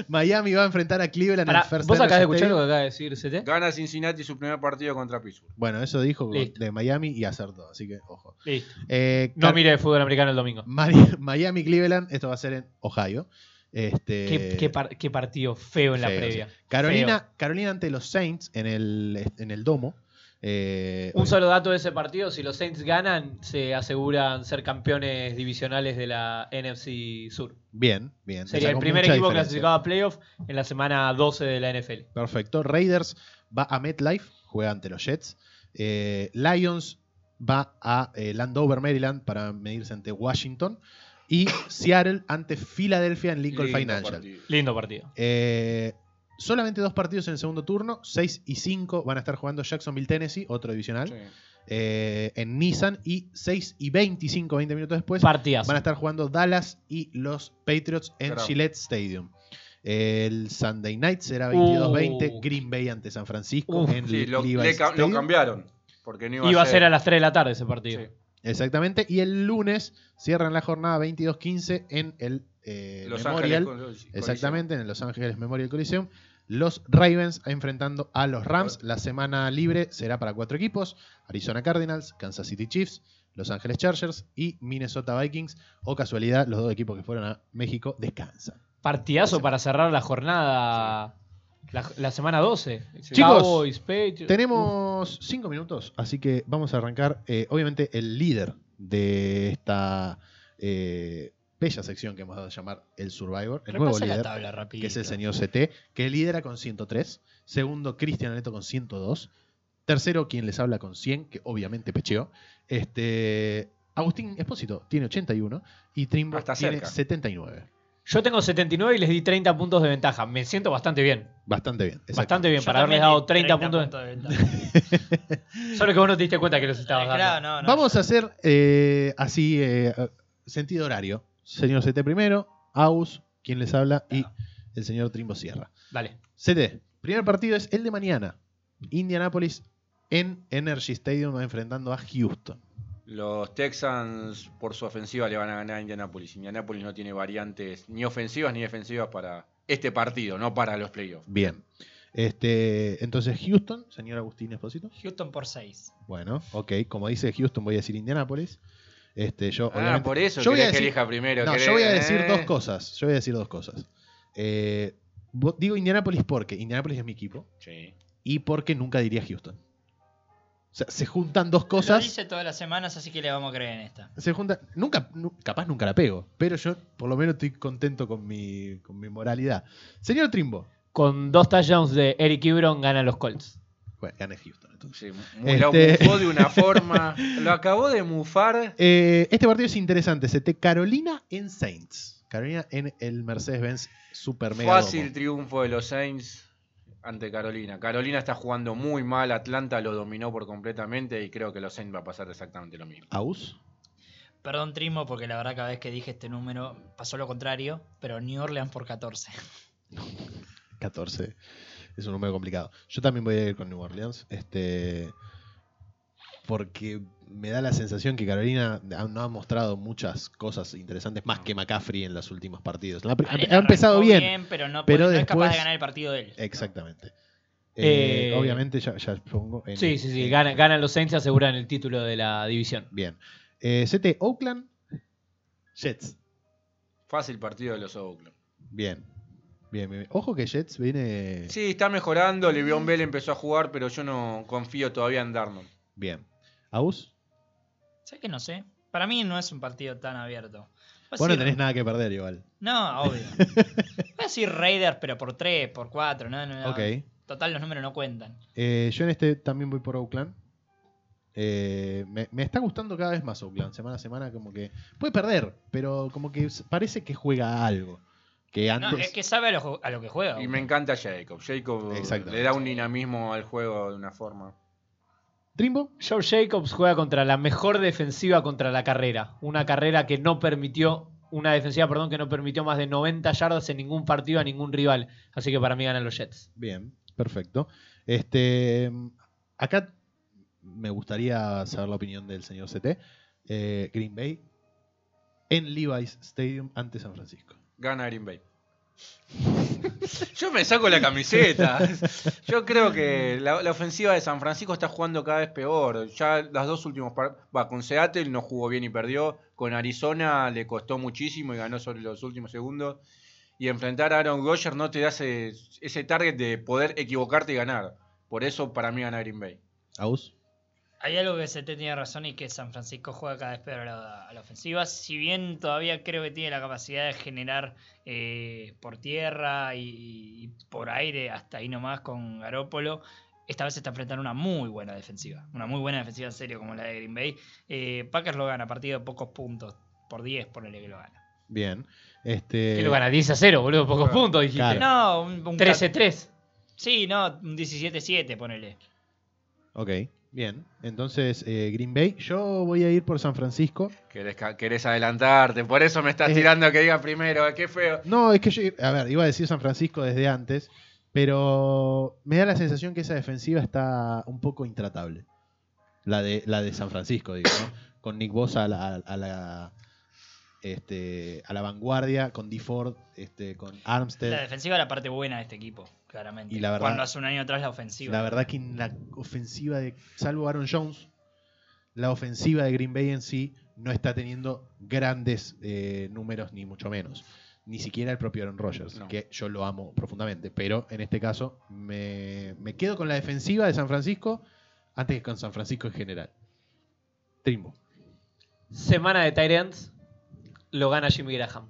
Speaker 3: Miami va a enfrentar a Cleveland en
Speaker 6: Pará,
Speaker 3: el First
Speaker 6: ¿Vos acabas de
Speaker 3: Service
Speaker 6: escuchar
Speaker 3: Stadium.
Speaker 6: lo que acaba de decir CT?
Speaker 4: Gana Cincinnati su primer partido contra Pittsburgh.
Speaker 3: Bueno, eso dijo
Speaker 6: Listo.
Speaker 3: de Miami y acertó, así que ojo.
Speaker 6: Listo.
Speaker 3: Eh,
Speaker 6: No
Speaker 3: Car-
Speaker 6: mire fútbol americano el domingo.
Speaker 3: Mari- Miami Cleveland, esto va a ser en Ohio. Este,
Speaker 6: Qué, qué par- qué partido feo en la
Speaker 3: Feo,
Speaker 6: previa. Feo.
Speaker 3: Carolina, Carolina ante los Saints en el, en el domo. Eh,
Speaker 6: Un solo dato de ese partido, si los Saints ganan, se aseguran ser campeones divisionales de la NFC Sur.
Speaker 3: bien, bien. Le
Speaker 6: Sería el
Speaker 3: sacó
Speaker 6: primer
Speaker 3: mucha
Speaker 6: equipo
Speaker 3: diferencia.
Speaker 6: clasificado a playoff en la semana 12 de la NFL.
Speaker 3: Perfecto. Raiders va a MetLife, juega ante los Jets. Eh, Lions va a eh, Landover, Maryland, para medirse ante Washington. Y Seattle ante Filadelfia en Lincoln
Speaker 4: Lindo
Speaker 3: Financial.
Speaker 4: partido.
Speaker 6: Lindo partido.
Speaker 3: Eh, solamente dos partidos en el segundo turno, 6 y 5 van a estar jugando Jacksonville, Tennessee, otro divisional,
Speaker 4: Sí.
Speaker 3: eh, en Nissan. Y 6 y 25, 20 minutos después,
Speaker 6: Partidazo.
Speaker 3: Pues, Van a estar jugando Dallas y los Patriots en
Speaker 4: Bravo.
Speaker 3: Gillette Stadium. El Sunday night será
Speaker 6: Uh.
Speaker 3: 22-20, Green Bay ante San Francisco
Speaker 6: Uf.
Speaker 3: en
Speaker 4: Sí, lo,
Speaker 3: Levi's
Speaker 4: le ca- lo
Speaker 3: Stadium.
Speaker 4: cambiaron. Porque no iba,
Speaker 6: Iba a ser a las 3 de la tarde ese partido.
Speaker 4: Sí.
Speaker 3: Exactamente. Y el lunes cierran la jornada 22-15 en el eh,
Speaker 4: Los
Speaker 3: Memorial.
Speaker 4: Ángeles. con-
Speaker 3: exactamente, en el Los Ángeles Memorial Coliseum. Los Ravens enfrentando a los Rams. La semana libre será para cuatro equipos: Arizona Cardinals, Kansas City Chiefs, Los Ángeles Chargers y Minnesota Vikings. O casualidad, los dos equipos que fueron a México descansan.
Speaker 6: Partidazo para cerrar la jornada. La, la semana 12.
Speaker 4: Sí.
Speaker 3: Chicos,
Speaker 6: Cowboys, Patriots. Uh.
Speaker 3: Tenemos cinco minutos, así que vamos a arrancar. eh, obviamente, el líder de esta eh, bella sección que hemos dado a llamar el Survivor, el nuevo
Speaker 5: Repasa la
Speaker 3: líder.
Speaker 5: tabla rápido.
Speaker 3: que es el señor CT, que lidera con 103. Segundo, Cristian Neto con 102. Tercero, quien les habla con 100, que obviamente pecheó. Este, Agustín Espósito tiene 81 y Trimbo
Speaker 4: Hasta
Speaker 3: tiene
Speaker 4: cerca.
Speaker 3: 79.
Speaker 6: Yo tengo 79 y les di 30 puntos de ventaja. Me siento bastante bien.
Speaker 3: Bastante bien. exacto.
Speaker 6: Bastante bien.
Speaker 5: Yo
Speaker 6: Para haberles
Speaker 5: también
Speaker 6: dado
Speaker 5: di
Speaker 6: 30, puntos.
Speaker 5: de ventaja.
Speaker 6: Solo que vos no te diste cuenta que los estabas dando.
Speaker 5: Claro,
Speaker 4: Ah,
Speaker 5: no, no.
Speaker 3: Vamos a hacer eh, así eh, sentido horario. Señor CT primero, Aus, quien les habla, y el señor Trimbo Sierra.
Speaker 6: Dale.
Speaker 3: CT, primer partido es el de mañana. Indianapolis en Energy Stadium va enfrentando a Houston.
Speaker 4: Los Texans, por su ofensiva, le van a ganar a Indianapolis. Indianapolis no tiene variantes ni ofensivas ni defensivas para este partido, no para los playoffs.
Speaker 3: Bien. Este, entonces, Houston, señor Agustín Esposito.
Speaker 5: Houston por 6.
Speaker 3: Bueno, ok. Como dice Houston, voy a decir Indianapolis. Este, yo,
Speaker 4: Ah,
Speaker 3: obviamente-
Speaker 4: por eso
Speaker 3: yo voy a
Speaker 4: querés que
Speaker 3: decir,
Speaker 4: elija primero.
Speaker 3: no,
Speaker 4: querés,
Speaker 3: yo voy a decir
Speaker 4: ¿eh?
Speaker 3: dos cosas. Yo voy a decir dos cosas. Eh, vo- digo Indianapolis porque Indianapolis es mi equipo
Speaker 4: Sí.
Speaker 3: y porque nunca diría Houston. O sea, se juntan dos
Speaker 5: Lo
Speaker 3: cosas.
Speaker 5: dice todas las semanas, así que le vamos a creer en esta.
Speaker 3: Se juntan. Nunca, nu- capaz nunca la pego, pero yo por lo menos estoy contento con mi, con mi moralidad. Señor Trimbo.
Speaker 6: Con dos touchdowns de Eric Ibron gana los Colts.
Speaker 3: Bueno, gané Houston. Entonces.
Speaker 4: Sí, mu- lo
Speaker 3: Este-
Speaker 4: mufó de una forma. Lo acabó de mufar.
Speaker 3: Eh, este partido es interesante. CT Carolina en Saints. Carolina en el Mercedes-Benz Super Mega.
Speaker 4: Fácil
Speaker 3: Domo.
Speaker 4: triunfo de los Saints ante Carolina. Carolina está jugando muy mal. Atlanta lo dominó por completamente y creo que los Saints va a pasar exactamente lo mismo.
Speaker 3: Aus.
Speaker 5: Perdón, Trimo, porque la verdad cada vez que dije este número pasó lo contrario, pero New Orleans por 14.
Speaker 3: 14. Es un número complicado. Yo también voy a ir con New Orleans. Este. Porque me da la sensación que Carolina ha- no ha mostrado muchas cosas interesantes más que McCaffrey en los últimos partidos. La pri- ha- ha empezado
Speaker 5: Arrancó
Speaker 3: bien.
Speaker 5: pero no,
Speaker 3: pero
Speaker 5: puede- no es capaz
Speaker 3: después-
Speaker 5: de ganar el partido de él.
Speaker 3: Exactamente. Eh,
Speaker 6: Eh,
Speaker 3: obviamente ya, ya pongo. en-
Speaker 6: Sí, sí, sí.
Speaker 3: en-
Speaker 6: Gana- ganan los Saints y aseguran el título de la división.
Speaker 3: Bien. Eh, CT Oakland. Jets.
Speaker 4: Fácil partido de los Oakland.
Speaker 3: Bien. Bien, bien, bien. Ojo que Jets viene.
Speaker 4: Sí, está mejorando. Le'Veon Bell empezó a jugar, pero yo no confío todavía en Darnold.
Speaker 3: Bien. ¿Aus?
Speaker 5: Sé que no sé. Para mí no es un partido tan abierto. Voy a
Speaker 3: Vos no
Speaker 5: decir-
Speaker 3: tenés nada que perder igual.
Speaker 5: No, obvio. Voy a decir Raiders, pero por 3, por 4. No, no, no.
Speaker 3: Ok.
Speaker 5: Total, los números no cuentan.
Speaker 3: Eh, yo en este también voy por Oakland. Eh, me, me está gustando cada vez más Oakland, semana a semana, como que. Puede perder, pero como que s- parece que juega a algo. Que
Speaker 5: No,
Speaker 3: antes.
Speaker 5: es que sabe a lo, ju- a lo que juega.
Speaker 4: Y me encanta Jacob. Jacob eh,
Speaker 3: Exactamente.
Speaker 4: le da un dinamismo al juego de una forma.
Speaker 3: Trimbo.
Speaker 6: Joe Jacobs juega contra la mejor defensiva contra la carrera. Una carrera que no permitió, una defensiva, perdón, que no permitió más de 90 yardas en ningún partido a ningún rival. Así que para mí ganan los Jets.
Speaker 3: Bien, perfecto. Este, acá me gustaría saber la opinión del señor CT. Eh, Green Bay en Levi's Stadium ante San Francisco.
Speaker 4: Gana Green Bay. Yo me saco la camiseta. Yo creo que la, la ofensiva de San Francisco está jugando cada vez peor. Ya las dos últimas par- va con Seattle no jugó bien y perdió, con Arizona le costó muchísimo y ganó sobre los últimos segundos. Y enfrentar a Aaron Rodgers no te da ese, ese target de poder equivocarte y ganar. Por eso para mí gana Green Bay.
Speaker 3: Aus.
Speaker 5: Hay algo que CT tiene razón y que San Francisco juega cada vez peor a la, a la ofensiva. Si bien todavía creo que tiene la capacidad de generar eh, por tierra y, y por aire hasta ahí nomás con Garópolo, esta vez se está enfrentando una muy buena defensiva. Una muy buena defensiva en serio como la de Green Bay. Eh, Packers lo gana, partido de pocos puntos. Por 10, ponele que lo gana.
Speaker 3: Bien. Este,
Speaker 6: Que lo gana 10 a 0, boludo, pocos
Speaker 4: claro.
Speaker 6: puntos dijiste.
Speaker 3: Claro.
Speaker 5: No, un, un
Speaker 6: 13-3.
Speaker 5: Sí, no, un 17-7, ponele.
Speaker 3: Ok, bien. Entonces, eh, Green Bay. Yo voy a ir por San Francisco.
Speaker 4: Querés, ca- querés adelantarte, por eso me estás
Speaker 3: Eh.
Speaker 4: tirando a que diga primero, eh, qué feo.
Speaker 3: No, es que yo, a ver, iba a decir San Francisco desde antes, pero me da la sensación que esa defensiva está un poco intratable. La de, la de San Francisco, digo, ¿no? Con Nick Bosa a la, a la- este, a la vanguardia, con DeFord, este, con Armstead.
Speaker 5: La defensiva es la parte buena de este equipo, claramente.
Speaker 3: Y la verdad-
Speaker 5: Cuando hace un año atrás la ofensiva.
Speaker 3: La verdad que en la ofensiva de, salvo Aaron Jones, la ofensiva de Green Bay en sí no está teniendo grandes eh, números, ni mucho menos. Ni siquiera el propio Aaron Rodgers,
Speaker 4: No.
Speaker 3: que yo lo amo profundamente. Pero en este caso me, me quedo con la defensiva de San Francisco antes que con San Francisco en general. Trimbo.
Speaker 6: Semana de Tyrants. Lo gana Jimmy Graham.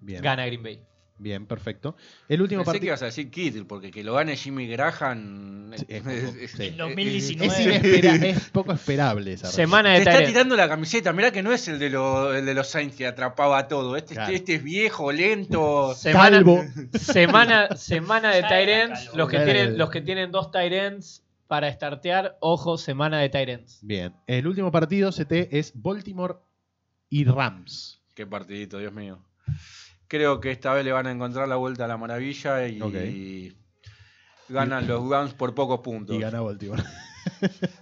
Speaker 3: Bien.
Speaker 6: Gana Green Bay.
Speaker 3: Bien, perfecto. El último
Speaker 4: Pensé que
Speaker 3: partido.
Speaker 4: ibas a decir Kittle, porque que lo gane Jimmy Graham.
Speaker 3: Sí, es poco- sí.
Speaker 5: En 2019.
Speaker 3: Es, inespera- es poco esperable esa
Speaker 6: Semana
Speaker 4: Te
Speaker 6: de
Speaker 4: está
Speaker 6: Tyrants.
Speaker 4: tirando la camiseta. Mirá que no es el de, lo- el de los Saints que atrapaba a todo. Este,
Speaker 3: Claro.
Speaker 4: este es viejo, lento.
Speaker 6: Semana,
Speaker 3: Calvo.
Speaker 6: semana, semana de
Speaker 5: Ya era
Speaker 6: Tyrants.
Speaker 5: calvo.
Speaker 6: Los, que
Speaker 3: Ya era
Speaker 6: tienen-
Speaker 3: el-
Speaker 6: los que tienen dos Tyrants para startear. Ojo, semana de Tyrants.
Speaker 3: Bien. El último partido, CT, es Baltimore y Rams.
Speaker 4: Qué partidito, Dios mío. Creo que esta vez le van a encontrar la vuelta a la maravilla y ganan los Browns por pocos puntos.
Speaker 3: Y gana Baltimore.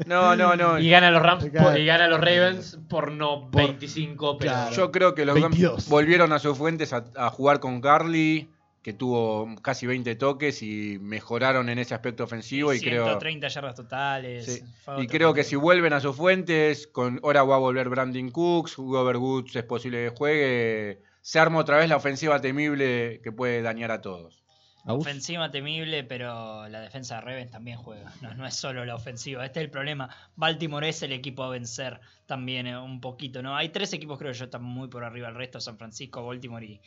Speaker 4: No, no, no.
Speaker 6: Y gana los Rams
Speaker 3: Claro.
Speaker 6: por- y gana los Ravens por no
Speaker 3: Por-
Speaker 6: 25, pero
Speaker 3: Claro.
Speaker 4: Yo creo que los
Speaker 3: 22.
Speaker 4: Browns volvieron a sus fuentes a, a jugar con Carly, que tuvo casi 20 toques y mejoraron en ese aspecto ofensivo y creo
Speaker 5: 130 yardas totales.
Speaker 4: Sí. Y
Speaker 5: fue otro
Speaker 4: creo que si
Speaker 5: partido.
Speaker 4: vuelven a sus fuentes, con ahora va a volver Brandon Cooks, Robert Woods es posible que juegue, se arma otra vez la ofensiva temible que puede dañar a todos.
Speaker 3: Agus.
Speaker 5: Ofensiva temible, pero la defensa de Ravens también juega. No, no es solo la ofensiva. Este es el problema. Baltimore es el equipo a vencer también eh, un poquito, ¿no? Hay tres equipos, creo yo, están muy por arriba del resto. San Francisco, Baltimore y,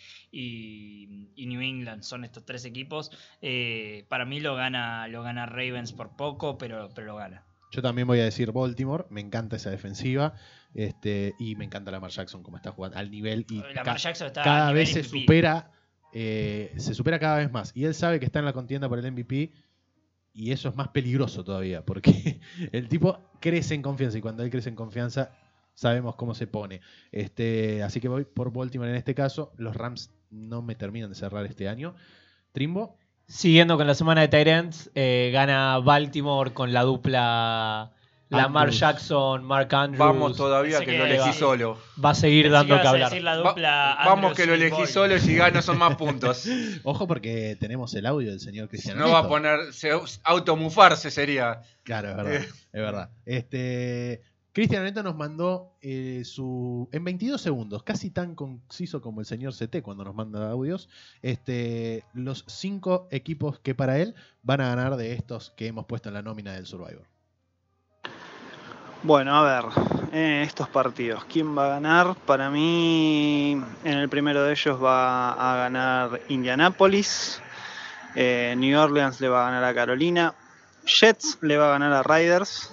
Speaker 5: y- y New England son estos tres equipos. Eh, para mí lo gana, lo gana Ravens por poco, pero, pero lo gana.
Speaker 3: Yo también voy a decir Baltimore. Me encanta esa defensiva. Este, y me encanta Lamar Jackson como está jugando al nivel. Y
Speaker 5: La
Speaker 3: ca-
Speaker 5: Jackson está a
Speaker 3: cada
Speaker 5: nivel
Speaker 3: vez se
Speaker 5: MVP.
Speaker 3: supera. eh, se supera cada vez más. Y él sabe que está en la contienda por el MVP. Y eso es más peligroso todavía. Porque el tipo crece en confianza. Y cuando él crece en confianza, sabemos cómo se pone. Este, así que voy por Baltimore en este caso. Los Rams no me terminan de cerrar este año. Trimbo.
Speaker 6: Siguiendo con la semana de Tyrants, eh, gana Baltimore con la
Speaker 3: Ah,
Speaker 6: dupla Lamar
Speaker 3: Andrews.
Speaker 6: Jackson, Mark Andrews.
Speaker 4: Vamos todavía
Speaker 5: Pensé
Speaker 4: que, lo
Speaker 5: que
Speaker 4: elegí
Speaker 5: iba-
Speaker 4: solo.
Speaker 6: Va a seguir
Speaker 5: Pensé
Speaker 6: dando
Speaker 5: ibas
Speaker 6: que
Speaker 5: a
Speaker 6: hablar.
Speaker 5: decir la
Speaker 4: Va-
Speaker 5: dupla
Speaker 4: Vamos
Speaker 5: Andrews
Speaker 4: que lo
Speaker 5: y
Speaker 4: elegí
Speaker 5: Boyd.
Speaker 4: solo y si gano son más puntos.
Speaker 3: Ojo porque tenemos el audio del señor Cristiano.
Speaker 4: No va a poner, se- automufarse sería.
Speaker 3: Claro, es verdad. es verdad. Este, Cristian Neto nos mandó eh, su. En 22 segundos, casi tan conciso como el señor CT cuando nos manda audios, este, los cinco equipos que para él van a ganar de estos que hemos puesto en la nómina del Survivor.
Speaker 8: Bueno, a ver, eh, estos partidos, ¿quién va a ganar? Para mí, en el primero de ellos va a ganar Indianapolis, eh, New Orleans le va a ganar a Carolina, Jets le va a ganar a Riders,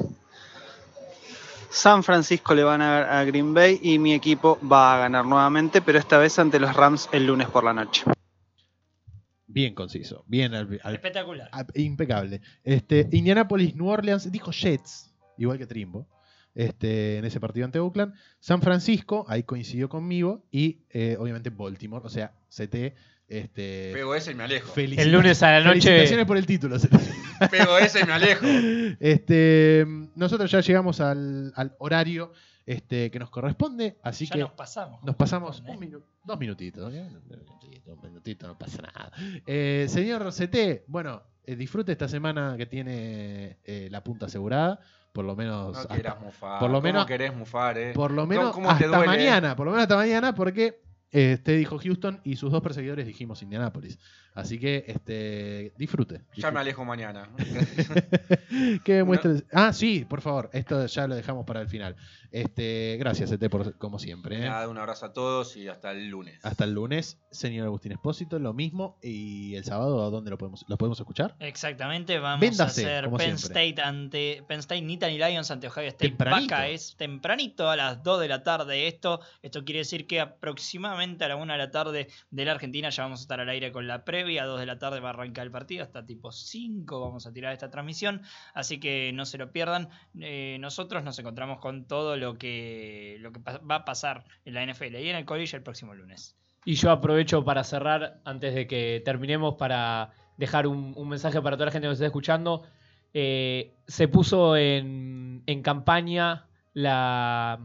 Speaker 8: San Francisco le va a ganar a Green Bay y mi equipo va a ganar nuevamente, pero esta vez ante los Rams el lunes por la noche.
Speaker 3: Bien conciso, bien al- al-
Speaker 5: Espectacular.
Speaker 3: a- impecable. Este, Indianapolis, New Orleans, dijo Jets, igual que Trimbo, este, en ese partido ante Oakland. San Francisco, ahí coincidió conmigo, y eh, obviamente Baltimore, o sea, CT. Este,
Speaker 4: Pego ese y me alejo.
Speaker 3: Felicita-
Speaker 6: El lunes a la noche.
Speaker 3: Felicitaciones por el título.
Speaker 4: Pego ese y me alejo.
Speaker 3: Este, nosotros ya llegamos al, al horario este, que nos corresponde, así
Speaker 5: ya
Speaker 3: que
Speaker 5: nos pasamos.
Speaker 3: nos pasamos
Speaker 5: ¿eh?
Speaker 3: un minu- dos minutitos. ¿eh? Un minutito, un minutito, no pasa nada. Eh, señor CT, bueno, eh, disfrute esta semana que tiene eh, la punta asegurada, por lo menos...
Speaker 4: No
Speaker 3: hasta-
Speaker 4: quieras mufar.
Speaker 3: por lo
Speaker 4: ¿Cómo
Speaker 3: menos-
Speaker 4: querés mufar, eh?
Speaker 3: por lo menos
Speaker 4: ¿Cómo te
Speaker 3: hasta
Speaker 4: duele?
Speaker 3: mañana, por lo menos hasta mañana, porque este dijo Houston y sus dos perseguidores dijimos Indianápolis. Así que este, disfrute.
Speaker 4: Ya me
Speaker 3: disfrute.
Speaker 4: alejo mañana.
Speaker 3: que demuestre- Ah, sí, por favor. Esto ya lo dejamos para el final. Este, gracias, ET, por, como siempre. ¿eh?
Speaker 4: Nada, un abrazo a todos y hasta el lunes.
Speaker 3: Hasta el lunes, señor Agustín Espósito, lo mismo. Y el sábado, ¿a dónde lo podemos, lo podemos escuchar?
Speaker 5: Exactamente, vamos
Speaker 3: Véndase,
Speaker 5: a hacer
Speaker 3: como
Speaker 5: Penn
Speaker 3: siempre.
Speaker 5: State ante Penn State Nittany Lions ante Ohio State.
Speaker 3: Tempranito.
Speaker 5: Vaca es tempranito a las 2 de la tarde esto. Esto quiere decir que aproximadamente a la 1 de la tarde de la Argentina ya vamos a estar al aire con la previa. A 2 de la tarde va a arrancar el partido. Hasta tipo 5 vamos a tirar esta transmisión. Así que no se lo pierdan. Eh, nosotros nos encontramos con todo lo que, lo que pa- va a pasar en la NFL y en el college el próximo lunes.
Speaker 6: Y yo aprovecho para cerrar, antes de que terminemos, para dejar un, un mensaje para toda la gente que nos está escuchando. Eh, se puso en, en campaña la,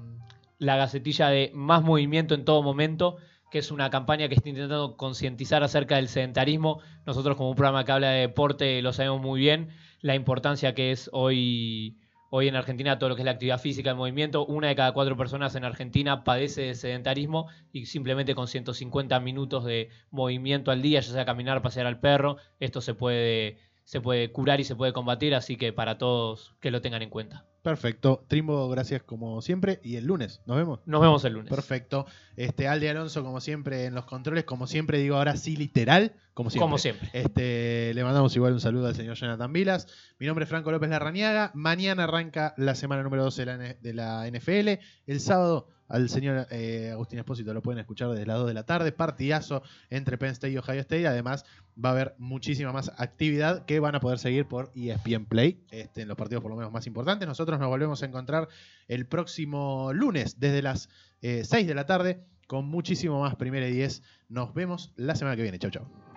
Speaker 6: la gacetilla de Más Movimiento en todo momento, que es una campaña que está intentando concientizar acerca del sedentarismo. Nosotros como un programa que habla de deporte lo sabemos muy bien, la importancia que es hoy, hoy en Argentina todo lo que es la actividad física, el movimiento. Una de cada cuatro personas en Argentina padece de sedentarismo y simplemente con 150 minutos de movimiento al día, ya sea caminar, pasear al perro, esto se puede, se puede curar y se puede combatir, así que para todos que lo tengan en cuenta.
Speaker 3: Perfecto. Trimbo, gracias como siempre. Y el lunes, nos vemos.
Speaker 6: Nos vemos el lunes.
Speaker 3: Perfecto. Este, Alde Alonso, como siempre, en los controles, como siempre, digo ahora sí, literal, como siempre.
Speaker 6: Como siempre.
Speaker 3: Este, le mandamos igual un saludo al señor Jonathan Vilas. Mi nombre es Franco López Larrañaga. Mañana arranca la semana número 12 de la, N- de la NFL. El sábado al señor eh, Agustín Espósito lo pueden escuchar desde las 2 de la tarde. Partidazo entre Penn State y Ohio State. Además, va a haber muchísima más actividad que van a poder seguir por E ESPN Play este, en los partidos por lo menos más importantes. Nosotros nos volvemos a encontrar el próximo lunes desde las eh, 6 de la tarde con muchísimo más Primera y 10. Nos vemos la semana que viene. Chau, chau.